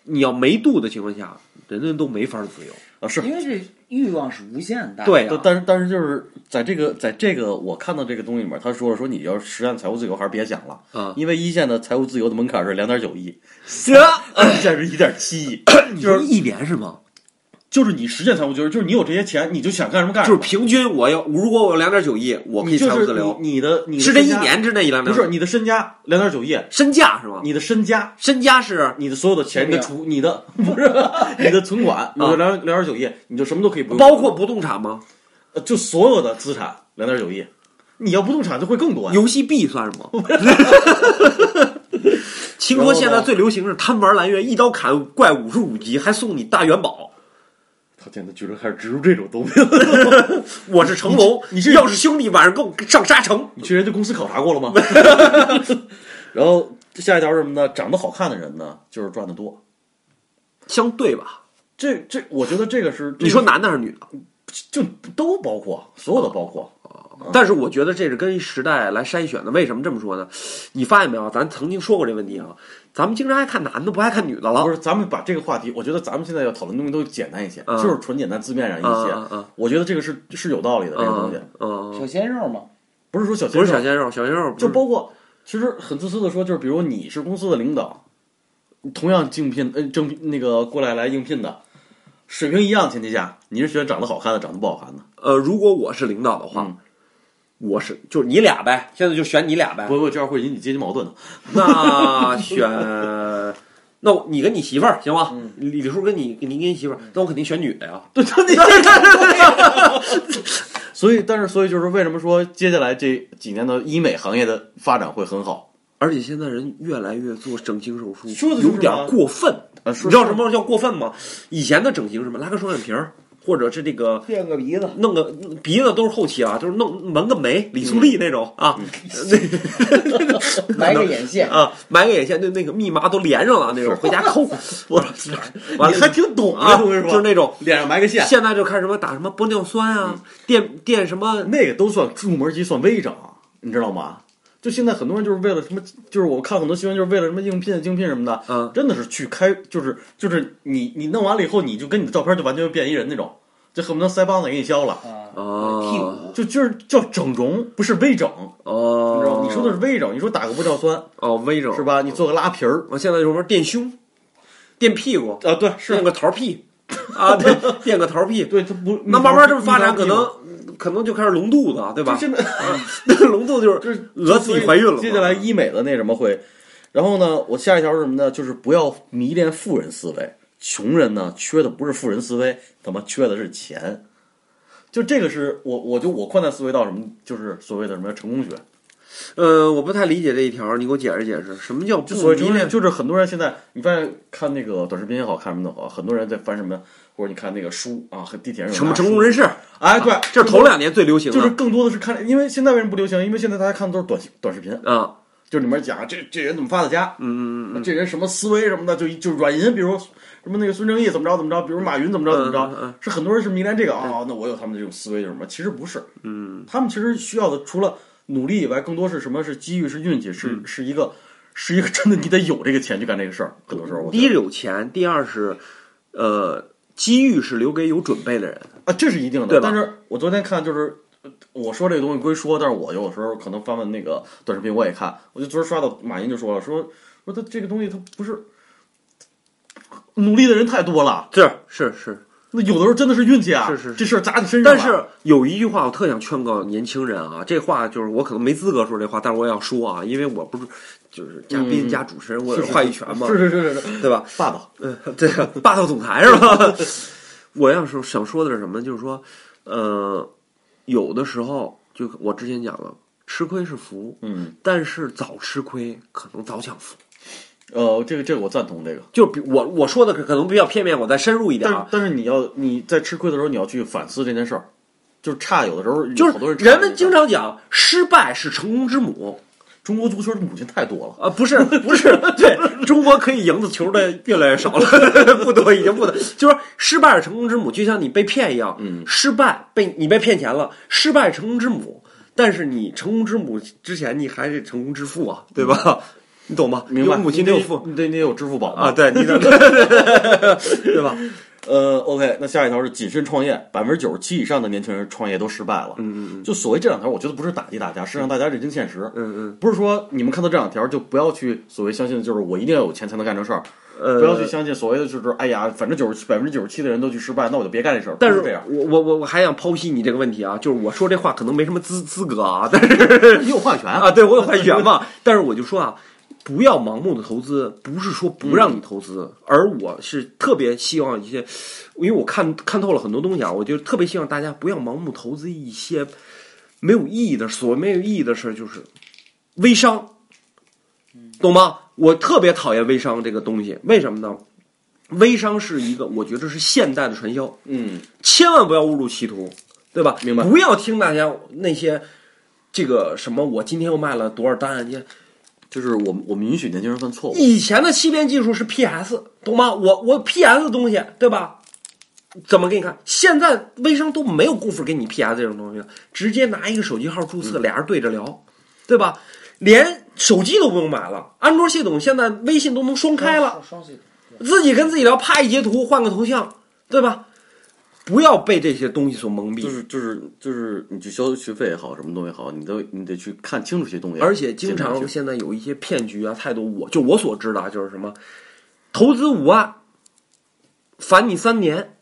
Speaker 3: 你要没度的情况下，人人都没法自由。
Speaker 1: 啊，是
Speaker 2: 因为这欲望是无限大的。
Speaker 3: 对啊
Speaker 1: 但但是但是就是在这个在这个我看到这个东西里面，他说了说你要实现财务自由还是别想了
Speaker 3: 啊
Speaker 1: 因为一线的财务自由的门槛是两点九亿，
Speaker 3: 行，
Speaker 1: 二线是一点七亿，
Speaker 3: 你
Speaker 1: 就
Speaker 3: 说
Speaker 1: 是
Speaker 3: 一年是吗？
Speaker 1: 就是你实现财务自由，就是你有这些钱，你就想干什么干
Speaker 3: 就
Speaker 1: 什么
Speaker 3: 是。平均，我要如果我有两点九亿，我可
Speaker 1: 哎你
Speaker 3: 以
Speaker 1: 就
Speaker 3: 财务
Speaker 1: 是
Speaker 3: 自由，
Speaker 1: 你你的你的
Speaker 3: 是这一
Speaker 1: 身家
Speaker 3: 年之内一两
Speaker 1: 不
Speaker 3: 点
Speaker 1: 是你的身家两点九亿，
Speaker 3: 身价是吗？
Speaker 1: 你的身家，
Speaker 3: 身家是
Speaker 1: 你的所有的钱，你的
Speaker 2: 没有
Speaker 1: 储，你的 不是你的存款，你的两两点九亿，你就什么都可以不用，
Speaker 3: 包括不动产吗？
Speaker 1: 呃就所有的资产两点九亿，你要不动产就会更多呀。
Speaker 3: 游戏币算是吗？ 听说现在最流行是贪玩蓝月，一刀砍怪五十五级，还送你大元宝。
Speaker 1: 他现在居然开始植入这种东西了，
Speaker 3: 我是成龙，
Speaker 1: 你是
Speaker 3: 要是兄弟，晚上跟我上沙城。
Speaker 1: 你去人家公司考察过了吗？ 然后下一条是什么呢？长得好看的人呢，就是赚得多。
Speaker 3: 相对吧，
Speaker 1: 这这，我觉得这个是
Speaker 3: 你说男的还是女的？
Speaker 1: 就都包括所有的包括，
Speaker 3: 但是我觉得这是跟时代来筛选的。为什么这么说呢？你发现没有？啊咱曾经说过这问题啊，咱们经常爱看男的，不爱看女的了
Speaker 1: 不。是，咱们把这个话题，我觉得咱们现在要讨论的东西都简单一些，
Speaker 3: 嗯
Speaker 1: 就是纯简单字面上一些。
Speaker 3: 嗯嗯嗯
Speaker 1: 我觉得这个是是有道理的，这个东西、
Speaker 3: 嗯嗯，
Speaker 2: 小鲜肉嘛，
Speaker 1: 不是说小鲜
Speaker 3: 不
Speaker 1: 肉
Speaker 3: 是小鲜肉，小鲜肉不是
Speaker 1: 就包括其实很自私的说，就是比如你是公司的领导，同样竞聘呃征聘那个过来来应聘的，水平一样前提下，你是选长得好看的，长得不好看的，
Speaker 3: 呃，如果我是领导的话
Speaker 1: 嗯，
Speaker 3: 我是就是你俩呗，现在就选你俩呗。
Speaker 1: 不不，这样会引起阶级矛盾的。
Speaker 3: 那选那我你跟你媳妇儿行吗？
Speaker 2: 嗯
Speaker 3: 李李叔跟你你跟你媳妇儿，
Speaker 1: 嗯
Speaker 3: 那我肯定选女 的呀。
Speaker 1: 对对对。所以，但是，所以就是为什么说接下来这几年的医美行业的发展会很好？
Speaker 3: 而且现在人越来越做整形手术，
Speaker 1: 说的就是
Speaker 3: 有点
Speaker 1: 嘛
Speaker 3: 过分。
Speaker 1: 呃，
Speaker 3: 你知道什么叫过分吗？以前的整形是什么拉个双眼皮儿，或者是这个
Speaker 2: 变个鼻子，
Speaker 3: 弄个鼻子都是后期啊，就是弄纹个眉，李素丽那种啊，
Speaker 1: 嗯
Speaker 2: 埋个眼线，
Speaker 3: 啊，埋个眼线，那那个密码都连上了那种，回家 抠。我操， 完
Speaker 1: 啊
Speaker 3: 了
Speaker 1: 你还挺懂
Speaker 3: 啊，
Speaker 1: 啊，东西是吧
Speaker 3: 就是那种
Speaker 1: 脸上埋个线，
Speaker 3: 现在就开始什么打什么玻尿酸
Speaker 1: 嗯
Speaker 3: 啊，垫垫什么
Speaker 1: 那个都算入门级，算微整，你知道吗？就现在很多人就是为了什么，就是我看很多新闻，就是为了什么应聘、竞聘什么的，
Speaker 3: 嗯
Speaker 1: 真的是去开，就是就是你你弄完了以后，你就跟你的照片就完全变一人那种，就恨不得腮帮子给你削了，
Speaker 2: 啊，屁
Speaker 3: 哦
Speaker 2: 股，
Speaker 1: 就就是叫整容，不是微整，
Speaker 3: 哦，
Speaker 1: 你知道吗？你说的是微整，你说打个玻尿酸
Speaker 3: 哦微整
Speaker 1: 是？吧？你做个拉皮儿，
Speaker 3: 我现在就是说垫胸、垫屁股、
Speaker 1: 啊，对，是
Speaker 3: 垫个 桃屁啊，对，垫个桃屁。
Speaker 1: 对，它不
Speaker 3: 那慢慢这么发展，可
Speaker 1: 蜜桃
Speaker 3: 能可能就开始隆肚子啊，对
Speaker 1: 蜜
Speaker 3: 吧
Speaker 1: 就？现在。
Speaker 3: 那个隆肚子就 是
Speaker 1: 就是
Speaker 3: 鹅自己怀孕了嘛
Speaker 1: 接下来医美的那什么会，然后呢，我下一条是什么呢？就是不要迷恋富人思维，穷人呢缺的不是富人思维，他妈缺的是钱。就这个是我，我就我困难思维到什么，就是所谓的什么成功学，
Speaker 3: 呃，我不太理解这一条，你给我解释解释，什么叫
Speaker 1: 就所谓
Speaker 3: 不嗯迷
Speaker 1: 就是
Speaker 3: 恋？
Speaker 1: 就是很多人现在你发现看那个短视频也好看什么的好，很多人在翻什么，或者你看那个书啊，和地铁上有
Speaker 3: 什么
Speaker 1: 拿
Speaker 3: 成
Speaker 1: 书
Speaker 3: 功人士？啊
Speaker 1: 哎，对，
Speaker 3: 这是头两年最流行的，
Speaker 1: 就是更多的是看，因为现在为什么不流行？因为现在大家看的都是短短视频，
Speaker 3: 啊，
Speaker 1: 就里面讲这这人怎么发的家，
Speaker 3: 嗯嗯嗯
Speaker 1: 这人什么思维什么的，就就软银，比如什么那个孙正义怎么着怎么着，比如马云怎么着怎么
Speaker 3: 嗯嗯嗯
Speaker 1: 着，是很多人是迷恋这个啊、那我有他们的这种思维就是什么？其实不是，嗯，他们其实需要的除了努力以外，更多是什么？是机遇，是运气，
Speaker 3: 嗯
Speaker 1: 是是一个是一个真的你得有这个钱去干这个事儿。很多时候，我
Speaker 3: 第
Speaker 1: 觉
Speaker 3: 一
Speaker 1: 得
Speaker 3: 是有钱，第二是，呃，机遇是留给有准备的人。
Speaker 1: 啊，这是一定
Speaker 3: 对
Speaker 1: 的。
Speaker 3: 吧
Speaker 1: 但是我昨天看就是。呃我说这个东西归说，但是我有时候可能翻翻那个短视频，我也看。我就昨儿刷到马云就说了，说说他这个东西他不是努力的人太多了，
Speaker 3: 是是是，
Speaker 1: 那有的时候真的是运气啊，
Speaker 3: 是是是
Speaker 1: 这事儿砸你身上
Speaker 3: 但
Speaker 1: 了。
Speaker 3: 是有一句话我特想劝告年轻人啊，这话就是我可能没资格说这话，但是我要说啊，因为我不是就是嘉宾
Speaker 1: 嗯
Speaker 3: 加主持人，我
Speaker 1: 是
Speaker 3: 有话语权嘛，
Speaker 1: 是是是是是，
Speaker 3: 对吧？
Speaker 1: 霸道，
Speaker 3: 对，啊霸道总裁是吧？ 我要说想说的是什么？就是说，呃，有的时候就我之前讲了，吃亏是福，
Speaker 1: 嗯，
Speaker 3: 但是早吃亏可能早享福。
Speaker 1: 呃，这个这个我赞同这个，
Speaker 3: 就比我我说的可可能比较片面，我再深入一点
Speaker 1: 但是
Speaker 3: 啊。
Speaker 1: 但是你要你在吃亏的时候，你要去反思这件事儿，就是差有的时候有
Speaker 3: 就是
Speaker 1: 好多人差
Speaker 3: 人们经
Speaker 1: 这件事儿
Speaker 3: 常讲，失败是成功之母
Speaker 1: 中国足球的母亲太多了，
Speaker 3: 啊、不是不是，对中国可以赢的球的越来越少了， 不多，已经不多。就是失败是成功之母，就像你被骗一样，
Speaker 1: 嗯
Speaker 3: 失败被你被骗钱了，失败成功之母，但是你成功之母之前，你还是成功之父啊，对吧？ 你懂吗？
Speaker 1: 明白？
Speaker 3: 有母亲
Speaker 1: 你
Speaker 3: 得
Speaker 1: 得
Speaker 3: 有父啊
Speaker 1: 你得你得有支付宝嘛
Speaker 3: 啊，。对，你得 对吧？
Speaker 1: 呃，OK，那下一条是谨慎创业，百分之九十七以上的年轻人创业都失败了。
Speaker 3: 嗯
Speaker 1: 就所谓这两条，我觉得不是打击大家，是让大家认清现实。
Speaker 3: 嗯
Speaker 1: 不是说你们看到这两条就不要去所谓相信，就是我一定要有钱才能干这事儿，
Speaker 3: 嗯，呃，
Speaker 1: 不要去相信所谓的就是哎呀，反正九十百分之九十七的人都去失败，那我就别干这事儿。
Speaker 3: 但
Speaker 1: 不
Speaker 3: 是
Speaker 1: 是这样，
Speaker 3: 我我我我还想剖析你这个问题啊，就是我说这话可能没什么资资格啊，但是
Speaker 1: 你有话语权
Speaker 3: 啊，对我有话语权嘛，但是我就说啊，不要盲目的投资，不是说不让你投资，而我是特别希望一些，因为我看看透了很多东西啊，我就特别希望大家不要盲目投资一些没有意义的事，所谓没有意义的事儿就是微商，懂吗？我特别讨厌微商这个东西，为什么呢？微商是一个，我觉得是现代的传销。
Speaker 1: 嗯，
Speaker 3: 千万不要误入歧途，对吧？
Speaker 1: 明白
Speaker 3: 不要听大家那些这个什么，我今天又卖了多少单，你
Speaker 1: 就是我们我们允许年轻人犯错误。
Speaker 3: 以前的欺骗技术是 PS，懂吗？我我 PS 的东西，对吧？怎么给你看？现在微商都没有功夫给你 PS 这种东西了，直接拿一个手机号注
Speaker 1: 嗯
Speaker 3: 册，俩人对着聊，对吧？连手机都不用买了，安卓系统现在微信都能双开
Speaker 1: 啊
Speaker 3: 了，
Speaker 2: 双系统，
Speaker 3: 自己跟自己聊，啪一截图，换个头像，对吧？不要被这些东西所蒙蔽。
Speaker 1: 就是就是就是，你去交学费也好，什么东西也好，你都你得去看清楚这些东西。啊
Speaker 3: 而且经
Speaker 1: 尽量
Speaker 3: 常
Speaker 1: 去
Speaker 3: 现在有一些骗局啊，太多。我就我所知的啊，就是什么，投资五万，罚你三年，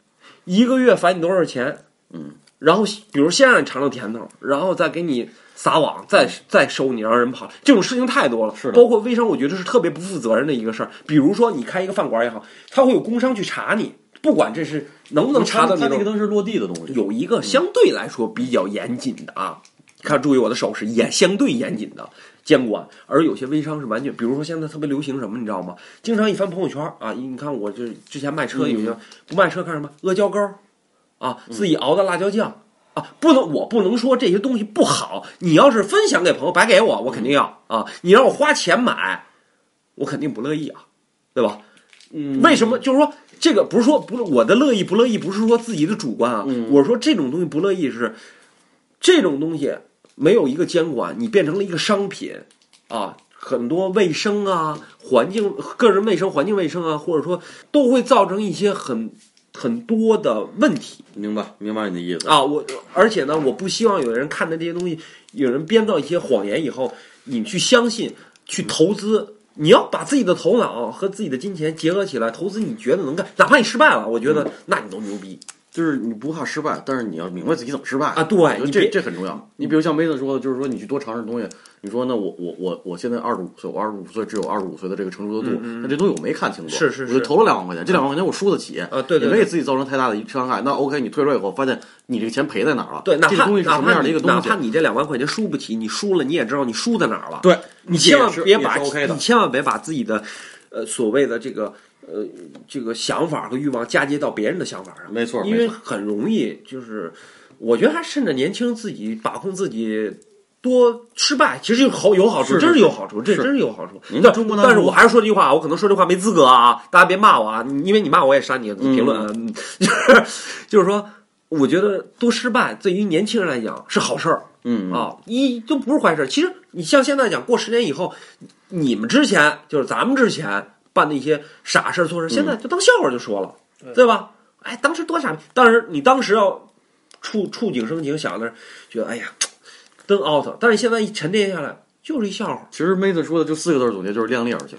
Speaker 3: 一个月罚你多少钱？
Speaker 1: 嗯，
Speaker 3: 然后比如先让你尝尝甜头，然后再给你撒网，再再收你，让人跑，这种事情太多了。
Speaker 1: 嗯是的
Speaker 3: 包括微商，我觉得是特别不负责任的一个事儿。比如说，你开一个饭馆也好，他会有工商去查你，不管这是能不能查到你
Speaker 1: 他
Speaker 3: 的
Speaker 1: 那个都是落地的东西，
Speaker 3: 有一个相对来说比较严谨的啊，看注意我的手势，也相对严谨的监管，而有些微商是完全，比如说现在特别流行什么，你知道吗？经常一翻朋友圈啊，你看我这之前卖车有些不卖车干什么？阿胶糕啊，自己熬的辣椒酱啊，不能我不能说这些东西不好，你要是分享给朋友白给我，我肯定要啊，你让我花钱买，我肯定不乐意啊，对吧？
Speaker 1: 嗯，
Speaker 3: 为什么？就是说，这个不是说不是我的乐意不乐意，不是说自己的主观啊。
Speaker 1: 嗯
Speaker 3: 我说这种东西不乐意是这种东西没有一个监管，你变成了一个商品啊。很多卫生啊、环境、个人卫生、环境卫生啊，或者说都会造成一些很很多的问题
Speaker 1: 明白明白你的意思，
Speaker 3: 啊。我而且呢，我不希望有人看到这些东西，有人编造一些谎言以后，你去相信，去投资。你要把自己的头脑和自己的金钱结合起来投资，你觉得能干，哪怕你失败了，我觉得那你都牛逼
Speaker 1: 就是你不怕失败，但是你要明白自己怎么失败
Speaker 3: 啊！。对，
Speaker 1: 我觉得
Speaker 3: 你
Speaker 1: 这
Speaker 3: 别
Speaker 1: 这很重要。你比如像妹子说的，就是说你去多尝试东西。你说那我我我我现在二十五岁，我二十五岁只有二十五岁的这个成熟的度，那这东西我没看清楚，
Speaker 3: 嗯是是是
Speaker 1: 我就投了两万块钱，这两万块钱我输得起，
Speaker 3: 啊对对
Speaker 1: 也
Speaker 3: 对
Speaker 1: 没给自己造成太大的伤害。那 OK，你退出来以后发现你这个钱赔在哪儿了？
Speaker 3: 对，哪
Speaker 1: 这个
Speaker 3: 怕
Speaker 1: 东西是
Speaker 3: 哪
Speaker 1: 什么
Speaker 3: 怕
Speaker 1: 样的
Speaker 3: 你
Speaker 1: 一个东
Speaker 3: 哪
Speaker 1: 西？
Speaker 3: 怕你这两万块钱输不起，你输了你也知道你输在哪儿了。
Speaker 1: 对，
Speaker 3: 你千万
Speaker 1: 也是
Speaker 3: 别把、
Speaker 1: 也是 OK 的
Speaker 3: 你千万别把自己的呃所谓的这个呃这个想法和欲望嫁接到别人的想法上，
Speaker 1: 没错
Speaker 3: 因
Speaker 1: 没
Speaker 3: 为
Speaker 1: 错
Speaker 3: 很容易就是，我觉得还趁着年轻自己把控自己。多失败其实有好有好处，
Speaker 1: 是是
Speaker 3: 真是有好处，这
Speaker 1: 是
Speaker 3: 真是有好处。
Speaker 1: 您
Speaker 3: 但
Speaker 1: 中国男
Speaker 3: 但是
Speaker 1: 足
Speaker 3: 我还是说这句话啊，我可能说这话没资格啊，大家别骂我啊，你因为你骂我也删你的评论啊，嗯就是 就是说，我觉得多失败对于年轻人来讲是好事儿，
Speaker 1: 嗯
Speaker 3: 啊，一都不是坏事。其实你像现在讲，过十年以后，你们之前就是咱们之前办的一些傻事儿、错事儿，现在就当笑话就说了，
Speaker 2: 对
Speaker 3: 对吧？哎，当时多傻逼！当时你当时要触触景生情，想的是觉得哎呀，真 out。但是现在一沉淀下来，就是一笑话。
Speaker 1: 其实妹子说的就四个字儿总结，就是量力而行。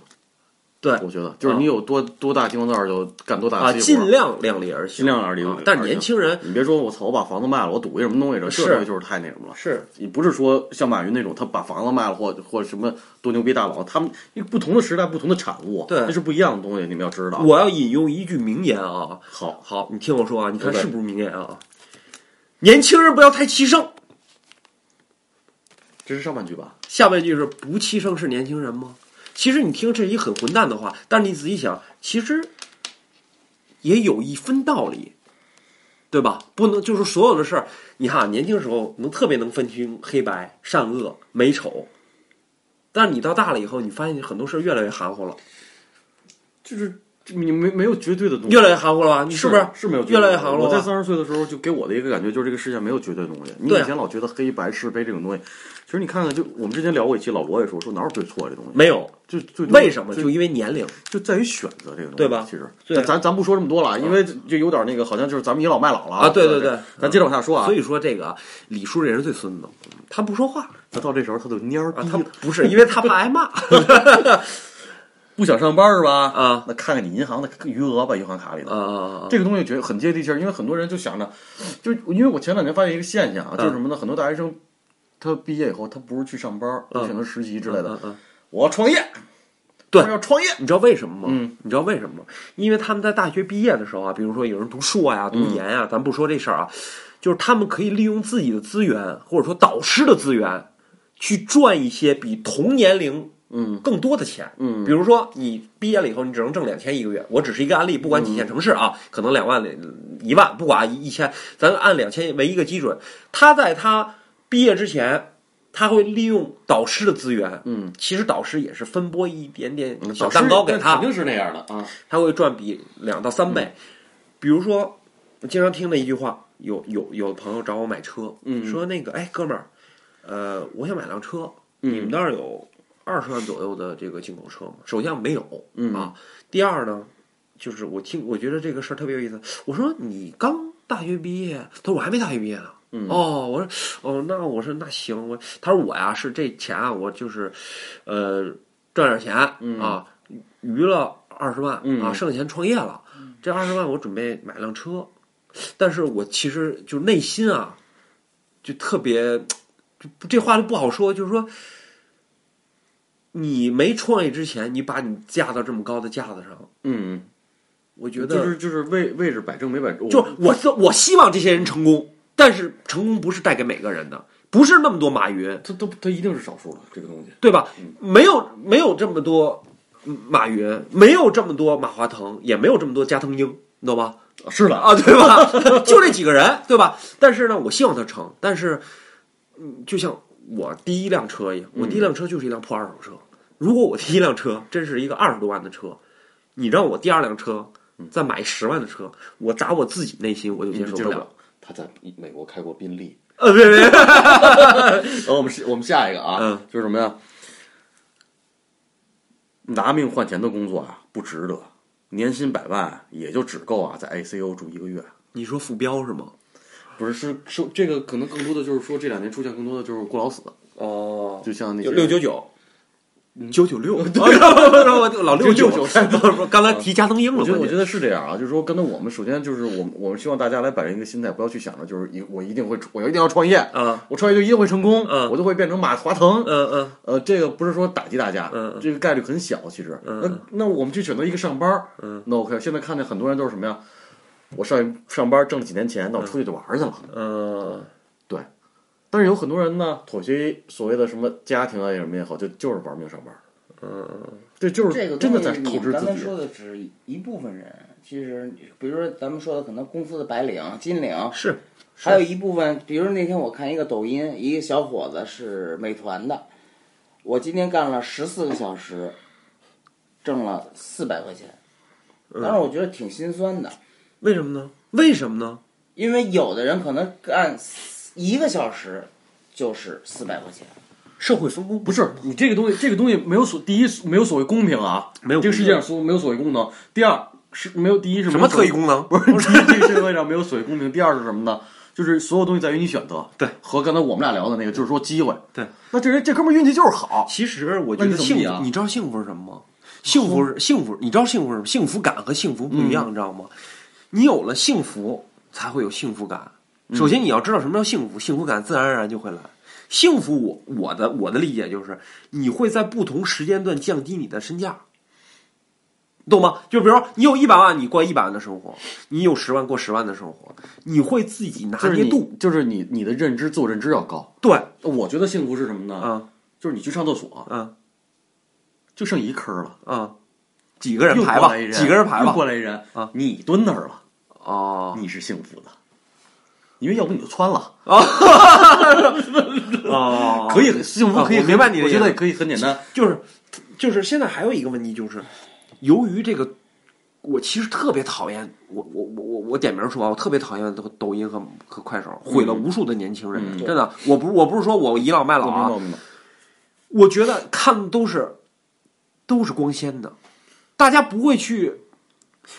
Speaker 3: 对
Speaker 1: 我觉得就是你有多多大金光罩，就干多大
Speaker 3: 啊，
Speaker 1: 的细活
Speaker 3: 尽量量力而
Speaker 1: 尽
Speaker 3: 行，
Speaker 1: 量而力
Speaker 3: 啊但是年轻人
Speaker 1: 你别说我操，我把房子卖了，我赌一什么东西，这
Speaker 3: 是
Speaker 1: 这东西就是太那什么了。
Speaker 3: 是
Speaker 1: 也不是说像马云那种，他把房子卖了或或什么多牛逼大佬，他们因为不同的时代、不同的产物，
Speaker 3: 对
Speaker 1: 那是不一样的东西，你们要知道。
Speaker 3: 我要引用一句名言啊，
Speaker 1: 好，
Speaker 3: 好，你听我说啊，你看
Speaker 1: 对
Speaker 3: 是不是名言啊？年轻人不要太气盛，
Speaker 1: 这是上半句吧？
Speaker 3: 下半句是不气盛是年轻人吗？其实你听这是一很混蛋的话，但是你仔细想，其实也有一分道理，对吧？不能就是所有的事儿，你看年轻时候能特别能分清黑白、善恶、美丑，但是你到大了以后，你发现很多事儿越来越含糊了，
Speaker 1: 就是你没没有绝对的东西，
Speaker 3: 越来越含糊了吧？你
Speaker 1: 是
Speaker 3: 不是？
Speaker 1: 是没有绝对
Speaker 3: 越
Speaker 1: 的
Speaker 3: 来越行了
Speaker 1: 我
Speaker 3: 吧
Speaker 1: 在三十岁的时候，就给我的一个感觉就是这个世界没有绝对的东西。你
Speaker 3: 对啊
Speaker 1: 以前老觉得黑白是非这种东西，其实你看看，就我们之前聊过一期，老罗也说说哪有对错这东西，
Speaker 3: 没有，
Speaker 1: 就最多
Speaker 3: 为什么？
Speaker 1: 最
Speaker 3: 就因为年龄。
Speaker 1: 就在于选择这个东西，
Speaker 3: 对吧
Speaker 1: 其实，
Speaker 3: 对啊
Speaker 1: 但咱咱不说这么多了，因为就有点那个，好像就是咱们倚老卖老了
Speaker 3: 啊对对对
Speaker 1: 这咱接着往下说啊。
Speaker 3: 所以说这个啊李叔这人最孙子，他不说话
Speaker 1: 他到这时候他就蔫儿
Speaker 3: 啊，
Speaker 1: 逼
Speaker 3: 他
Speaker 1: 了，
Speaker 3: 不是因啊为他怕挨骂
Speaker 1: 不想上班是吧？
Speaker 3: 啊
Speaker 1: 那看看你银行的余额吧，银行卡里
Speaker 3: 啊
Speaker 1: 的。
Speaker 3: 啊
Speaker 1: 这个东西觉得很接地气儿，因为很多人就想着，就因为我前两年发现一个现象啊，
Speaker 3: 嗯
Speaker 1: 就是什么呢？很多大学生他毕业以后，他不是去上班，
Speaker 3: 嗯
Speaker 1: 他选择实习之类的，
Speaker 3: 啊啊！
Speaker 1: 我要创业，
Speaker 3: 对
Speaker 1: 我要创业，
Speaker 3: 你知道为什么吗？
Speaker 1: 嗯
Speaker 3: 你知道为什么吗？因为他们在大学毕业的时候啊，比如说有人读硕呀、读研呀、咱不说这事儿啊，就是他们可以利用自己的资源，或者说导师的资源，去赚一些比同年龄
Speaker 1: 嗯
Speaker 3: 更多的钱。
Speaker 1: 嗯
Speaker 3: 比如说你毕业了以后，你只能挣两千一个月。我只是一个案例，不管几线城市啊，
Speaker 1: 嗯
Speaker 3: 可能两万、一万，不管一千，咱按两千为一个基准。他在他毕业之前，他会利用导师的资源，
Speaker 1: 嗯，
Speaker 3: 其实导师也是分拨一点点
Speaker 1: 嗯
Speaker 3: 小蛋糕给
Speaker 1: 导师
Speaker 3: 他
Speaker 1: 肯，定是那样的啊，
Speaker 3: 他会赚比两到三
Speaker 1: 嗯
Speaker 3: 倍。比如说，我经常听的一句话，有有有朋友找我买车，
Speaker 1: 嗯
Speaker 3: 说那个哎哥们儿，呃，我想买辆车，
Speaker 1: 嗯
Speaker 3: 你们那儿有二十万左右的这个进口车吗？首先没有、
Speaker 1: 嗯
Speaker 3: 啊，第二呢，就是我听我觉得这个事儿特别有意思，我说你刚大学毕业，他说我还没大学毕业呢。
Speaker 1: 嗯
Speaker 3: 哦，我说，哦，那我说那行，我他说我呀是这钱啊，我就是，呃，赚点钱、啊，余了二十万、
Speaker 1: 嗯
Speaker 3: 啊，剩下钱创业了。这二十万我准备买辆车，但是我其实就内心啊，就特别这这话就不好说，就是说，你没创业之前，你把你架到这么高的架子上，
Speaker 1: 嗯，
Speaker 3: 我觉得
Speaker 1: 就是就是位位置摆正没摆正，
Speaker 3: 就是我希我希望这些人成功，但是成功不是带给每个人的，不是那么多马云，
Speaker 1: 他都他一定是少数了，这个东西，
Speaker 3: 对吧？没有没有这么多嗯马云，没有这么多马化腾，也没有这么多加藤鹰，你懂 吗？
Speaker 1: 啊是的，
Speaker 3: 啊，对吧？ 就这几个人，对吧？但是呢，我希望他成，但是，嗯，就像我第一辆车一样，我第一辆车就是一辆破二手车。如果我第一辆车真是一个二十多万的车，你让我第二辆车再买十万的车，我打我自己内心嗯我就接
Speaker 1: 你
Speaker 3: 受
Speaker 1: 嗯接
Speaker 3: 不
Speaker 1: 受不
Speaker 3: 了。
Speaker 1: 了。他在美国开过宾利，
Speaker 3: 呃，别别，
Speaker 1: 然后我们是我们下一个啊，
Speaker 3: 嗯
Speaker 1: 就是什么呀？拿命换钱的工作啊，不值得。年薪百万也就只够啊，在 ICU 住一个月。
Speaker 3: 你说副标是吗？
Speaker 1: 不是，是是这个可能更多的就是说这两年出现更多的就是过劳死，
Speaker 3: 哦，
Speaker 1: 就像那些
Speaker 3: 六九九。嗯九九 六，我 老六九，刚才提加藤鹰了，
Speaker 1: 我觉得我觉得是这样啊，就是说，刚才我们首先就是我们我们希望大家来摆正一个心态，不要去想着就是一我一定会我一定要创业，
Speaker 3: 啊，
Speaker 1: 我创业就一定会成功，
Speaker 3: 嗯
Speaker 1: 我就会变成马化腾。
Speaker 3: 嗯嗯
Speaker 1: 呃，这个不是说打击大家，
Speaker 3: 嗯嗯
Speaker 1: 这个概率很小，其实。
Speaker 3: 嗯嗯
Speaker 1: 那那我们去选择一个上班，
Speaker 3: 嗯，
Speaker 1: 那 OK。现在看见很多人都是什么呀？我上上班挣了几年钱，那我出去就玩去了。
Speaker 3: 嗯，
Speaker 1: 但是有很多人呢，妥协于所谓的什么家庭啊，也什么也好，就就是玩命上班。嗯，对，就是
Speaker 2: 这个
Speaker 1: 真
Speaker 2: 东
Speaker 1: 的
Speaker 2: 西
Speaker 1: 在
Speaker 2: 你
Speaker 1: 透支
Speaker 2: 刚
Speaker 1: 自
Speaker 2: 才
Speaker 1: 己
Speaker 2: 说。的只一一部分人，其实比如说咱们说的可能公司的白领、金领，
Speaker 3: 是
Speaker 2: 还有一部分，比如那天我看一个抖音，一个小伙子是美团的，我今天干了十四个小时，挣了四百块钱，
Speaker 1: 嗯
Speaker 2: 当时我觉得挺心酸的，
Speaker 3: 为什么呢？为什么呢？
Speaker 2: 因为有的人可能干一个小时就是四百块钱，
Speaker 3: 社会分工
Speaker 1: 不是你这个东西，这个东西没有所第一没有所谓公平啊，
Speaker 3: 没有
Speaker 1: 这个世界上
Speaker 3: 公
Speaker 1: 所没有所谓功能。第二是没有第一是
Speaker 3: 什
Speaker 1: 没有
Speaker 3: 么
Speaker 1: 所
Speaker 3: 特
Speaker 1: 谓
Speaker 3: 异功能，
Speaker 1: 不是，第一，这个社会上没有所谓公平。第二是什么呢？就是所有东西在于你选择。
Speaker 3: 对，
Speaker 1: 和刚才我们俩聊的那个，就是说机会。
Speaker 3: 对，
Speaker 1: 那这人这哥们儿运气就是好。
Speaker 3: 其实我觉
Speaker 1: 那你
Speaker 3: 得
Speaker 1: 怎么
Speaker 3: 幸
Speaker 1: 比啊
Speaker 3: 福，你知道幸福是什么吗？幸福是幸福，你知道幸福是什么？幸福感和幸福不一样，
Speaker 1: 嗯
Speaker 3: 你知道吗？你有了幸福，才会有幸福感。
Speaker 1: 嗯
Speaker 3: 首先，你要知道什么叫幸福，幸福感自然而然就会来。幸福我，我的我的理解就是，你会在不同时间段降低你的身价，你懂吗？就比如说，你有一百万，你过一百万的生活；你有十万，过十万的生活。你会自己拿
Speaker 1: 就是
Speaker 3: 捏
Speaker 1: 你
Speaker 3: 度，，
Speaker 1: 就是你，你的认知、自我认知要高。
Speaker 3: 对，
Speaker 1: 我觉得幸福是什么呢？
Speaker 3: 嗯
Speaker 1: 就是你去上厕所，
Speaker 3: 嗯
Speaker 1: 就剩一坑了，
Speaker 3: 嗯，几个人
Speaker 1: 又
Speaker 3: 排
Speaker 1: 过
Speaker 3: 吧
Speaker 1: 来一，人，
Speaker 3: 几个人排
Speaker 1: 又
Speaker 3: 吧，
Speaker 1: 过来一人
Speaker 3: 啊，
Speaker 1: 你蹲那儿了，
Speaker 3: 哦，
Speaker 1: 你是幸福的，因为要不你就穿了，
Speaker 3: 哦，
Speaker 1: 可以很幸福，
Speaker 3: 啊
Speaker 1: 可以
Speaker 3: 我
Speaker 1: 很
Speaker 3: 明白你的
Speaker 1: 我
Speaker 3: 意思
Speaker 1: 觉得也可以很简单。
Speaker 3: 就是就是现在还有一个问题就是，由于这个，我其实特别讨厌，我我我我我点名说啊，我特别讨厌抖抖音和和快手，毁了无数的年轻人，
Speaker 1: 嗯
Speaker 3: 真的，我不是我不是说我倚老卖老
Speaker 1: 我明白
Speaker 3: 啊
Speaker 1: 我，明白
Speaker 3: 我觉得看的都是都是光鲜的，大家不会去，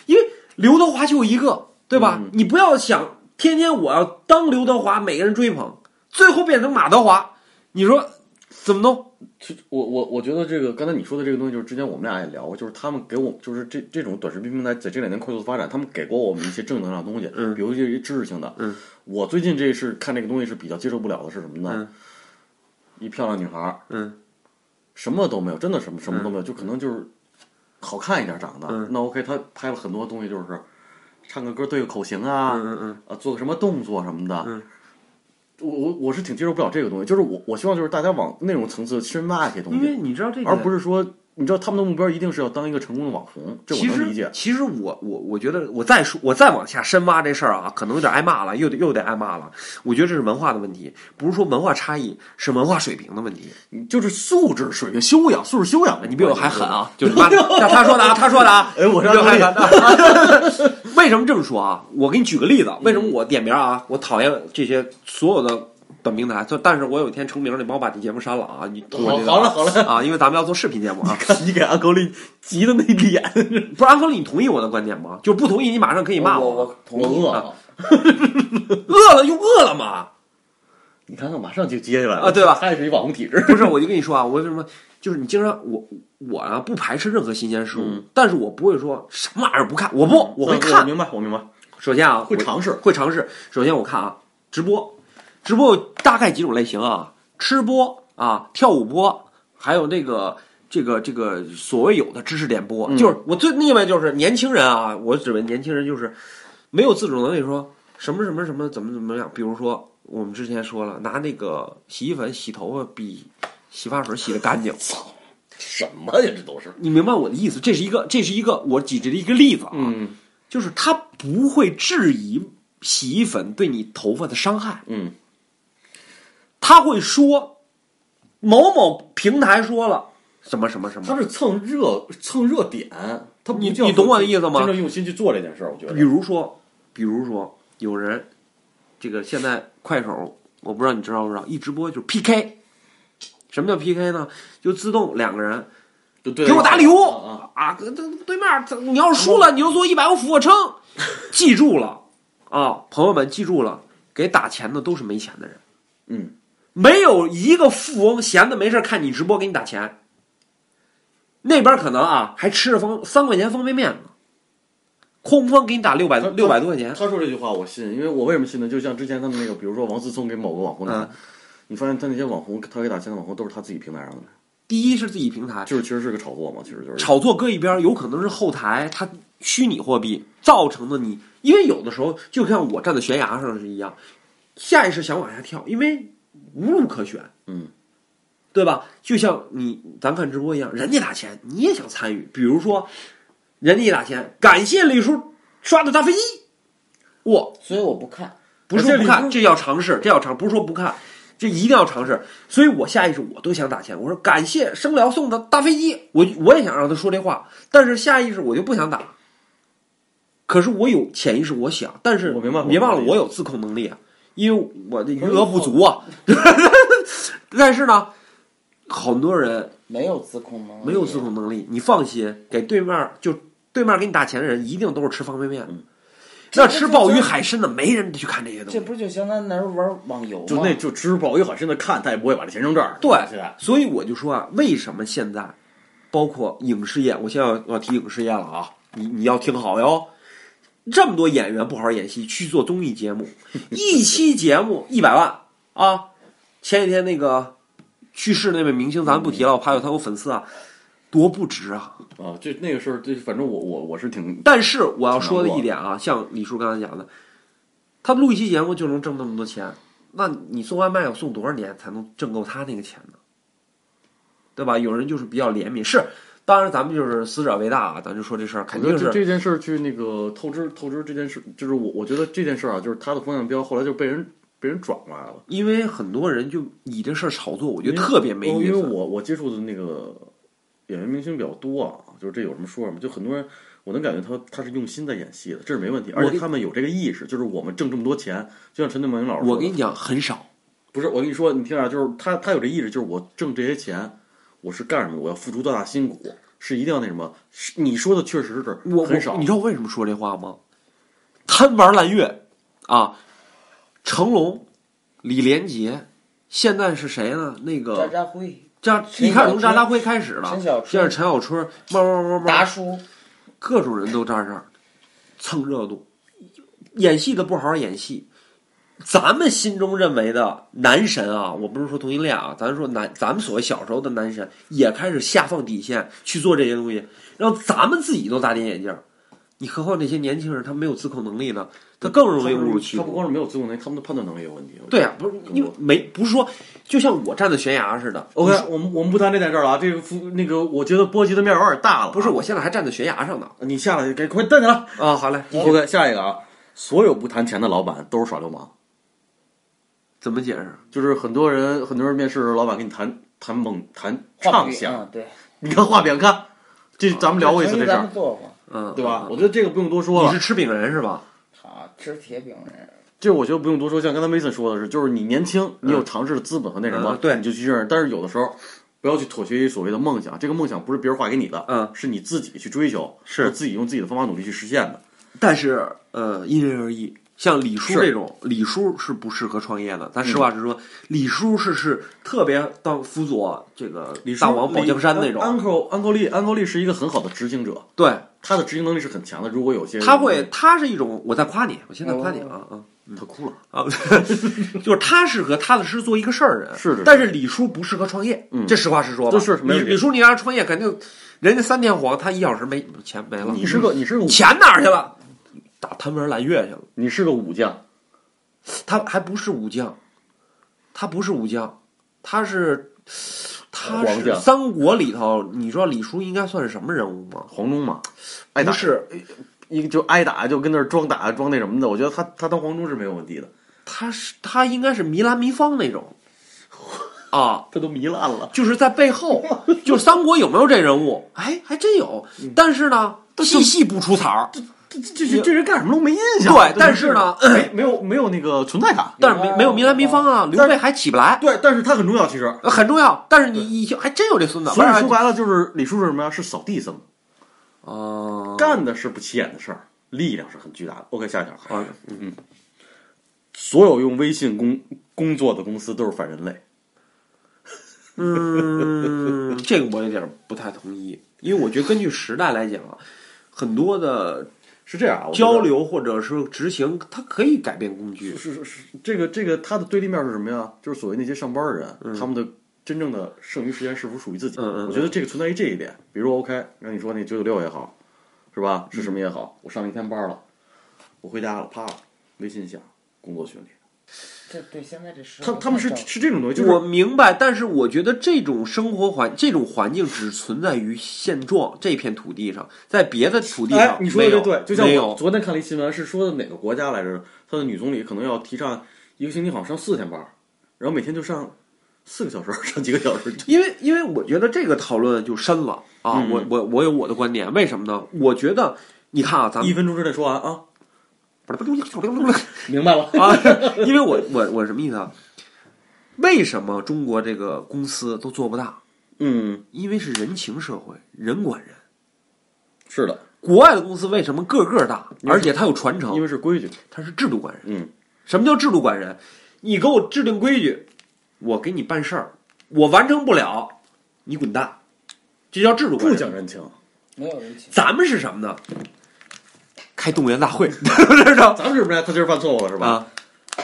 Speaker 3: 因为刘德华就一个，对吧？你不要想天天我要当刘德华，每个人追捧，最后变成马德华，你说怎么弄？
Speaker 1: 其实我我我觉得这个刚才你说的这个东西，就是之前我们俩也聊过，就是他们给我就是这这种短视频平台在这两年快速发展，他们给过我们一些正能量的东西，
Speaker 3: 嗯
Speaker 1: 比如一些知识性的。
Speaker 3: 嗯，
Speaker 1: 我最近这是看这个东西是比较接受不了的是什么呢？
Speaker 3: 嗯
Speaker 1: 一漂亮女孩儿
Speaker 3: 嗯
Speaker 1: 什么都没有，真的什么什么都没有，就可能就是好看一点长得，
Speaker 3: 嗯
Speaker 1: 那 OK，她拍了很多东西，就是唱个歌对个口型啊，
Speaker 3: 嗯嗯
Speaker 1: 啊，做个什么动作什么的。
Speaker 3: 嗯
Speaker 1: 我我我是挺接受不了这个东西，就是我我希望就是大家往那种层次深挖一些东
Speaker 3: 嗯，
Speaker 1: 西，
Speaker 3: 因为你知道这个，
Speaker 1: 而不是说，你知道他们的目标一定是要当一个成功的网红，这我
Speaker 3: 其
Speaker 1: 能
Speaker 3: 实
Speaker 1: 理解。
Speaker 3: 其实我我我觉得我再说我再往下深挖这事儿啊，可能有点挨骂了，又得又得挨骂了。我觉得这是文化的问题，不是说文化差异，是文化水平的问题。
Speaker 1: 你就是素质、水平、修养、素质修养，
Speaker 3: 你比我还狠！啊！就是他他他说的啊，他说的啊，
Speaker 1: 哎我
Speaker 3: 比
Speaker 1: 让
Speaker 3: 我还
Speaker 1: 你
Speaker 3: 狠 啊。为什么这么说啊？我给你举个例子，为什么
Speaker 1: 嗯
Speaker 3: 我点名啊？我讨厌这些所有的短平台，就但是我有一天成名了，你帮我把这节目删了啊！你
Speaker 1: 好好了好了
Speaker 3: 啊，因为咱们要做视频节目啊。
Speaker 1: 看你给阿高丽急的那脸，
Speaker 3: 不是安哥，你同意我的观点吗？就不同意，你马上可以骂
Speaker 2: 我
Speaker 3: 我。
Speaker 2: 我同
Speaker 1: 我
Speaker 2: 意
Speaker 1: 饿
Speaker 2: 啊
Speaker 1: 了。
Speaker 3: 饿了就饿了嘛，
Speaker 1: 你看看，马上就接下来了
Speaker 3: 啊对吧
Speaker 1: 他也是一网红体质。
Speaker 3: 不是，我就跟你说啊，我为什么就是你经常我我啊不排斥任何新鲜事物，但是我不会说什么玩意儿不看，我不我会
Speaker 1: 嗯
Speaker 3: 看。
Speaker 1: 明白，我明白，
Speaker 3: 首先啊，
Speaker 1: 会
Speaker 3: 我
Speaker 1: 尝试。
Speaker 3: 会尝试。首先我看啊，直播，直播有大概几种类型啊，吃播啊、跳舞播，还有这个这个这个所谓有的知识点播，就是我最腻歪就是年轻人啊，我指为年轻人就是没有自主能力说什么什么什么怎么怎么样，比如说我们之前说了，拿那个洗衣粉洗头发比洗发水洗的干净。
Speaker 1: 什么呀？这都是，
Speaker 3: 你明白我的意思？这是一个，这是一个我举着的一个例子啊，
Speaker 1: 嗯
Speaker 3: 就是他不会质疑洗衣粉对你头发的伤害，
Speaker 1: 嗯
Speaker 3: 他会说某某平台说了什么什么什
Speaker 1: 他
Speaker 3: 么。
Speaker 1: 是蹭热蹭热点，他不
Speaker 3: 你
Speaker 1: 叫
Speaker 3: 你懂我的意思吗
Speaker 1: 真正用心去做这件事儿，我觉得
Speaker 3: 比如说，比如说有人这个现在快手，我不知道你知道不知道，一直播就是 PK。什么叫 PK 呢？就自动两个人
Speaker 1: 就对
Speaker 3: 给我打礼物
Speaker 1: 啊啊，
Speaker 3: 啊！跟对对面儿，你要是输
Speaker 1: 嗯
Speaker 3: 了，你就做一百个俯卧撑。记住了啊，朋友们，记住了，给打钱的都是没钱的人。
Speaker 1: 嗯，
Speaker 3: 没有一个富翁闲的没事儿看你直播给你打钱。那边可能啊，还吃着方三块钱方便面呢，哐哐给你打六百
Speaker 1: 他
Speaker 3: 六百多块钱。
Speaker 1: 他说这句话我信，因为我为什么信呢？就像之前他们那个，比如说王思聪给某个网红打
Speaker 3: 嗯，
Speaker 1: 你发现他那些网红，他给打钱的网红都是他自己平台上的，
Speaker 3: 第一是自己平台
Speaker 1: 就是其实是个炒作嘛，其实就是
Speaker 3: 炒作搁一边儿，有可能是后台它虚拟货币造成的你，因为有的时候就像我站在悬崖上是一样，下意识想往下跳，因为无路可选，
Speaker 1: 嗯，
Speaker 3: 对吧？就像你咱看直播一样，人家打钱你也想参与，比如说人家一打钱，感谢李叔刷的大飞机，哇，
Speaker 2: 所以我不看。
Speaker 3: 不是说不看，这要尝试，这要尝，不是说不看，这一定要尝试。所以我下意识我都想打钱，我说感谢生疗送的大飞机，我我也想让他说这话，但是下意识我就不想打。可是我有潜意识，我想，但是
Speaker 1: 我明白我
Speaker 3: 别忘了
Speaker 1: 明白
Speaker 3: 我有自控能力啊，因为我的余额不足啊。
Speaker 1: 哎
Speaker 3: 但是呢，很多人
Speaker 2: 没有自控能力，
Speaker 3: 没有自控能力，你放心，给对面儿就对面儿给你打钱的人，一定都是吃方便面的
Speaker 1: 嗯，
Speaker 3: 那吃鲍鱼海参的，没人去看这些东西
Speaker 2: 这。不就相当于那时候玩网游吗？
Speaker 1: 就那就吃不好一好现在看他也不会把这钱扔这儿，
Speaker 3: 对
Speaker 1: 现在，
Speaker 3: 所以我就说啊，为什么现在，包括影视业，我现在要要提影视业了啊，你你要听好哟。这么多演员不好好演戏，去做综艺节目，一期节目一百万啊！前几天那个去世那位明星，咱们不提了，我怕有他有粉丝啊，多不值啊！
Speaker 1: 啊，就那个事儿，对，反正我我我是挺
Speaker 3: 但是我要说的一点啊，像李叔刚才讲的，他录一期节目就能挣那么多钱，那你送外卖要送多少年才能挣够他那个钱呢？对吧？有人就是比较怜悯，是，当然咱们就是死者为大啊，咱就说这事儿肯定
Speaker 1: 我觉得这
Speaker 3: 是
Speaker 1: 这件事儿去那个透支透支这件事，就是我我觉得这件事儿啊，就是他的风向标后来就被人被人转过来了，
Speaker 3: 因为很多人就以这事儿炒作，我觉得
Speaker 1: 因为哦
Speaker 3: 特别没意
Speaker 1: 因为
Speaker 3: 思。
Speaker 1: 我我接触的那个演员明星比较多啊，就是这有什么说什么，就很多人我能感觉他他是用心在演戏的，这是没问题，而
Speaker 3: 我给
Speaker 1: 且他们有这个意识，就是我们挣这么多钱，就像陈德明老师说
Speaker 3: 我
Speaker 1: 的，
Speaker 3: 跟你讲，很少，
Speaker 1: 不是，我跟你说，你听啊，就是他他有这意识，就是我挣这些钱，我是干什么？我要付出多大辛苦，是一定要那什么？是你说的确实是
Speaker 3: 我
Speaker 1: 很少
Speaker 3: 我你知道为什么说这话吗？贪玩蓝月啊，成龙、李连杰，现在是谁呢？那个
Speaker 2: 渣渣辉、
Speaker 3: 这样
Speaker 2: 陈
Speaker 3: 你看
Speaker 2: 小
Speaker 3: 从渣渣
Speaker 2: 春
Speaker 3: 辉开始了，
Speaker 2: 陈小
Speaker 3: 接着
Speaker 2: 春、
Speaker 3: 陈小春，慢慢慢慢
Speaker 2: 达
Speaker 3: 慢，
Speaker 2: 叔，
Speaker 3: 各种人都站这儿蹭热度，演戏的不好好演戏。咱们心中认为的男神啊，我不是说同性恋啊，咱说男，咱们所谓小时候的男神也开始下放底线去做这些东西，让咱们自己都大跌眼镜儿。你何况那些年轻人，他没有自控能力呢，他更容易误入歧
Speaker 1: 他
Speaker 3: 途
Speaker 1: 不。光是没有自控能力，他们的判断能力有问题。
Speaker 3: 对啊，不是因为没不是说，就像我站在悬崖似的。
Speaker 1: ，OK，我们我们不谈这点事儿了啊。这个夫那个，我觉得波及的面有点大了。啊
Speaker 3: 不是，，我现在还站在悬崖上呢。
Speaker 1: 你下来给快站起来。
Speaker 3: 啊，好嘞，
Speaker 1: OK，下一个啊，所有不谈钱的老板都是耍流氓，
Speaker 3: 怎么解释？
Speaker 1: 就是很多人很多人面试的时候，老板跟你谈谈梦谈
Speaker 2: 话
Speaker 1: 畅
Speaker 2: 剧
Speaker 1: 想，
Speaker 3: 啊
Speaker 2: 嗯，对，
Speaker 1: 你看画饼看，这咱们聊过一次这事
Speaker 2: 咱
Speaker 1: 儿
Speaker 2: 们，做过，
Speaker 3: 嗯，
Speaker 1: 对吧？
Speaker 3: 嗯
Speaker 1: 我觉得这个不用多说了
Speaker 3: 你。是吃饼人是吧？
Speaker 2: 好吃铁饼人，
Speaker 1: 这我觉得不用多说，像刚才 Mason 说的是，就是你年轻，你有尝试的资本和那什么，
Speaker 3: 嗯对
Speaker 1: 你就去认识。但是有的时候，不要去妥协于所谓的梦想，这个梦想不是别人画给你的，
Speaker 3: 嗯
Speaker 1: 是你自己去追求，
Speaker 3: 是
Speaker 1: 和自己用自己的方法努力去实现的。
Speaker 3: 但是呃，因人而异。像李叔
Speaker 1: 是嗯
Speaker 3: 这种，李叔是不适合创业的。咱实话实说，李叔是是特别当辅佐这个
Speaker 1: 李叔
Speaker 3: 大王保江山那种。
Speaker 1: Uncle Uncle Lee Uncle Lee 是一个很好的执行者，
Speaker 3: 对，
Speaker 1: 他的执行能力是很强的。如果有些哦
Speaker 3: 他会，他是一种我在夸你，我现在夸你啊啊，
Speaker 1: 他哭了。
Speaker 3: 啊，就是他适合踏踏实实做一个事儿人，
Speaker 1: 是是
Speaker 3: 但是李叔不适合创业，
Speaker 1: 嗯
Speaker 3: 这实话实说吧。
Speaker 1: 这是没
Speaker 3: 李
Speaker 1: 问题
Speaker 3: 李叔，你让他创业，肯定人家三天黄，他一小时没钱没了。
Speaker 1: 你是个你是个武
Speaker 3: 钱哪儿去了？打贪玩蓝月去了。
Speaker 1: 你是个武将，
Speaker 3: 他还不是武将，他不是武将，他是他
Speaker 1: 皇
Speaker 3: 是
Speaker 1: 将
Speaker 3: 三国里头，你知道李叔应该算是什么人物吗？
Speaker 1: 黄忠嘛，挨打
Speaker 3: 不是，
Speaker 1: 一个就挨打，就跟那儿装打装那什么的。我觉得他他当黄忠是没有问题的，
Speaker 3: 他是他应该是糜烂糜芳那种啊。
Speaker 1: 他都糜烂了。
Speaker 3: 就是在背后，就是三国有没有这人物？哎，还真有，但是呢，细细不出彩儿。
Speaker 1: 这这这这人干什么都没印象。
Speaker 3: 对但是呢
Speaker 1: 没没有没有那个存在感。
Speaker 3: 但是没没有糜兰糜芳啊，刘备还起不来，
Speaker 1: 对，但是他很重要，其实。
Speaker 3: 呃很重要。但是你你还真有这孙子，
Speaker 1: 所以
Speaker 3: 不是
Speaker 1: 说白了就是李叔是什么呀？是扫地僧，
Speaker 3: 啊，
Speaker 1: 干的是不起眼的事儿，力量是很巨大的。OK，下一条。
Speaker 3: 啊，
Speaker 1: 嗯所有用微信工工作的公司都是反人类。
Speaker 3: 嗯，这个我有点不太同意，因为我觉得根据时代来讲啊，很多的
Speaker 1: 是这样啊，我觉得
Speaker 3: 交流或者是执行，它可以改变工具。
Speaker 1: 是是是，这个这个他的对立面是什么呀？就是所谓那些上班的人，他们的真正的剩余时间是不是属于自己？
Speaker 3: 嗯嗯嗯
Speaker 1: 我觉得这个存在于这一点。比如说 OK，让你说那九九六也好，是吧？是
Speaker 3: 嗯
Speaker 1: 什么也好，我上了一天班了，我回家了，啪，微信一下，工作群里，
Speaker 2: 这对现在这时
Speaker 1: 他
Speaker 2: 候
Speaker 1: 他们是
Speaker 2: 太正
Speaker 1: 是这种东西，就
Speaker 3: 我
Speaker 1: 是
Speaker 3: 明白，但是我觉得这种生活环这种环境只存在于现状这片土地上，在别的土地
Speaker 1: 哎
Speaker 3: 上，
Speaker 1: 你说的
Speaker 3: 没
Speaker 1: 这
Speaker 3: 有
Speaker 1: 对，就像
Speaker 3: 没
Speaker 1: 我
Speaker 3: 有
Speaker 1: 昨天看了一新闻，是说的哪个国家来着？他的女总理可能要提倡一个星期好像上四天班，然后每天就上四个小时， 上几个小时，
Speaker 3: 因为因为我觉得这个讨论就深了啊，
Speaker 1: 嗯
Speaker 3: 我我我有我的观点，为什么呢？我觉得你看啊，咱
Speaker 1: 一
Speaker 3: 们
Speaker 1: 分钟之内说完啊，
Speaker 3: 啊，
Speaker 1: 明白了。
Speaker 3: 因为我我我什么意思啊？为什么中国这个公司都做不大？
Speaker 1: 嗯，
Speaker 3: 因为是人情社会，人管人。
Speaker 1: 是的，
Speaker 3: 国外的公司为什么个个大，而且它有传承
Speaker 1: 因？为是规矩。
Speaker 3: 它是制度管人。
Speaker 1: 嗯，
Speaker 3: 什么叫制度管人？你给我制定规矩，我给你办事儿，我完成不了，你滚蛋，这叫制度管
Speaker 1: 不
Speaker 3: 人。
Speaker 1: 讲人情，
Speaker 2: 没有人情。
Speaker 3: 咱们是什么呢？开动员大会， 知道
Speaker 1: 咱们是不是他今儿犯错误了是吧？
Speaker 3: 吧？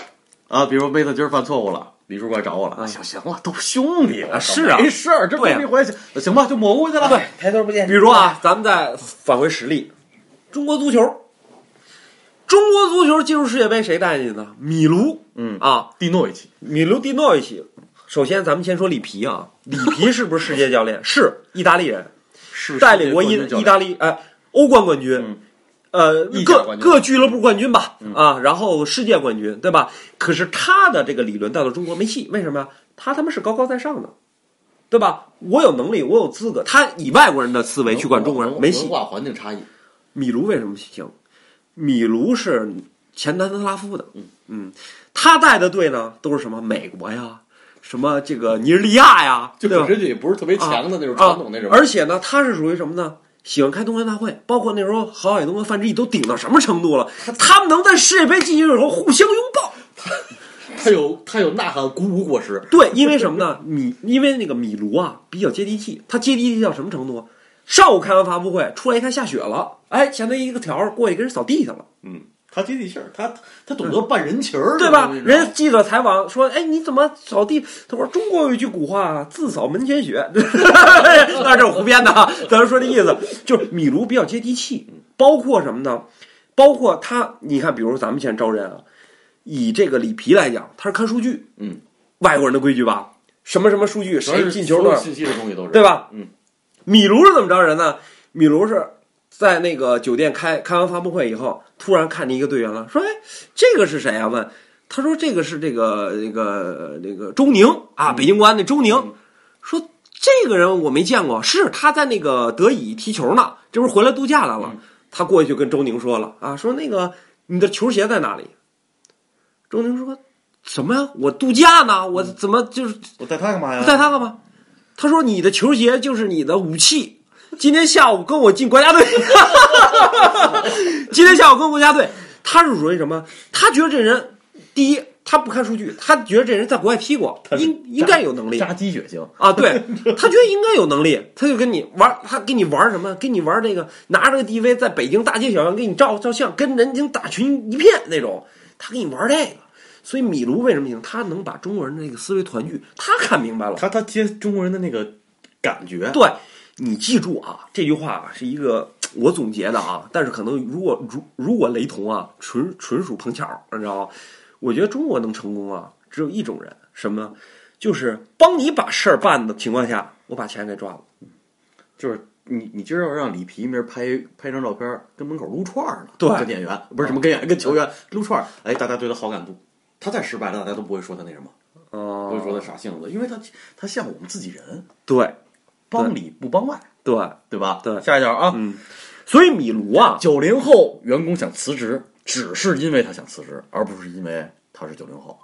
Speaker 1: 啊，比如说妹子今儿犯错误了，李叔过来找我了，啊行行了，都兄弟了，
Speaker 3: 是啊
Speaker 1: 没事儿，这不
Speaker 3: 对啊
Speaker 1: 没关系，那行吧，就抹过去了。
Speaker 3: 对，
Speaker 2: 抬头不见低
Speaker 3: 比如说啊，咱们再返回实力，中国足球，中国足球进入世界杯谁带进的？米卢
Speaker 1: 嗯，
Speaker 3: 啊，
Speaker 1: 地诺一起，
Speaker 3: 米卢蒂诺维奇。首先，咱们先说里皮啊，里皮是不是世界教练？是意大利人，
Speaker 1: 是
Speaker 3: 带领过
Speaker 1: 世
Speaker 3: 意
Speaker 1: 界冠军教
Speaker 3: 意
Speaker 1: 练
Speaker 3: 大利哎欧冠冠军，
Speaker 1: 嗯
Speaker 3: 呃
Speaker 1: 意甲
Speaker 3: 各
Speaker 1: 冠军嗯
Speaker 3: 各俱乐部冠军吧、啊，然后世界冠军对吧？可是他的这个理论带到中国没戏，为什么呀？他他妈是高高在上的，对吧？我有能力，我有资格，他以外国人的思维去管中国人
Speaker 1: 文
Speaker 3: 没
Speaker 1: 哦
Speaker 3: 戏
Speaker 1: 文。化环境差异，
Speaker 3: 米卢为什么行？米卢是前南斯拉夫的，嗯，他带的队呢都是什么美国呀，什么这个尼日利亚呀，
Speaker 1: 就
Speaker 3: 对吧
Speaker 1: 本？身就也不是特别强的那种
Speaker 3: 啊
Speaker 1: 传统那种。
Speaker 3: 而且呢，他是属于什么呢？喜欢开动员大会，包括那时候郝海东跟范志毅都顶到什么程度了？他们能在世界杯进行以后互相拥抱。
Speaker 1: 他有他有呐喊鼓舞果实，
Speaker 3: 对，因为什么呢？ 米，因为那个米卢啊比较接地气，他接地气到什么程度？啊上午开完发布会，出来一看下雪了，哎，前头一个条儿过去跟人扫地去了，
Speaker 1: 嗯，他接地气儿，他他懂得办人情儿，
Speaker 3: 对吧？
Speaker 1: 这种东西
Speaker 3: 人家记者采访说：“哎，你怎么扫地？”他说：“中国有一句古话啊，自扫门前 雪。”当然这是胡编的啊，咱们说这意思就是米卢比较接地气，包括什么呢？包括他，你看，比如咱们现在招人啊，以这个里皮来讲，他是看数据，
Speaker 1: 嗯，
Speaker 3: 外国人的规矩吧，什么什么数据，
Speaker 1: 主要
Speaker 3: 谁
Speaker 1: 是
Speaker 3: 进球
Speaker 1: 所
Speaker 3: 多
Speaker 1: 有
Speaker 3: 少，
Speaker 1: 信息的东西都是
Speaker 3: 对吧？
Speaker 1: 嗯，
Speaker 3: 米卢是怎么招人呢？米卢是在那个酒店开开完发布会以后，突然看见一个队员了，说：“哎，这个是谁啊？”问他说：“这个是这个那个那个周宁啊，北京国安那周宁。
Speaker 1: 嗯
Speaker 3: 说这个人我没见过，是他在那个德乙踢球呢，这不是回来度假来了。他过去就跟周宁说了啊，说那个你的球鞋在哪里？周宁说什么呀？我度假呢，我怎么就是
Speaker 1: 我带他干嘛呀？
Speaker 3: 带他干嘛？他说你的球鞋就是你的武器。今天下午跟我进国家队， 今天下午跟国家队，他是属于什么？他觉得这人，第一，他不看数据，他觉得这人在国外踢过，应应该有能力
Speaker 1: 扎鸡血型，
Speaker 3: 啊。对他觉得应该有能力，他就跟你玩，他跟你玩什么？跟你玩这个，拿着个 DV 在北京大街小巷给你照照相，跟人家打群一片那种。他给你玩这个。所以米卢为什么行？他能把中国人的这个思维团聚，他看明白了。
Speaker 1: 他他接中国人的那个感觉，
Speaker 3: 对，你记住啊，这句话啊是一个我总结的啊，但是可能如果如如果雷同啊，纯纯属碰巧儿，你知道吗？我觉得中国能成功啊，只有一种人，什么呢？就是帮你把事儿办的情况下，我把钱给赚了。
Speaker 1: 就是你你今儿要让李皮明儿拍拍张照片儿，跟门口撸串儿呢，
Speaker 3: 对啊
Speaker 1: 跟演员不是什么跟演员跟球员撸串儿，哎，大家对他好感度，他再失败了，大家都不会说他那什么，不会
Speaker 3: 哦、
Speaker 1: 说他傻性子，因为他他像我们自己人，
Speaker 3: 对
Speaker 1: 帮里不帮外，
Speaker 3: 对，
Speaker 1: 对吧？
Speaker 3: 对
Speaker 1: 下一条啊，
Speaker 3: 嗯，所以米卢啊，
Speaker 1: 九零后员工想辞职，只是因为他想辞职，而不是因为他是九零后。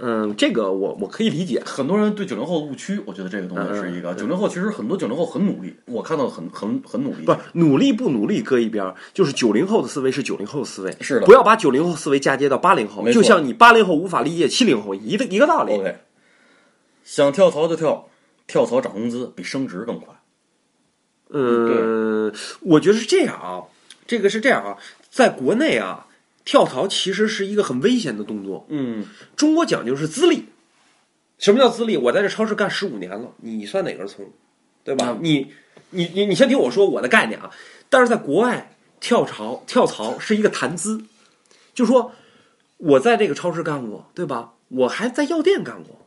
Speaker 3: 嗯，这个我我可以理解，
Speaker 1: 很多人对九零后的误区，我觉得这个东西是一个。
Speaker 3: 嗯嗯
Speaker 1: 九零后其实很多九零后很努力，我看到很很很努力。
Speaker 3: 不是努力不努力搁一边儿，就是九零后的思维是九零后的思维，
Speaker 1: 是的
Speaker 3: 不要把九零后思维嫁接到八零后，
Speaker 1: 没错哦
Speaker 3: 就像你八零后无法理解七零后一个一个道理。
Speaker 1: OK，想跳槽就跳，跳槽涨工资比升职更快。
Speaker 3: 嗯，呃我觉得是这样啊，这个是这样啊，在国内啊，跳槽其实是一个很危险的动作。
Speaker 1: 嗯，
Speaker 3: 中国讲究是资历，什么叫资历？我在这超市干十五年了，你算哪根葱，对吧？
Speaker 1: 嗯
Speaker 3: 你你你你先听我说我的概念啊，但是在国外跳槽跳槽是一个谈资，就说我在这个超市干过，对吧？我还在药店干过，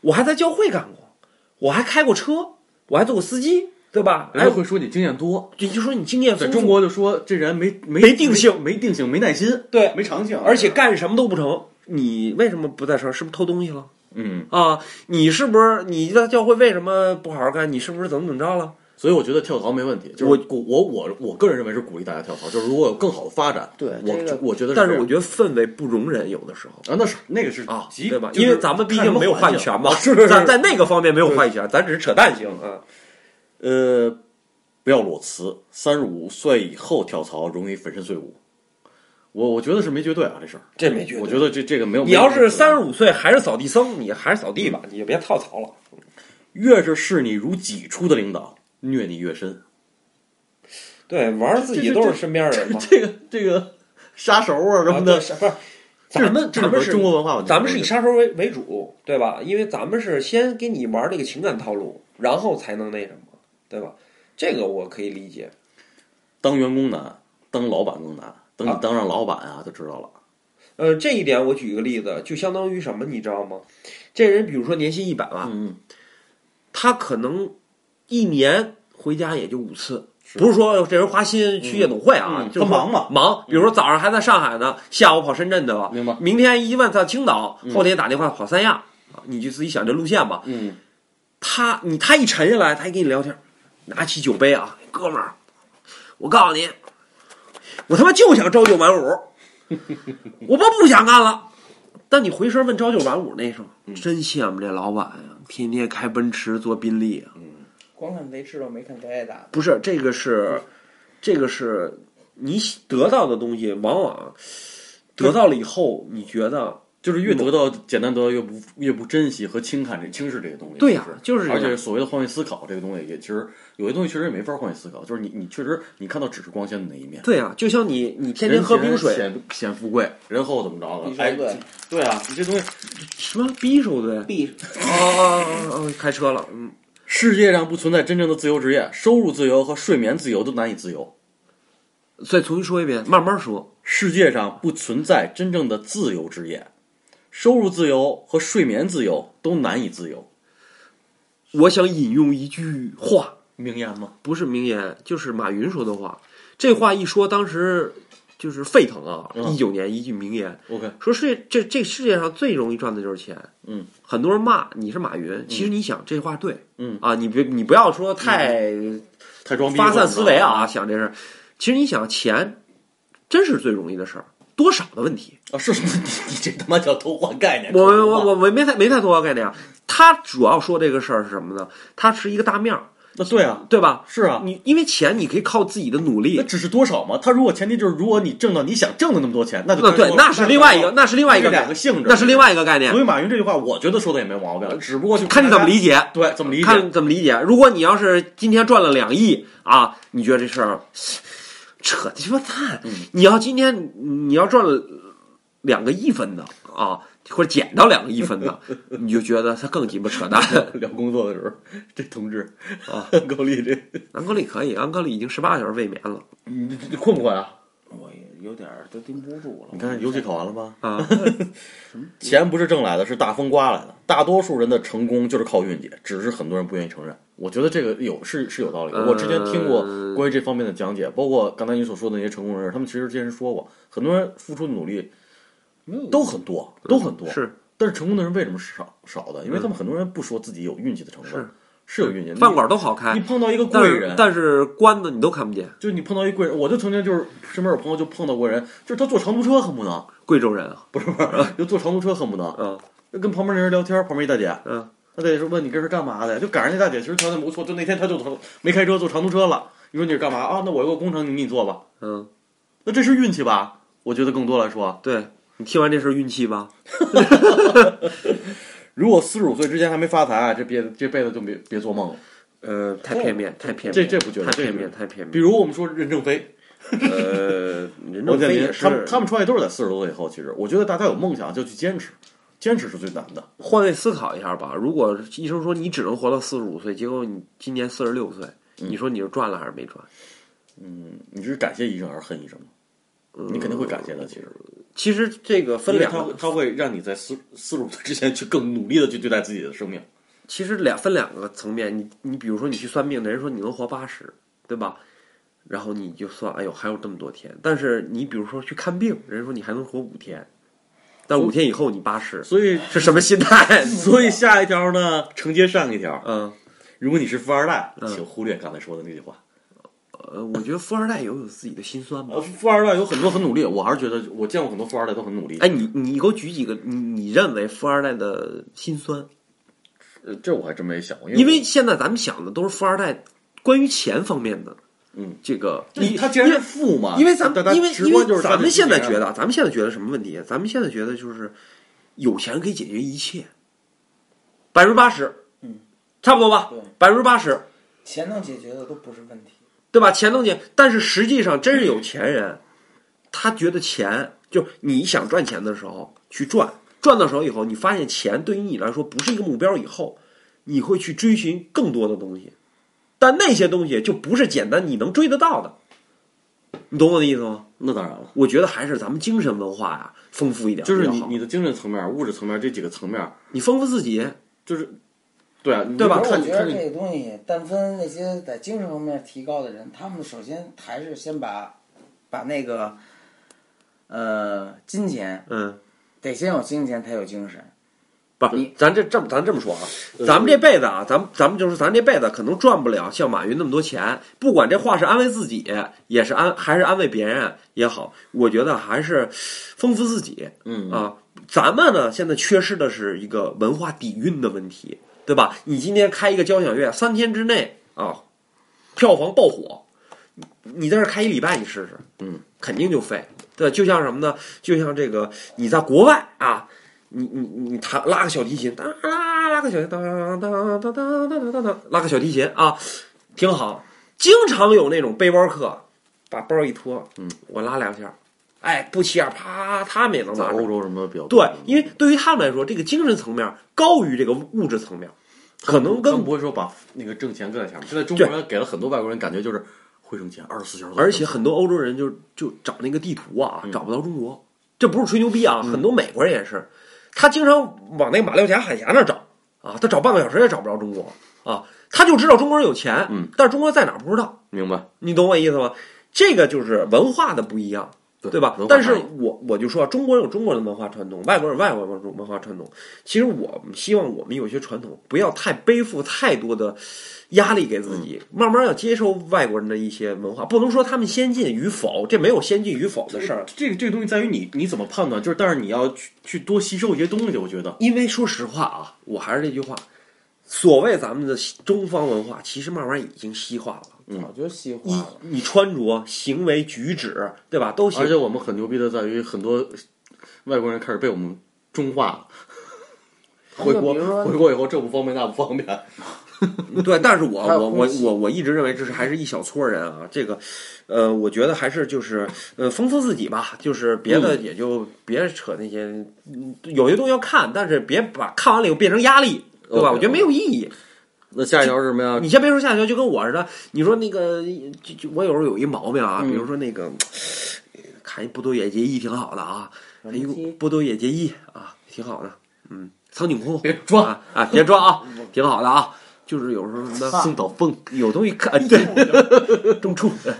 Speaker 3: 我还在教会干过，我还开过车，我还做过司机，对吧？
Speaker 1: 人
Speaker 3: 哎
Speaker 1: 家，会说你经验多，
Speaker 3: 你就说你经验
Speaker 1: 在
Speaker 3: 丰富，
Speaker 1: 中国就说这人没没
Speaker 3: 哎没定性
Speaker 1: 没没定性，没耐心，
Speaker 3: 对，
Speaker 1: 没长性，
Speaker 3: 而且干什么都不成。你为什么不在城？是不是偷东西了
Speaker 1: 嗯，
Speaker 3: 啊？你是不是你在教会为什么不好好干？你是不是怎么怎么着了？
Speaker 1: 所以我觉得跳槽没问题。就是
Speaker 3: 我
Speaker 1: 鼓我我我个人认为是鼓励大家跳槽，就是如果有更好的发展，
Speaker 2: 对
Speaker 1: 我
Speaker 2: 这个
Speaker 1: 我觉得
Speaker 3: 但
Speaker 1: 是
Speaker 3: 是
Speaker 1: 这样
Speaker 3: 我觉得氛围不容忍，有的时候
Speaker 1: 啊那是那个是
Speaker 3: 啊，
Speaker 1: 极
Speaker 3: 对吧？
Speaker 1: 就是
Speaker 3: 因为咱们毕竟没有话 语权嘛，
Speaker 1: 看 什么环境啊
Speaker 3: 咱
Speaker 1: 是是
Speaker 3: 在那个方面没有话语权，咱只是扯淡行啊。
Speaker 1: 呃，不要裸辞，三十五岁以后跳槽容易粉身碎骨。我我觉得是没绝对啊，这事儿，
Speaker 3: 这没绝对
Speaker 1: 我觉得这这个没有。
Speaker 3: 你要
Speaker 1: 没有
Speaker 3: 是三十五岁还是扫地僧，你还是扫地吧，你就别跳槽了。
Speaker 1: 越是视你如己出的领导，虐你越深。
Speaker 3: 对，玩自己
Speaker 1: 这这
Speaker 3: 都是身边人嘛。
Speaker 1: 这个这个杀手啊什么
Speaker 3: 啊
Speaker 1: 的
Speaker 3: 对，是不是？咱们
Speaker 1: 这
Speaker 3: 咱们是
Speaker 1: 中国文化问题，
Speaker 3: 咱们是以
Speaker 1: 以
Speaker 3: 杀手为为主，对吧？因为咱们是先给你玩这个情感套路，然后才能那什么，对吧？这个我可以理解。
Speaker 1: 当员工难，当老板更难。等你
Speaker 3: 啊
Speaker 1: 当上老板啊，就知道了。
Speaker 3: 呃，这一点我举一个例子，就相当于什么，你知道吗？这人比如说年薪一百万，
Speaker 1: 嗯，
Speaker 3: 他可能一年回家也就五次，
Speaker 1: 是
Speaker 3: 不是说这人花心去夜总会啊，
Speaker 1: 嗯
Speaker 3: 就
Speaker 1: 他
Speaker 3: 是
Speaker 1: 忙嘛
Speaker 3: 嘛，忙。比如说早上还在上海呢，下午跑深圳去了，
Speaker 1: 明白。
Speaker 3: 明天一问到青岛，
Speaker 1: 嗯
Speaker 3: 后天打电话跑三亚，啊你就自己想这路线吧。
Speaker 1: 嗯，
Speaker 3: 他你他一沉下来，他一跟你聊天，拿起酒杯啊，哥们儿，我告诉你，我他妈就想朝九晚 五，我妈不想干了。但你回身问朝九晚五那声，真羡慕这老板呀、天天开奔驰坐宾利啊。
Speaker 2: 光看贼吃了，没看贼挨打。
Speaker 3: 不是这个是，这个是你得到的东西，往往得到了以后，你觉得
Speaker 1: 就是越得到简单得到，越不越不珍惜和轻看这轻视这个东西。
Speaker 3: 对呀、
Speaker 1: 就是
Speaker 3: 就是这
Speaker 1: 而
Speaker 3: 样
Speaker 1: 且所谓的换位思考这个东西，也其实有些东西确实也没法换位思考，就是你你确实你看到只是光鲜的那一面，
Speaker 3: 对呀、啊就像你你天天喝冰水，
Speaker 1: 人前显显富贵，人后怎么着
Speaker 2: 必
Speaker 1: 了？哎，
Speaker 2: 胜队，
Speaker 1: 对啊，你这东西，
Speaker 3: 什么匕首对，
Speaker 2: 必
Speaker 3: 哦哦哦哦，开车了，嗯，
Speaker 1: 世界上不存在真正的自由职业，收入自由和睡眠自由都难以自由。
Speaker 3: 再重新说一遍，慢慢说。
Speaker 1: 世界上不存在真正的自由职业，收入自由和睡眠自由都难以自由。
Speaker 3: 我想引用一句话，
Speaker 1: 名言吗？
Speaker 3: 不是名言，就是马云说的话。这话一说，当时就是沸腾啊！
Speaker 1: 嗯
Speaker 3: 一九年一句名言，
Speaker 1: OK，
Speaker 3: 说世这这世界上最容易赚的就是钱。
Speaker 1: 嗯，
Speaker 3: 很多人骂你是马云，其实你想这话对。
Speaker 1: 嗯
Speaker 3: 啊，你别你不要说太
Speaker 1: 太装逼了，
Speaker 3: 发散思维啊，想这事儿。其实你想钱，真是最容易的事儿，多少的问题。
Speaker 1: 啊！是什么？你你这他妈叫偷换概念？
Speaker 3: 我我我我没太没太多少概念啊。他主要说这个事儿是什么呢？它是一个大面儿，
Speaker 1: 那对啊，
Speaker 3: 对吧？
Speaker 1: 是啊，
Speaker 3: 你因为钱，你可以靠自己的努
Speaker 1: 那
Speaker 3: 力。
Speaker 1: 只是多少嘛？他如果前提就是，如果你挣到你想挣的那么多钱，那就
Speaker 3: 那呃啊对，那是另外一个，那是另外一
Speaker 1: 这两
Speaker 3: 个，
Speaker 1: 个性质，
Speaker 3: 那是另。外一个概念呃
Speaker 1: 所。以马云这句话，我觉得说的也没毛病，只不过就
Speaker 3: 看你怎么理解，
Speaker 1: 对怎么理解。
Speaker 3: 看怎么理解。如果你要是今天赚了两亿啊， 嗯你觉得这事儿扯鸡巴蛋？你要今天你要赚了两个一分的啊，或者捡到两个一分 的，你就觉得他更鸡巴扯 淡。
Speaker 1: 聊工作的时候，这同志
Speaker 3: 啊，
Speaker 1: 高丽这
Speaker 3: 安格利可以，安格利已经十八小时未眠了
Speaker 1: 你你困不困啊？
Speaker 2: 我也有点儿都盯不住了。
Speaker 1: 你看游戏考完了吗？
Speaker 3: 啊。
Speaker 1: 钱不是挣来的，是大风刮来的。大多数人的成功就是靠运气，只是很多人不愿意承认。我觉得这个有是是有道理的。我之前听过关于这方面的讲解，包括刚才你所说的那些成功人士，他们其实之前说过，很多人付出的努力都很多，都很多。
Speaker 3: 是
Speaker 1: 但嗯是成功的人为什么少少的？因为他们很多人不说自己有运气的成分，
Speaker 3: 是
Speaker 1: 是有运气。
Speaker 3: 饭馆都好开
Speaker 1: 你，你碰到一个
Speaker 3: 但
Speaker 1: 贵
Speaker 3: 是
Speaker 1: 人，
Speaker 3: 但是关的你都看不见。
Speaker 1: 就是你碰到一贵人，我就曾经就是身边有朋友就碰到过人，就是他坐长途车恨不能，
Speaker 3: 贵州人啊，
Speaker 1: 就坐长途车恨不能，
Speaker 3: 嗯
Speaker 1: 就跟旁边那人聊天，旁边一大姐，
Speaker 3: 嗯，
Speaker 1: 那大姐说问你这是干嘛的，就赶上那大姐其实条件不错，就那天她就从没开车坐长途车了，你说你是干嘛啊？那我有个工程，你给你做吧，
Speaker 3: 嗯，
Speaker 1: 那这是运气吧？我觉得更多来说，
Speaker 3: 对你听完这事儿运气吧，
Speaker 1: 如果四十五岁之前还没发财，这别这辈子就别别做梦了。
Speaker 3: 呃，太片面，太片面，
Speaker 1: 这这不觉得
Speaker 3: 太片
Speaker 1: 这
Speaker 3: 面，
Speaker 1: 不
Speaker 3: 太片
Speaker 1: 比
Speaker 3: 面。
Speaker 1: 如我们说任正非，
Speaker 3: 呃，任
Speaker 1: 我
Speaker 3: 正
Speaker 1: 觉
Speaker 3: 非也
Speaker 1: 得
Speaker 3: 是，
Speaker 1: 他们他们创业都是在四十多岁以后。其实我觉得大家有梦想就去坚持，坚持是最难的。
Speaker 3: 换位思考一下吧。如果医生说你只能活到四十五岁，结果你今年四十六岁，你说你是赚了还是没赚？
Speaker 1: 嗯，你是感谢医生还是恨医生呢？
Speaker 3: 嗯
Speaker 1: 你肯定会感谢的。其实，
Speaker 3: 其实这个分
Speaker 1: 呃因为
Speaker 3: 两
Speaker 1: 他
Speaker 3: 个，
Speaker 1: 他会让你在四四十五岁之前去更努力的去对待自己的生命。
Speaker 3: 其实两分两个层面。你你比如说你去算命，的人说你能活八十，对吧？然后你就算，哎呦，还有这么多天。但是你比如说去看病，人说你还能活五天，但五天以后你八十，
Speaker 1: 所以，
Speaker 3: 是什么心态？
Speaker 1: 所以下一条呢，承接上一条。
Speaker 3: 嗯，
Speaker 1: 如果你是富二代，请忽略刚才说的那句话。
Speaker 3: 呃，我觉得富二代也有自己的辛酸吧
Speaker 1: 呃，。富二代有很多很努力，我还是觉得我见过很多富二代都很努力。
Speaker 3: 哎，你你给我举几个你你认为富二代的辛酸？
Speaker 1: 呃，这我还真没想过，
Speaker 3: 因为现在咱们想的都是富二代关于钱方面的，
Speaker 1: 嗯，
Speaker 3: 这个
Speaker 1: 你
Speaker 3: 你
Speaker 1: 他既然是富嘛，
Speaker 3: 因为咱
Speaker 1: 大家
Speaker 3: 们因为
Speaker 1: 直
Speaker 3: 因
Speaker 1: 观就是
Speaker 3: 为
Speaker 1: 他
Speaker 3: 咱们
Speaker 1: 的
Speaker 3: 现在
Speaker 1: 钱
Speaker 3: 觉得啊，咱们现在觉得什么问题？咱们现在觉得就是有钱可以解决一切，
Speaker 1: 嗯
Speaker 3: 百分之八十，
Speaker 2: 嗯，
Speaker 3: 差不多吧
Speaker 2: 对，
Speaker 3: 百分之八十，
Speaker 2: 钱能解决的都不是问题。
Speaker 3: 对吧？钱能解，但是实际上真是有钱人，他觉得钱就你想赚钱的时候去赚，赚到手以后，你发现钱对于你来说不是一个目标，以后你会去追寻更多的东西，但那些东西就不是简单你能追得到的，你懂我的意思吗？
Speaker 1: 那当然了。
Speaker 3: 我觉得还是咱们精神文化呀、丰富一点比
Speaker 1: 就
Speaker 3: 较好，
Speaker 1: 是你你的精神层面、物质层面这几个层面，
Speaker 3: 你丰富自己，
Speaker 1: 就是对啊，你
Speaker 3: 对吧
Speaker 1: 你
Speaker 2: 我
Speaker 1: 看
Speaker 2: 觉得
Speaker 1: 看
Speaker 2: 这个东西，但分那些在精神方面提高的人，他们首先还是先把把那个呃金钱
Speaker 3: 嗯。
Speaker 2: 得先有金钱才有精神。
Speaker 3: 不是
Speaker 2: 你，
Speaker 3: 咱这这么咱这么说啊，
Speaker 1: 呃
Speaker 3: 咱们这辈子啊，咱们咱们就是咱这辈子可能赚不了像马云那么多钱，不管这话是安慰自己，也是安还是安慰别人也好，我觉得还是丰富自己
Speaker 1: 嗯
Speaker 3: 啊。咱们呢，现在缺失的是一个文化底蕴的问题，对吧？你今天开一个交响乐，三天之内啊，票房爆火，你你在这儿开一礼拜，你试试，
Speaker 1: 嗯，
Speaker 3: 肯定就废。对，就像什么呢？就像这个你在国外啊，你你你弹拉个小提琴，当拉拉个小提当当当当当当当当，拉个小提琴啊，挺好。经常有那种背包客，把包一脱，
Speaker 1: 嗯，
Speaker 3: 我拉两下，哎，不起眼，啪，他们也能
Speaker 1: 在
Speaker 3: 拉
Speaker 1: 欧
Speaker 3: 着。
Speaker 1: 洲什么比较多
Speaker 3: 对，因为对于他们来说，这个精神层面高于这个物质层面，可能
Speaker 1: 更
Speaker 3: 更
Speaker 1: 不会说把那个挣钱搁在前面。现在中国人给了很多外国人感觉就是会挣钱，二十四小时都在
Speaker 3: 而
Speaker 1: 挣
Speaker 3: 且
Speaker 1: 钱，
Speaker 3: 很多欧洲人就就找那个地图啊，找不到中国。这不是吹牛逼啊，很多美国人也是，他经常往那个马六甲海峡那儿找啊，他找半个小时也找不着中国啊，他就知道中国人有钱，
Speaker 1: 嗯，
Speaker 3: 但是中国在哪儿不知道，
Speaker 1: 明白？
Speaker 3: 你懂我意思吗？这个就是文化的不一样，
Speaker 1: 对
Speaker 3: 对吧
Speaker 1: 文？化
Speaker 3: 但是
Speaker 1: 差异
Speaker 3: 我我就说啊，中国人有中国人的文化传统，外国人有外国人的文化传统。其实我们希望我们有些传统不要太背负太多的压力给自
Speaker 1: 嗯
Speaker 3: 己，慢慢要接受外国人的一些文化，不能说他们先进与否，这没有先进与否的事儿。
Speaker 1: 这个这个东西在于你你怎么判断，就是但是你要去去多吸收一些东西，我觉得
Speaker 3: 因为说实话啊，我还是这句话，所谓咱们的中方文化，其实慢慢已经西化了。
Speaker 1: 嗯
Speaker 2: 早就西化
Speaker 3: 你
Speaker 2: 了。
Speaker 3: 你穿着、行为举止，对吧？都行
Speaker 1: 而且。我们很牛逼的在于，很多外国人开始被我们中化了。回
Speaker 2: 就
Speaker 1: 国
Speaker 2: 比如说
Speaker 1: 回国以后，这不方便那不方便，
Speaker 3: 对，但是我
Speaker 2: 还有
Speaker 3: 我我
Speaker 2: 空气
Speaker 3: 我我一直认为这是还是一小撮人啊，这个，呃，我觉得还是就是呃丰富自己吧，就是别的也就别扯那些，嗯有些东西要看，但是别把看完了以后变成压力，对吧？
Speaker 1: OK，
Speaker 3: 我觉得没有意义。
Speaker 1: 那下一条是什么呀？
Speaker 3: 你先别说下去，就跟我似的，你说那个，就就我有时候有一毛病啊，
Speaker 1: 嗯
Speaker 3: 比如说那个，呃看一波多野结衣挺好的啊，哎呦
Speaker 2: 鸡，
Speaker 3: 波多野结衣啊，挺好的，嗯，苍井空
Speaker 1: 别装，
Speaker 3: 啊啊，别装啊，挺好的啊，就是有时候什么
Speaker 2: 啊
Speaker 1: 宋岛峰，
Speaker 3: 有东西看，啊对，中处，对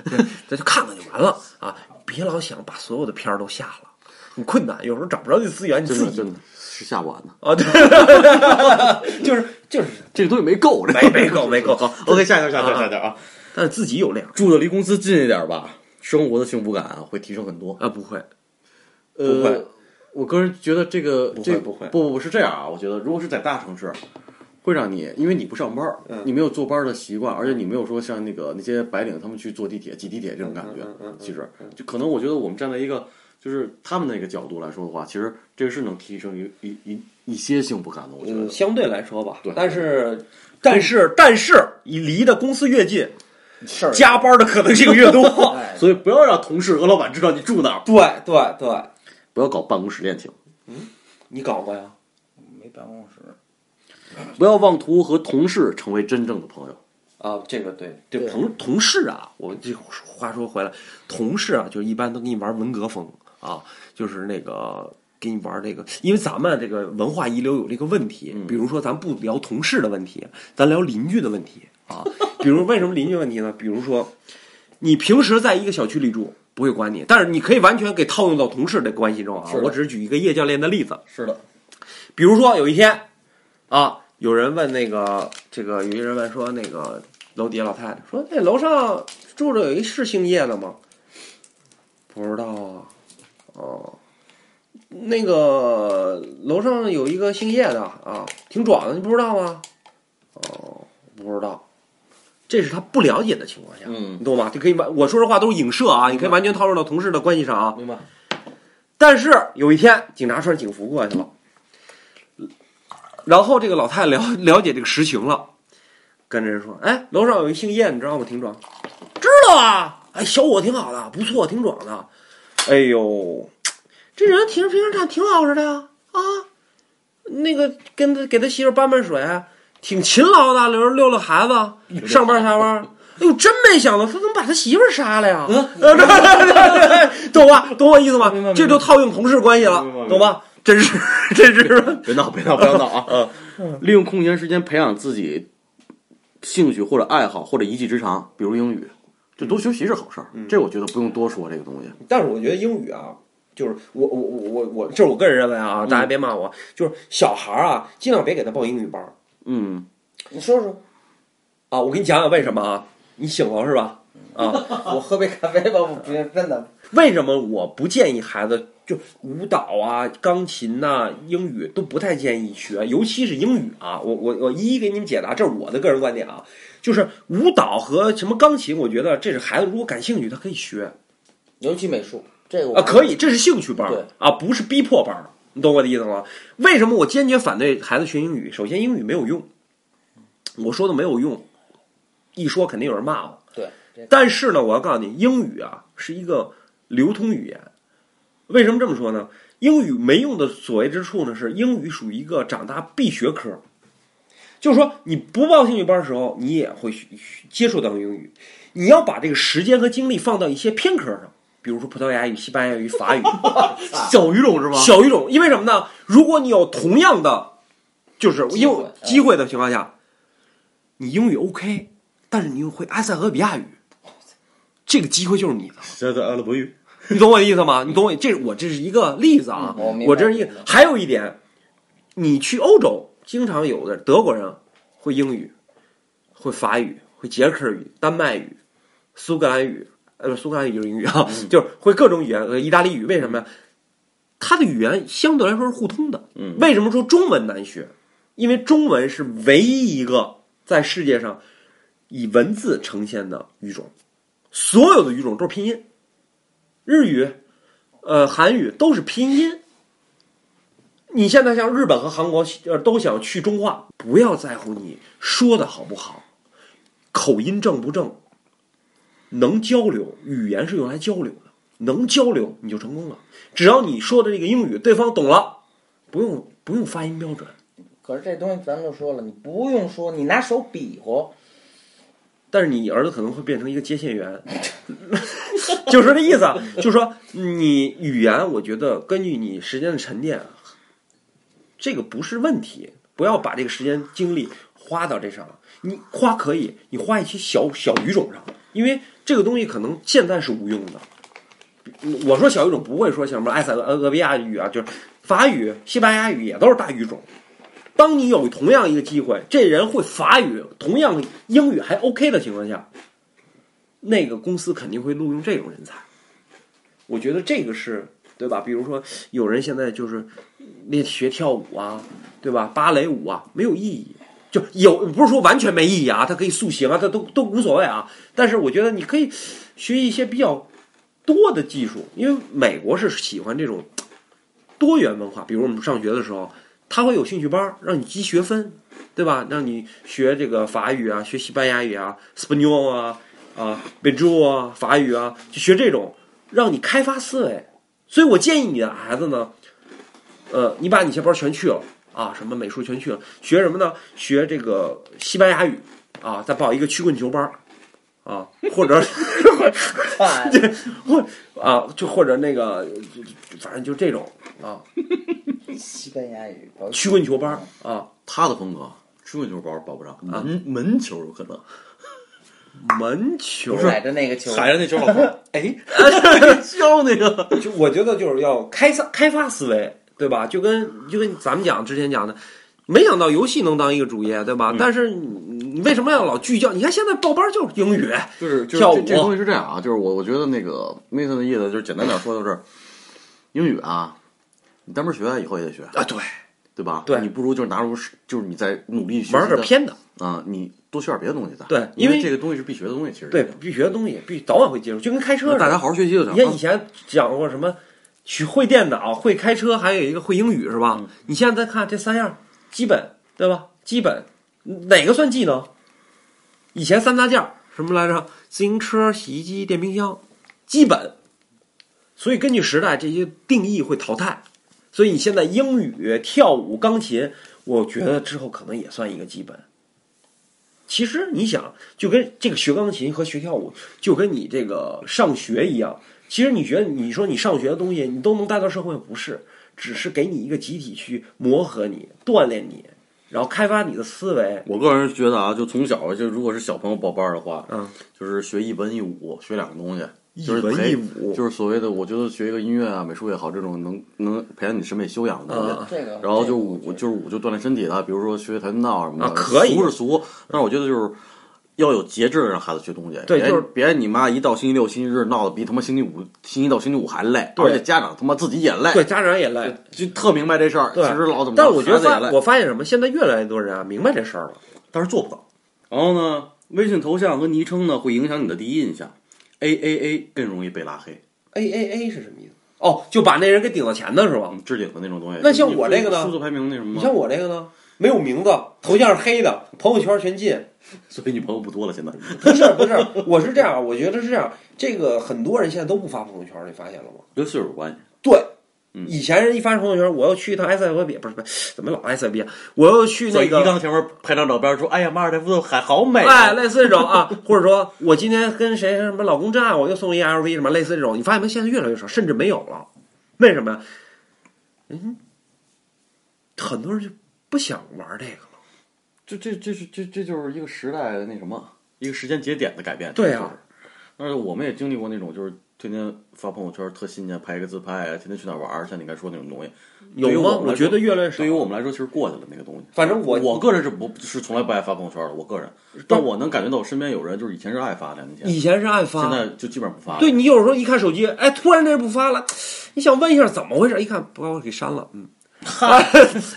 Speaker 3: 咱就看看就完了啊，别老想把所有的片儿都下了，很困难，有时候找不着那资源，你
Speaker 1: 真
Speaker 3: 自
Speaker 1: 的
Speaker 3: 己
Speaker 1: 真的是下晚呢，
Speaker 3: 啊，对， 就是就是
Speaker 1: 这个东西没够，这
Speaker 3: 没没够没够
Speaker 1: 好，OK，下一条，下一条，下一条啊！
Speaker 3: 但是自己有量
Speaker 1: 住的离公司近一点吧，生活的幸福感啊会提升很多。
Speaker 3: 啊，不会，不
Speaker 1: 呃
Speaker 3: 会，
Speaker 1: 我个人觉得这个
Speaker 3: 不会
Speaker 1: 这
Speaker 3: 不会
Speaker 1: 不不不是这样啊，我觉得如果是在大城市，会让你因为你不上班儿，
Speaker 3: 嗯
Speaker 1: 你没有坐班儿的习惯，而且你没有说像那个那些白领他们去坐地铁挤地铁这种感
Speaker 3: 嗯
Speaker 1: 觉，其实就可能我觉得我们站在一个就是他们那个角度来说的话，其实这个是能提升一一一一些幸福感的，我觉得
Speaker 3: 嗯，。相对来说吧，
Speaker 1: 对
Speaker 3: 但是，但是，但是，你离的公司越近，
Speaker 2: 事儿
Speaker 3: 加班的可能性越多。
Speaker 2: 哎
Speaker 1: 所以不要让同事和老板知道你住哪儿，
Speaker 3: 对对对，
Speaker 1: 不要搞办公室恋情，
Speaker 3: 你搞过呀？
Speaker 2: 没办公室，
Speaker 1: 不要妄图和同事成为真正的朋友。
Speaker 3: 啊，这个对，这
Speaker 2: 对
Speaker 3: 同同事啊，我这话说回来，同事啊，就一般都给你玩文革风啊，就是那个给你玩这个，因为咱们这个文化遗留有这个问题，
Speaker 1: 嗯
Speaker 3: 比如说咱不聊同事的问题，咱聊邻居的问题啊，比如为什么邻居问题呢？比如说你平时在一个小区里住。不会管你，但是你可以完全给套用到同事的关系中啊
Speaker 1: 是。的
Speaker 3: 我只是举一个叶教练的例子，
Speaker 1: 是的，
Speaker 3: 比如说有一天，啊，有人问那个这个，有一人问说那个楼底下老太太说，那、楼上住着有一是姓叶的吗？不知道啊，哦，那个楼上有一个姓叶的啊，挺壮的，你不知道吗？哦，不知道，这是他不了解的情况下，
Speaker 1: 嗯
Speaker 3: 你懂吗？就可以完，我说这话都是影射啊，你可以完全套用到同事的关系上啊。
Speaker 1: 明白。
Speaker 3: 但是有一天，警察穿警服过去了，然后这个老太太了 了解这个实情了，跟人说：“哎，楼上有一姓叶，你知道吗？挺壮，知道啊。哎，小伙挺好的，不错，挺壮的。哎呦，这人平时平时看挺老实的呀，啊，那个跟他给他媳妇搬搬水，挺勤劳的，遛遛遛孩子，上班下班。”哎呦，真没想到他怎么把他媳妇儿杀了呀！呃 对对对对，懂吧？懂我意思吗
Speaker 1: 明白明？白
Speaker 3: 这就套用同事关系了
Speaker 1: 明白明，白
Speaker 3: 懂吧？真是，真是。
Speaker 1: 别闹，别闹，不要闹啊！利用空闲时间培养自己兴趣或者爱好，或者一技之长，比如英语，就多学习是好事儿。这我觉得不用多说这个东西。
Speaker 3: 但是我觉得英语啊，就是我我我我我，这是我个人认为啊，大家别骂我，就是小孩儿啊，尽量别给他报英语班儿
Speaker 1: 嗯，
Speaker 2: 你说说，
Speaker 3: 啊。我给你讲讲为什么啊？你醒了是吧？啊，
Speaker 2: 我喝杯咖啡吧，我别真的
Speaker 3: 为什么我不建议孩子就舞蹈啊、钢琴呐、英语都不太建议学，尤其是英语啊。我我我一一给你们解答，这是我的个人观点啊。就是舞蹈和什么钢琴，我觉得这是孩子如果感兴趣，他可以学。
Speaker 2: 尤其美术这个我
Speaker 3: 啊，可以，这是兴趣班儿
Speaker 2: 对
Speaker 3: 啊，不是逼迫班儿，你懂我的意思吗？为什么我坚决反对孩子学英语？首先，英语没有用，我说的没有用，一说肯定有人骂我。
Speaker 2: 对，这
Speaker 3: 但是呢，我要告诉你，英语啊是一个流通语言。为什么这么说呢？英语没用的所谓之处呢，是英语属于一个长大必学科。就是说，你不报兴趣班的时候，你也会学学接触到英语。你要把这个时间和精力放到一些偏科上，比如说葡萄牙语、西班牙语、法语、
Speaker 1: 啊小语种是吧
Speaker 3: 小语种。因为什么呢？如果你有同样的就是
Speaker 2: 机会
Speaker 3: 英
Speaker 2: 嗯
Speaker 3: 机会的情况下，你英语 OK，但是你又会埃塞俄比亚语，这个机会就是你的。
Speaker 1: 现在阿拉伯语，
Speaker 3: 你懂我的意思吗？你懂我，这我这是一个例子啊，
Speaker 2: 嗯我明白
Speaker 3: 我这是一
Speaker 2: 明
Speaker 3: 个
Speaker 2: 白。
Speaker 3: 还有一点，你去欧洲，经常有的德国人会英语，会法语，会捷克语、丹麦语、苏格兰语，呃，不是苏格兰语就是英语啊，
Speaker 2: 嗯
Speaker 3: 就是会各种语言，呃，意大利语。为什么呀？它的语言相对来说是互通的。
Speaker 1: 嗯
Speaker 3: 为什么说中文难学？因为中文是唯一一个在世界上以文字呈现的语种，所有的语种都是拼音，日语、呃韩语都是拼音。你现在像日本和韩国呃都想去中化，不要在乎你说的好不好，口音正不正，能交流，语言是用来交流的，能交流你就成功了。只要你说的这个英语对方懂了，不用不用发音标准，
Speaker 2: 可是这东西咱都说了，你不用说，你拿手比 划，
Speaker 3: 但是你儿子可能会变成一个接线员， 就是这意思啊。就是说，你语言，我觉得根据你时间的沉淀，啊这个不是问题。不要把这个时间精力花到这上了。你花可以，你花一些小小语种上，因为这个东西可能现在是无用的。我说小语种不会说像什么埃塞俄俄比亚语啊，就是法语、西班牙语也都是大语种。当你有同样一个机会，这人会法语，同样英语还 OK 的情况下，那个公司肯定会录用这种人才。我觉得这个是对吧？比如说，有人现在就是练学跳舞啊，对吧？芭蕾舞啊，没有意义。就有不是说完全没意义啊，它可以塑形啊，它都都无所谓啊。但是我觉得你可以学一些比较多的技术，因为美国是喜欢这种多元文化。比如我们上学的时候，他会有兴趣班儿让你积学分，对吧？让你学这个法语啊，学西班牙语啊，Spanish 啊，啊 b e j u 啊，法语啊，就学这种，让你开发思维。所以我建议你的孩子呢，呃，你把你些班儿全去了啊，什么美术全去了，学什么呢？学这个西班牙语啊，再报一个曲棍球班儿啊，或者
Speaker 2: 看
Speaker 3: 或啊，就或者那个，就就反正就这种啊，
Speaker 2: 西班牙语，包括
Speaker 3: 曲棍球班儿啊，
Speaker 1: 他的风格，曲棍球包包不上，啊门门球有可 能，
Speaker 3: 门球啊
Speaker 2: 踩着那个球，
Speaker 1: 踩着那球老头，
Speaker 3: 哎，
Speaker 1: 笑那个，
Speaker 3: 就我觉得就是要开发开发思维，对吧？就跟就跟咱们讲之前讲的，没想到游戏能当一个主业，对吧？但是你你为什么要老聚焦？你看现在报班儿就是英语，
Speaker 1: 就是就是
Speaker 3: 跳舞
Speaker 1: 这这东西是这样啊，就是我我觉得那个 Mason 的意思就是简单点说就是，英语啊，你单门学以后也得学，
Speaker 3: 啊，对，
Speaker 1: 对吧？
Speaker 3: 对
Speaker 1: 你不如就是拿出就是你在努力学
Speaker 3: 玩儿
Speaker 1: 习
Speaker 3: 点
Speaker 1: 的
Speaker 3: 偏的，
Speaker 1: 啊，你多学点别的东西在，
Speaker 3: 对因
Speaker 1: 因
Speaker 3: 为
Speaker 1: 这个东西是必学的东西，其实
Speaker 3: 对，必学的东西必早晚会接触，就跟开
Speaker 1: 那
Speaker 3: 车似的。
Speaker 1: 大家好好学习就行。
Speaker 3: 你看以
Speaker 1: 啊
Speaker 3: 前讲过什么，学会电脑、会开车，还有一个会英语，是吧？你现在再看这三样，基本对吧？基本哪个算技能？以前三大件儿什么来着？自行车、洗衣机、电冰箱，基本。所以根据时代，这些定义会淘汰。所以你现在英语、跳舞、钢琴，我觉得之后可能也算一个基本。其实你想，就跟这个学钢琴和学跳舞，就跟你这个上学一样。其实你觉得，你说你上学的东西，你都能带到社会，不是？只是给你一个集体去磨合你、锻炼你，然后开发你的思维。
Speaker 1: 我个人觉得啊，就从小就如果是小朋友报班儿的话，
Speaker 3: 嗯，
Speaker 1: 就是学一文一武，学两个东西，
Speaker 3: 一
Speaker 1: 就是
Speaker 3: 文
Speaker 1: 培
Speaker 3: 一武
Speaker 1: 就是所谓的，我觉得学一个音乐啊、美术也好，这种能能培养你审美修养的东西。
Speaker 3: 啊
Speaker 2: 这个，
Speaker 1: 然后
Speaker 2: 这
Speaker 1: 就
Speaker 2: 个
Speaker 1: 舞
Speaker 2: 我
Speaker 1: 就是舞就锻炼身体了，比如说学跆拳道什么的，
Speaker 3: 啊可以
Speaker 1: 俗是俗，但是我觉得就是要有节制，让孩子学东西。
Speaker 3: 对
Speaker 1: 别
Speaker 3: 就是
Speaker 1: 别你妈一到星期六、星期日闹得比他妈星期五、星期到星期五还累，
Speaker 3: 对
Speaker 1: 而且家长他妈自己也累，
Speaker 3: 对，家长也累。
Speaker 1: 就特明白这事儿。其
Speaker 3: 哎对
Speaker 1: 实老怎么着，
Speaker 3: 但是我觉得
Speaker 1: 孩子也累
Speaker 3: 发我发现什么，现在越来越多人啊明白这事儿了。
Speaker 1: 但是做不到。然后呢，微信头像和昵称呢会影响你的第一印象，A A A 更容易被拉黑，
Speaker 3: A A A 是什么意思？哦，就把那人给顶到前头是吧？
Speaker 1: 嗯，置顶的那种东西。
Speaker 3: 那像我这个呢
Speaker 1: 数字排名那什么
Speaker 3: 你
Speaker 1: 吗？
Speaker 3: 像我这个呢，没有名字，头像是黑的，朋友圈全禁。
Speaker 1: 所以你朋友不多了，现在
Speaker 3: 不是不是，我是这样，我觉得是这样。这个很多人现在都不发朋友圈，你发现了吗？
Speaker 1: 跟岁数有关系。
Speaker 3: 对，
Speaker 1: 嗯
Speaker 3: 以前人一发朋友圈，我要去一趟埃塞俄比亚，不是不是，怎么老埃塞俄比亚？我要去
Speaker 1: 所
Speaker 3: 那
Speaker 1: 以
Speaker 3: 个
Speaker 1: 一，刚前面拍张照片说：“哎呀，马尔代夫的海好美、
Speaker 3: 哎，类似这种啊，或者说我今天跟谁什么老公战，我又送一 LV 什么，类似这种，你发现没？现在越来越少，甚至没有了。为什么呀？嗯，很多人就不想玩这个了。
Speaker 1: 这这这是这这就是一个时代的那什么，一个时间节点的改变。
Speaker 3: 对啊
Speaker 1: 呀，但是我们也经历过那种，就是天天发朋友圈特新鲜，拍一个自拍，啊天天去哪儿玩儿，像你刚才说那种东西。对于
Speaker 3: 有
Speaker 1: 我
Speaker 3: 吗？
Speaker 1: 们来
Speaker 3: 我觉
Speaker 1: 说
Speaker 3: 得越来越少
Speaker 1: 对于。我们来说，其实过去了那个东西。
Speaker 3: 反正我
Speaker 1: 我个人是不是从来不爱发朋友圈的，我个人，但我能感觉到我身边有人就是以前是爱发的，那天
Speaker 3: 以前是爱
Speaker 1: 现
Speaker 3: 发，
Speaker 1: 在就基本上不发了。
Speaker 3: 对你有时候一看手机，哎，突然这不发了，你想问一下怎么回事？一看不把我给删了， 嗯，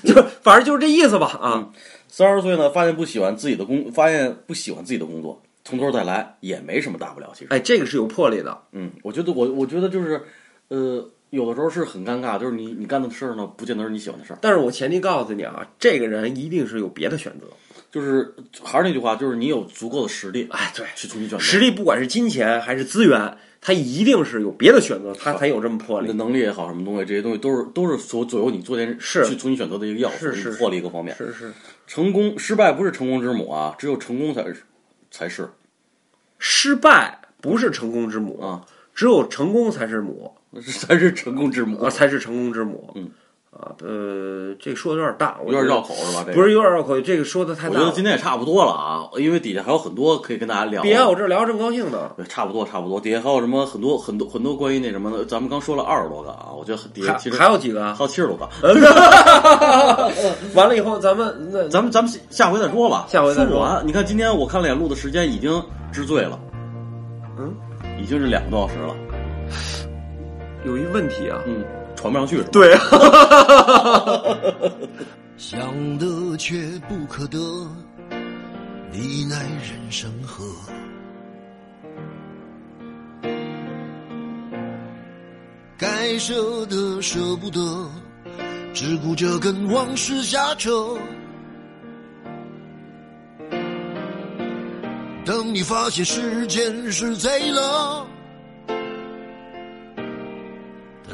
Speaker 3: 就是反正就是这意思吧啊。
Speaker 1: 三十岁呢，发现不喜欢自己的工，发现不喜欢自己的工作，从头再来也没什么大不了。其实，
Speaker 3: 哎，这个是有魄力的，
Speaker 1: 嗯，我觉得我我觉得就是，呃，有的时候是很尴尬，就是你你干的事儿呢，不见得是你喜欢的事儿。
Speaker 3: 但是我前提告诉你啊，这个人一定是有别的选择。
Speaker 1: 就是还是那句话，就是你有足够的实力，哎，
Speaker 3: 对
Speaker 1: 去重新选择，
Speaker 3: 实力不管是金钱还是资源，他一定是有别的选择，他才有这么魄
Speaker 1: 你 的
Speaker 3: 力。
Speaker 1: 能力也好，什么东西这些东西都是都是所左右你做件
Speaker 3: 是
Speaker 1: 去重新选择的一个要素，
Speaker 3: 是是
Speaker 1: 你获利各方面。
Speaker 3: 是是
Speaker 1: 成功失败不是成功之母啊，只有成功才是才是
Speaker 3: 失败不是成功之母
Speaker 1: 啊，
Speaker 3: 只有成功才是母
Speaker 1: 才是成功之母
Speaker 3: 啊，，才是成功之母。
Speaker 1: 嗯，
Speaker 3: 啊，呃，这个说的有点大，
Speaker 1: 有
Speaker 3: 我
Speaker 1: 点
Speaker 3: 觉得
Speaker 1: 绕口是吧？这个
Speaker 3: 不是有点绕口，这个说的太
Speaker 1: 我
Speaker 3: 大
Speaker 1: 觉得
Speaker 3: 了。
Speaker 1: 今天也差不多了啊，因为底下还有很多可以跟大家聊。
Speaker 3: 别啊，我这聊正高兴呢，
Speaker 1: 对差不多差不多，底下还有什么很多很多很多关于那什么的，咱们刚说了二十多个啊，我觉得很底
Speaker 3: 还
Speaker 1: 下其实
Speaker 3: 还有几个啊
Speaker 1: 还？有七十多个，
Speaker 3: 完了以后咱们那
Speaker 1: 咱们咱们下回再说吧，
Speaker 3: 下回再说
Speaker 1: 说不完。你看今天我看了眼录的时间已经之最了，
Speaker 3: 嗯，
Speaker 1: 已经是两个多小时了，
Speaker 3: 有一问题啊，
Speaker 1: 嗯，传不上去是吧？
Speaker 3: 对啊。
Speaker 4: 想得却不可得，你奈人生何？该舍的舍不得，只顾着跟往事瞎扯。等你发现时间是贼了，他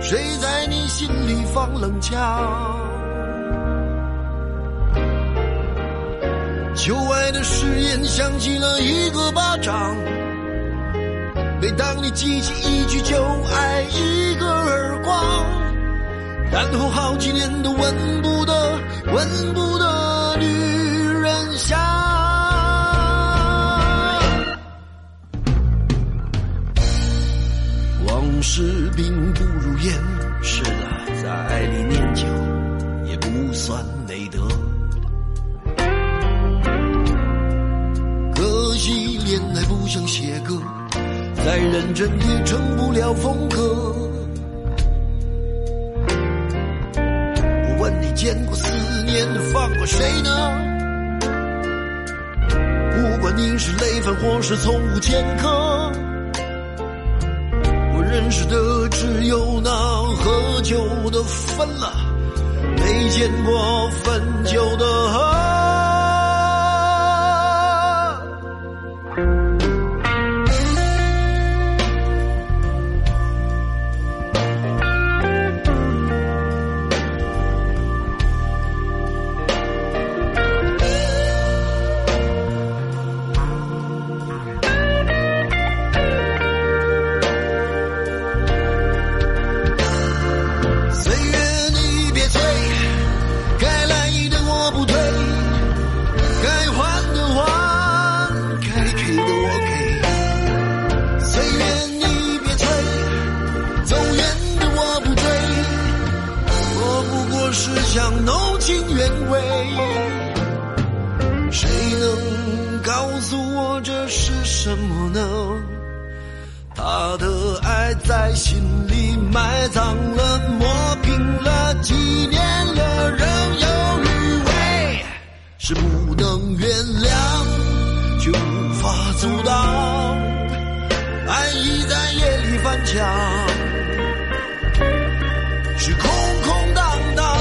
Speaker 4: 谁在你心里放冷枪？旧爱的誓言响起了一个巴掌。每当你记起一句旧爱，一个耳光，然后好几年都闻不得、闻不得女人香。往事并不如烟，是的，在爱里念旧也不算美德。可惜恋爱不像写歌，再认真也成不了风格。我问你见过思念放过谁呢？不管你是累犯或是从无前科，我认识的只有那喝酒的分了，没见过分酒的。岁月你别催，该来的我不推，该还的还，该给的我给。岁月你别催，走远的我不追，我不过是想弄清原委。谁能告诉我这是什么呢？他的爱在心里埋葬了，磨平了，几年了，仍有余味，是不能原谅，却无法阻挡，爱已在夜里翻墙，是空空荡荡，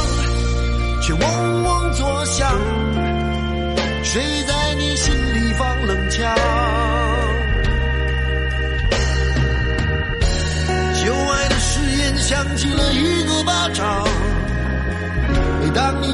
Speaker 4: 却嗡嗡作响，谁在你心里放冷枪？旧爱的誓言响起了一个巴掌。每当你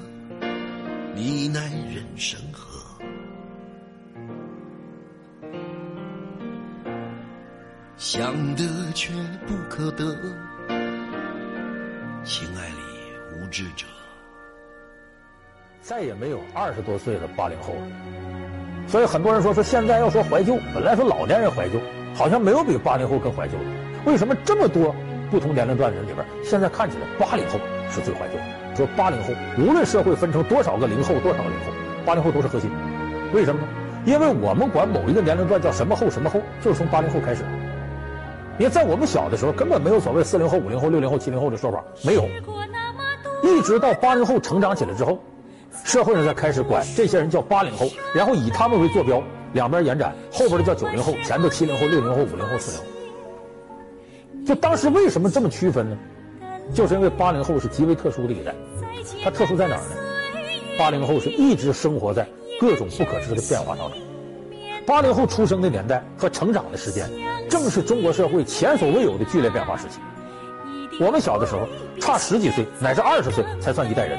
Speaker 4: 你奈人生何？想得却不可得，情爱里无知者。
Speaker 5: 再也没有二十多岁的八零后了。所以很多人说说现在要说怀旧，本来说老年人怀旧，好像没有比八零后更怀旧的。为什么这么多不同年龄段的人里边，现在看起来八零后是最怀旧的？说八零后，无论社会分成多少个零后、多少个零后，八零后都是核心。为什么呢？因为我们管某一个年龄段叫什么后什么后，就是从八零后开始。因为在我们小的时候，根本没有所谓四零后、五零后、六零后、七零后的说法，没有。一直到八零后成长起来之后，社会上才开始管这些人叫八零后，然后以他们为坐标，两边延展，后边的叫九零后，前头七零后、六零后、五零后、四零后。就当时为什么这么区分呢？就是因为八零后是极为特殊的一代，它特殊在哪儿呢？八零后是一直生活在各种不可知的变化当中。八零后出生的年代和成长的时间，正是中国社会前所未有的剧烈变化时期。我们小的时候，差十几岁乃至二十岁才算一代人。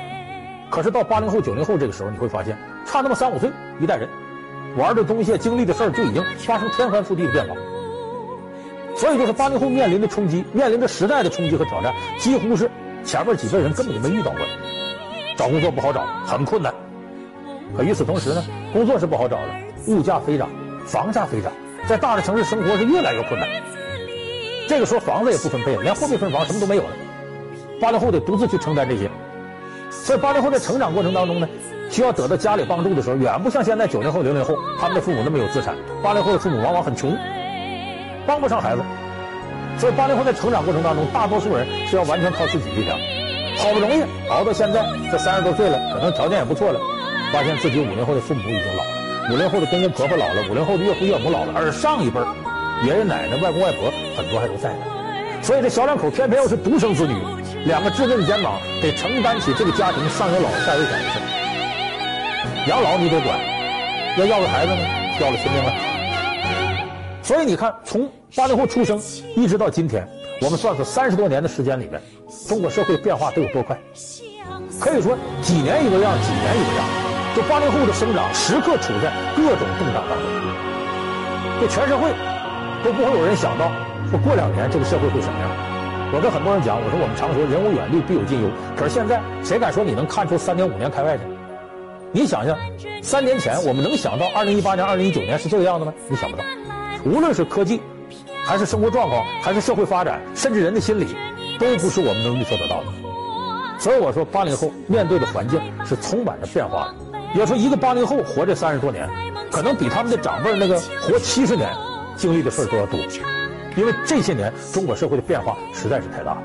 Speaker 5: 可是到八零后、九零后这个时候，你会发现，差那么三五岁，一代人玩的东西、啊经历的事儿就已经发生天翻覆地的变化。所以，就是八零后面临的冲击、面临着时代的冲击和挑战，几乎是前面几辈人根本就没遇到过的。找工作不好找，很困难。可与此同时呢，工作是不好找了，物价飞涨，房价飞涨，在大的城市生活是越来越困难。这个时候房子也不分配了，连货币分房什么都没有了，八零后得独自去承担这些。所以八零后在成长过程当中呢，需要得到家里帮助的时候，远不像现在九零后、零零后他们的父母那么有资产，八零后的父母往往很穷，帮不上孩子。所以八零后在成长过程当中，大多数人是要完全靠自己力量。好不容易熬到现在，这三十多岁了，可能条件也不错了，发现自己五零后的父母已经老了，五零后的公公婆婆老了，五零后的岳父岳母老了，而上一辈儿爷爷奶奶、外公外婆很多还都在呢。所以这小两口偏偏又是独生子女，两个稚嫩的肩膀得承担起这个家庭上有老下有小的事儿养老你得管，要要个孩子呢，要了亲命了。所以你看，从八零后出生一直到今天，我们算算三十多年的时间里面，中国社会变化得有多快？可以说几年一个样，几年一个样。就八零后的生长，时刻处在各种动荡当中。这全社会都不会有人想到，说过两年这个社会会什么样。我跟很多人讲，我说我们常说人无远虑，必有近忧。可是现在，谁敢说你能看出三年五年开外去？你想想，三年前我们能想到二零一八年、二零一九年是这个样子吗？你想不到。无论是科技，还是生活状况，还是社会发展，甚至人的心理，都不是我们能预测得到的。所以我说，八零后面对的环境是充满着变化的。要说一个八零后活这三十多年，可能比他们的长辈儿那个活七十年经历的事儿都要多，因为这些年中国社会的变化实在是太大了。